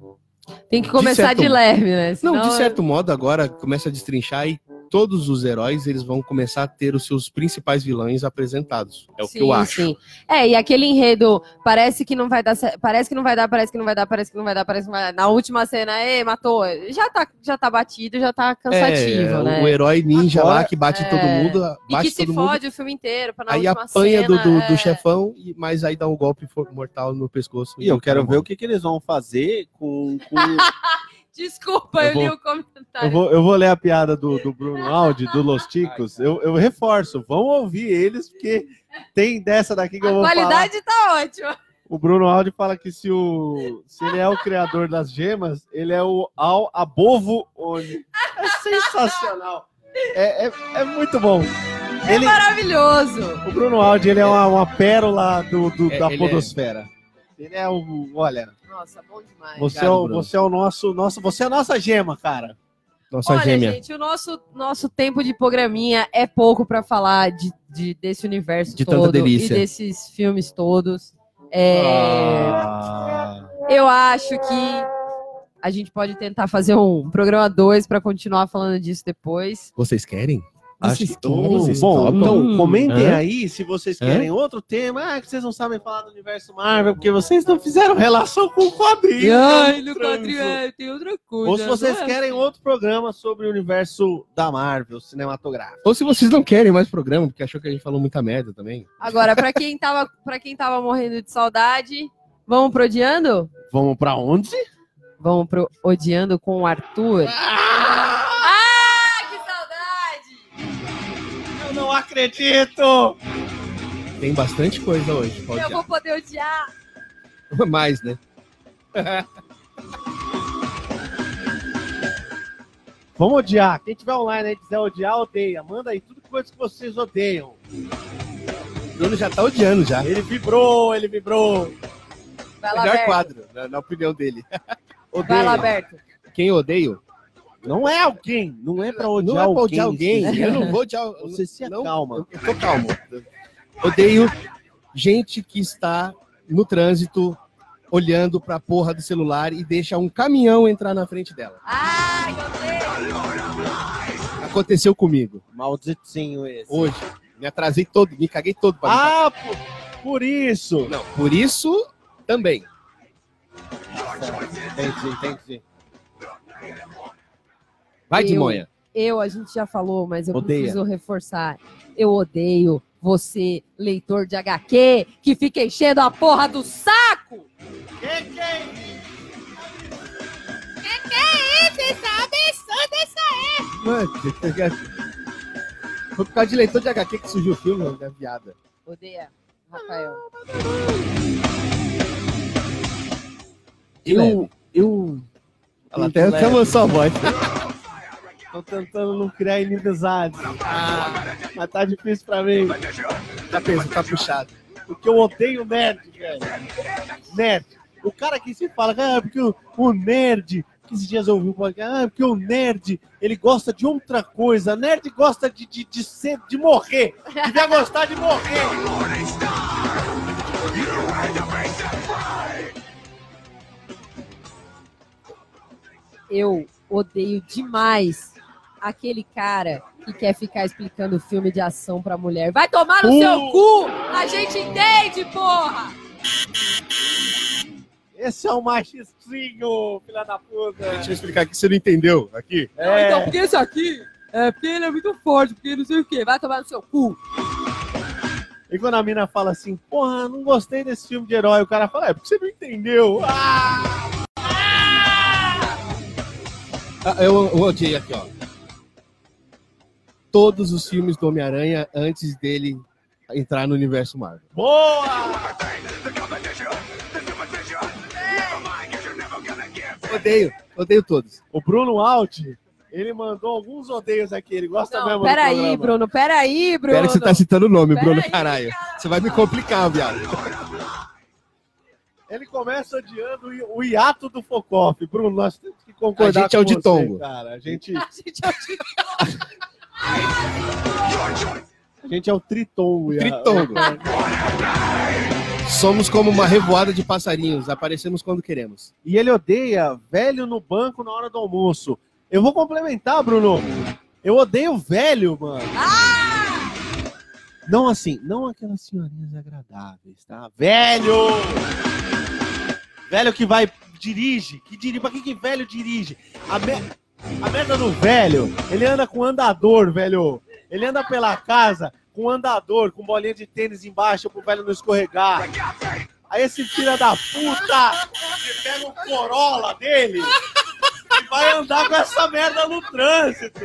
Speaker 2: Tem que
Speaker 3: de
Speaker 2: começar
Speaker 3: certo-
Speaker 2: de, leve, né?
Speaker 3: não,
Speaker 2: Senão-
Speaker 3: de certo modo agora começa a destrinchar e todos os heróis eles vão começar a ter os seus principais vilões apresentados. É o que eu
Speaker 2: Sim,
Speaker 3: acho.
Speaker 2: sim. É, e aquele enredo parece que não vai dar, cer- parece que não vai dar, parece que não vai dar, parece que não vai dar, parece que não vai dar. Na última cena, ê, matou. Já tá, já tá batido, já tá cansativo,
Speaker 3: é,
Speaker 2: né?
Speaker 3: O herói ninja lá
Speaker 4: Agora-
Speaker 3: que bate
Speaker 2: é.
Speaker 3: todo mundo,
Speaker 2: E que
Speaker 3: bate
Speaker 2: se
Speaker 3: todo mundo.
Speaker 2: fode o filme inteiro pra na
Speaker 3: Aí
Speaker 2: última
Speaker 3: apanha do,
Speaker 2: cena,
Speaker 3: do, do
Speaker 2: é.
Speaker 3: chefão, e- mas aí dá um golpe fo- mortal no pescoço.
Speaker 4: E eu quero ver o
Speaker 3: que.
Speaker 4: que, que eles vão fazer com. com-
Speaker 2: Desculpa, eu,
Speaker 4: Eu vou-
Speaker 2: li o comentário.
Speaker 4: Eu, vou, eu vou ler a piada do, do Bruno Aldi, do Los Ticos. Eu, eu reforço, vão ouvir eles, porque tem dessa daqui que eu
Speaker 2: A
Speaker 4: vou falar.
Speaker 2: qualidade tá ótima.
Speaker 4: O Bruno Aldi fala que se, o, se ele é o criador das gemas, ele é o Al Abovo Oni. É sensacional. É, é, é muito bom. Ele,
Speaker 2: Maravilhoso.
Speaker 4: o Bruno Aldi ele é uma, uma pérola do, do-
Speaker 3: É,
Speaker 4: da
Speaker 3: ele é-
Speaker 4: podosfera. Ele é o... Olha,
Speaker 2: Nossa, bom demais.
Speaker 4: você é
Speaker 3: Obrigado,
Speaker 4: o,
Speaker 3: Bruno.
Speaker 4: você é o nosso, nosso... Você é a nossa gema, cara.
Speaker 3: Nossa
Speaker 2: Olha,
Speaker 3: gêmea.
Speaker 2: gente, o nosso, nosso tempo de programinha é pouco pra falar de, de- desse universo
Speaker 3: De tanta
Speaker 2: todo
Speaker 3: delícia.
Speaker 2: e desses filmes todos. É,
Speaker 4: Ah.
Speaker 2: Eu acho que a gente pode tentar fazer um programa 2 pra continuar falando disso depois.
Speaker 3: Vocês querem?
Speaker 4: Acho que-
Speaker 3: querem?
Speaker 4: Bom,
Speaker 3: Vocês
Speaker 4: bom,
Speaker 3: topam?
Speaker 4: então comentem
Speaker 3: Hã?
Speaker 4: aí se vocês
Speaker 3: Hã?
Speaker 4: querem outro tema. Ah, que vocês não sabem falar do universo Marvel, porque vocês não fizeram relação com o quadrinho.
Speaker 2: Ai,
Speaker 4: né,
Speaker 2: no
Speaker 4: transo?
Speaker 2: quadrinho é, tem outra coisa.
Speaker 4: Ou se vocês
Speaker 2: não é?
Speaker 4: querem outro programa sobre o universo da Marvel cinematográfico.
Speaker 3: Ou se vocês não querem mais programa, porque achou que a gente falou muita merda também.
Speaker 2: Agora, pra quem, tava, pra quem tava morrendo de saudade, vamos pro Odiando?
Speaker 4: Vamos pra onde?
Speaker 2: Vamos pro Odiando com o Arthur.
Speaker 4: Ah,
Speaker 2: Ah, que saudade!
Speaker 4: eu não acredito!
Speaker 3: Tem bastante coisa hoje, pode
Speaker 2: Eu vou poder odiar.
Speaker 3: mais, né?
Speaker 4: Vamos odiar. Quem tiver online aí quiser odiar, odeia. Manda aí tudo coisa que vocês odeiam.
Speaker 3: O Bruno já tá odiando já.
Speaker 4: Ele vibrou, ele vibrou.
Speaker 2: Vai lá,
Speaker 3: Melhor
Speaker 2: Berto.
Speaker 3: quadro, na, na opinião dele.
Speaker 2: Vai lá,
Speaker 4: Odeia.
Speaker 2: Berto.
Speaker 3: Quem eu odeio?
Speaker 4: Não é alguém. Não é pra odiar
Speaker 3: não é pra
Speaker 4: alguém. né?
Speaker 3: odiar alguém. né?
Speaker 4: vocês-
Speaker 3: Eu não vou odiar. eu
Speaker 4: Você se
Speaker 3: não-
Speaker 4: acalma.
Speaker 3: Eu tô calmo. Odeio gente que está no trânsito olhando pra porra do celular e deixa um caminhão entrar na frente dela.
Speaker 2: Ai, gostei.
Speaker 3: Aconteceu comigo
Speaker 4: Malditinho esse.
Speaker 3: hoje. Me atrasei todo, me caguei todo pra limpar.
Speaker 4: Ah, por, por isso!
Speaker 3: Não, por isso também.
Speaker 4: Entendi, entendi.
Speaker 3: Vai de
Speaker 2: Eu-
Speaker 3: moia.
Speaker 2: Eu, a gente já falou, mas eu
Speaker 4: Odeia.
Speaker 2: preciso reforçar. Eu odeio você, leitor de HQ, que fica enchendo a porra do saco.
Speaker 3: Mano, foi por causa de leitor de HQ que surgiu o filme da viada.
Speaker 2: Odeia, Rafael.
Speaker 3: leve.
Speaker 4: Eu. Eu.
Speaker 3: Ela
Speaker 2: Então,
Speaker 3: até acabou sua voz.
Speaker 4: Tô tentando não criar inimizade. Mas tá difícil pra mim.
Speaker 3: Tá preso, tá puxado.
Speaker 4: Porque eu odeio nerd, velho. Nerd. O cara que se fala, ah, porque o, o nerd. Que esses dias eu ouvi um podcast, ah, porque o nerd, ele gosta de outra coisa. Nerd gosta de, de, de ser, de morrer. Devia gostar de morrer.
Speaker 2: Eu odeio demais aquele cara que quer ficar explicando filme de ação pra mulher. Vai tomar no
Speaker 4: Uh!
Speaker 2: seu cu! A gente entende, porra!
Speaker 4: Esse é o machistinho, filha da puta.
Speaker 3: Deixa eu explicar aqui, você não entendeu. Aqui.
Speaker 2: Não,
Speaker 4: É,
Speaker 2: Então, porque esse aqui é porque ele é muito forte, porque não sei o quê. Vai tomar no seu cu.
Speaker 4: E quando a mina fala assim, porra, não gostei desse filme de herói, o cara fala, é porque você não entendeu. Ah,
Speaker 3: Ah, eu, eu odiei aqui, ó. Todos os filmes do Homem-Aranha antes dele entrar no universo Marvel.
Speaker 4: Boa!
Speaker 3: Odeio, odeio todos.
Speaker 4: O Bruno Alt, ele mandou alguns odeios aqui, ele gosta
Speaker 2: Não,
Speaker 4: mesmo
Speaker 2: peraí,
Speaker 4: do programa.
Speaker 2: Bruno, peraí, Bruno.
Speaker 3: Espera que você tá citando o nome,
Speaker 2: Pera
Speaker 3: Bruno,
Speaker 2: aí,
Speaker 3: caralho. Você vai me complicar, viado.
Speaker 4: Ele começa odiando o o hiato do Focoff. Bruno, nós temos que concordar
Speaker 3: A gente é
Speaker 4: com
Speaker 3: o de
Speaker 4: você,
Speaker 3: Tongo.
Speaker 4: cara. A gente,
Speaker 2: A gente é o time.
Speaker 4: a gente é o Tritongo.
Speaker 3: Tritongo. Somos como uma revoada de passarinhos, aparecemos quando queremos.
Speaker 4: E ele odeia velho no banco na hora do almoço. Eu vou complementar, Bruno. Eu odeio velho, mano. Não assim, não aquelas senhorinhas agradáveis, tá? Velho! Velho que vai, dirige, que dirige, pra que que velho dirige? A, me- a merda do velho, ele anda com andador, velho. Ele anda pela casa com andador, com bolinha de tênis embaixo pro velho não escorregar. Aí esse filho da puta, ele pega o Corolla dele e vai andar com essa merda no trânsito.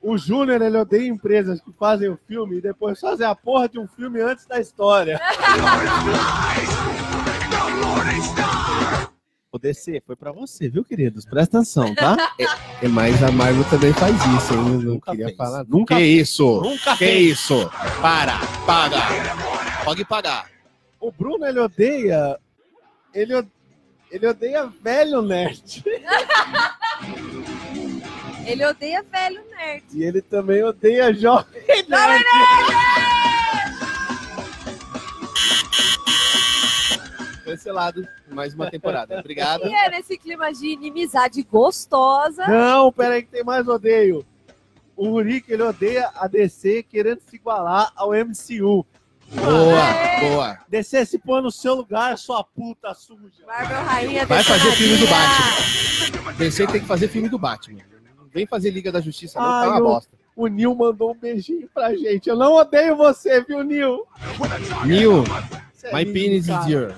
Speaker 4: O Júnior, ele odeia empresas que fazem o filme e depois fazem a porra de um filme antes da história. O DC foi pra você, viu, queridos? Presta atenção, tá?
Speaker 3: É, Mas a Marvel também faz isso, hein? Eu não
Speaker 4: Nunca
Speaker 3: queria
Speaker 4: fez.
Speaker 3: falar.
Speaker 4: Nunca
Speaker 3: que
Speaker 4: fez.
Speaker 3: isso?
Speaker 4: Nunca
Speaker 3: que
Speaker 4: fez.
Speaker 3: isso? Para, paga. Pode pagar.
Speaker 4: O Bruno, ele odeia. Ele, o- ele odeia velho nerd.
Speaker 2: Ele odeia velho né? nerd.
Speaker 4: E ele também odeia jovem nerd.
Speaker 3: Cancelado mais uma temporada. Obrigado.
Speaker 2: E é nesse clima de inimizade gostosa.
Speaker 4: Não, peraí que tem mais odeio. O Rick, ele odeia a DC querendo se igualar ao MCU.
Speaker 3: Boa, boa.
Speaker 4: DC, se põe no seu lugar, sua puta suja.
Speaker 2: Marvel Rainha
Speaker 3: Vai fazer filme do
Speaker 2: detonadinha.
Speaker 3: DC tem que fazer filme do Batman. Não vem fazer Liga da Justiça, não.
Speaker 4: Ai,
Speaker 3: tá uma
Speaker 4: eu-
Speaker 3: bosta.
Speaker 4: O Nil mandou um beijinho pra gente. Eu não odeio você, viu, Nil?
Speaker 3: New,
Speaker 4: Você é
Speaker 3: my
Speaker 4: lindo,
Speaker 3: penis
Speaker 4: cara.
Speaker 3: is your.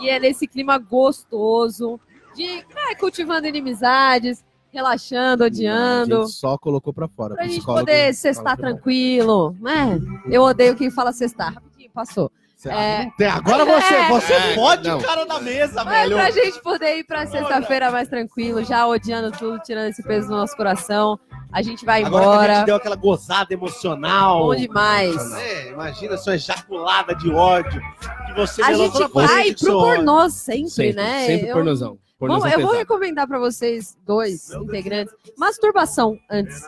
Speaker 2: E é nesse clima gostoso de vai, cultivando inimizades, relaxando,
Speaker 3: A
Speaker 2: odiando.
Speaker 3: gente só colocou pra fora.
Speaker 2: Pra gente
Speaker 3: psicólogo
Speaker 2: poder
Speaker 3: fala
Speaker 2: cestar
Speaker 3: pra fora.
Speaker 2: tranquilo, né? Eu odeio quem fala cestar. Rapidinho, passou.
Speaker 4: Você-
Speaker 2: É.
Speaker 4: Até agora você,
Speaker 2: É.
Speaker 4: você
Speaker 3: É,
Speaker 4: fode
Speaker 3: não.
Speaker 4: o cara da
Speaker 3: um
Speaker 4: mesa,
Speaker 2: Mas
Speaker 4: velho.
Speaker 2: pra gente poder ir pra sexta-feira mais tranquilo, já odiando tudo, tirando esse peso do nosso coração. A gente vai
Speaker 4: Agora que a
Speaker 2: embora.
Speaker 4: gente deu aquela gozada emocional.
Speaker 2: Bom demais.
Speaker 4: É, imagina sua ejaculada de ódio. Que você
Speaker 2: A
Speaker 4: melou
Speaker 2: gente
Speaker 4: toda
Speaker 2: vai
Speaker 4: frente com
Speaker 2: pro
Speaker 4: seu ódio.
Speaker 2: pornô sempre,
Speaker 3: Sempre,
Speaker 2: né?
Speaker 3: sempre
Speaker 2: Eu-
Speaker 3: pornozão.
Speaker 2: Bom,
Speaker 3: Pornozão
Speaker 2: eu vou
Speaker 3: pesado.
Speaker 2: recomendar pra vocês dois integrantes masturbação antes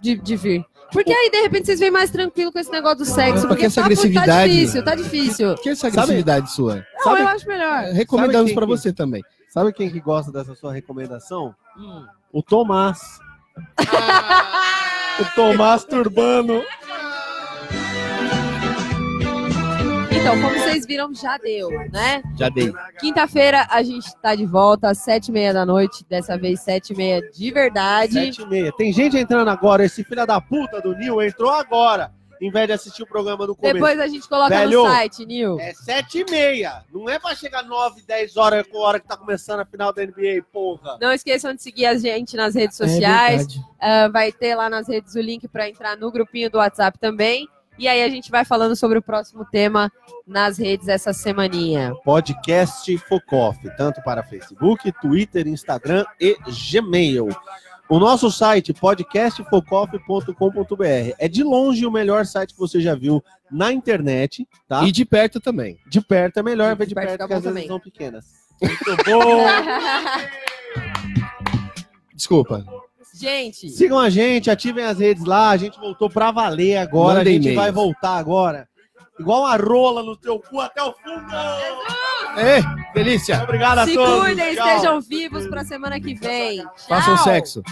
Speaker 2: de, de vir. Porque aí, de repente, vocês vêm mais tranquilo com esse negócio do
Speaker 3: Mas
Speaker 2: sexo.
Speaker 3: pra
Speaker 2: Porque
Speaker 3: que essa
Speaker 2: tá, tá
Speaker 3: agressividade?
Speaker 2: difícil, tá difícil.
Speaker 3: Que essa agressividade sua?
Speaker 2: Não,
Speaker 4: Sabe-
Speaker 2: eu acho melhor.
Speaker 3: Recomendamos
Speaker 4: quem
Speaker 3: pra
Speaker 4: que-
Speaker 3: você também.
Speaker 4: Sabe quem que gosta dessa sua recomendação? O Tomás. O Tomás Turbano.
Speaker 2: Então, como vocês viram, já deu, né?
Speaker 3: Já dei.
Speaker 2: Quinta-feira a gente tá de volta às sete e meia da noite. Dessa vez, sete e meia de verdade.
Speaker 4: Sete e meia. Tem gente entrando agora. Esse filho da puta do Nil entrou agora. Em vez de assistir o programa do começo.
Speaker 2: Depois a gente coloca
Speaker 4: Velho.
Speaker 2: no site, Nil.
Speaker 4: É sete e meia. Não é pra chegar nove, dez horas com a hora que tá começando a final da NBA, porra.
Speaker 2: Não esqueçam de seguir a gente nas redes
Speaker 3: É
Speaker 2: sociais.
Speaker 3: verdade.
Speaker 2: Ah, vai ter lá nas redes o link para entrar no grupinho do WhatsApp também. E aí a gente vai falando sobre o próximo tema nas redes essa semaninha.
Speaker 4: Podcast Focoff, tanto para Facebook, Twitter, Instagram e Gmail. O nosso site, podcastfocoff.com.br, é de longe o melhor site que você já viu na internet, tá?
Speaker 3: E de perto também.
Speaker 4: De perto é melhor ver
Speaker 2: De
Speaker 4: de
Speaker 2: perto
Speaker 4: perto,
Speaker 2: tá
Speaker 4: porque
Speaker 2: bom
Speaker 4: às vezes
Speaker 2: também.
Speaker 4: são pequenas. Muito bom!
Speaker 3: Desculpa.
Speaker 2: gente,
Speaker 4: Sigam a gente, ativem as redes lá, a gente voltou pra valer agora,
Speaker 3: Mandem
Speaker 4: a gente vai
Speaker 3: e-mails.
Speaker 4: voltar agora. Igual uma rola no teu cu até o fundo!
Speaker 3: Ê, delícia.
Speaker 4: Obrigado a
Speaker 2: se
Speaker 4: todos!
Speaker 2: cuidem,
Speaker 4: tchau.
Speaker 2: estejam vivos para semana que vem.
Speaker 3: Façam
Speaker 2: Tchau.
Speaker 3: um sexo.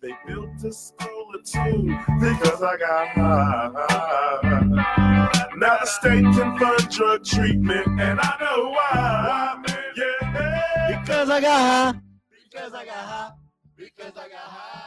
Speaker 5: They built a school of two because I got high. Now the state can fund drug treatment, and I know why. Yeah.
Speaker 4: Because I got high. Because I got high. Because I got high.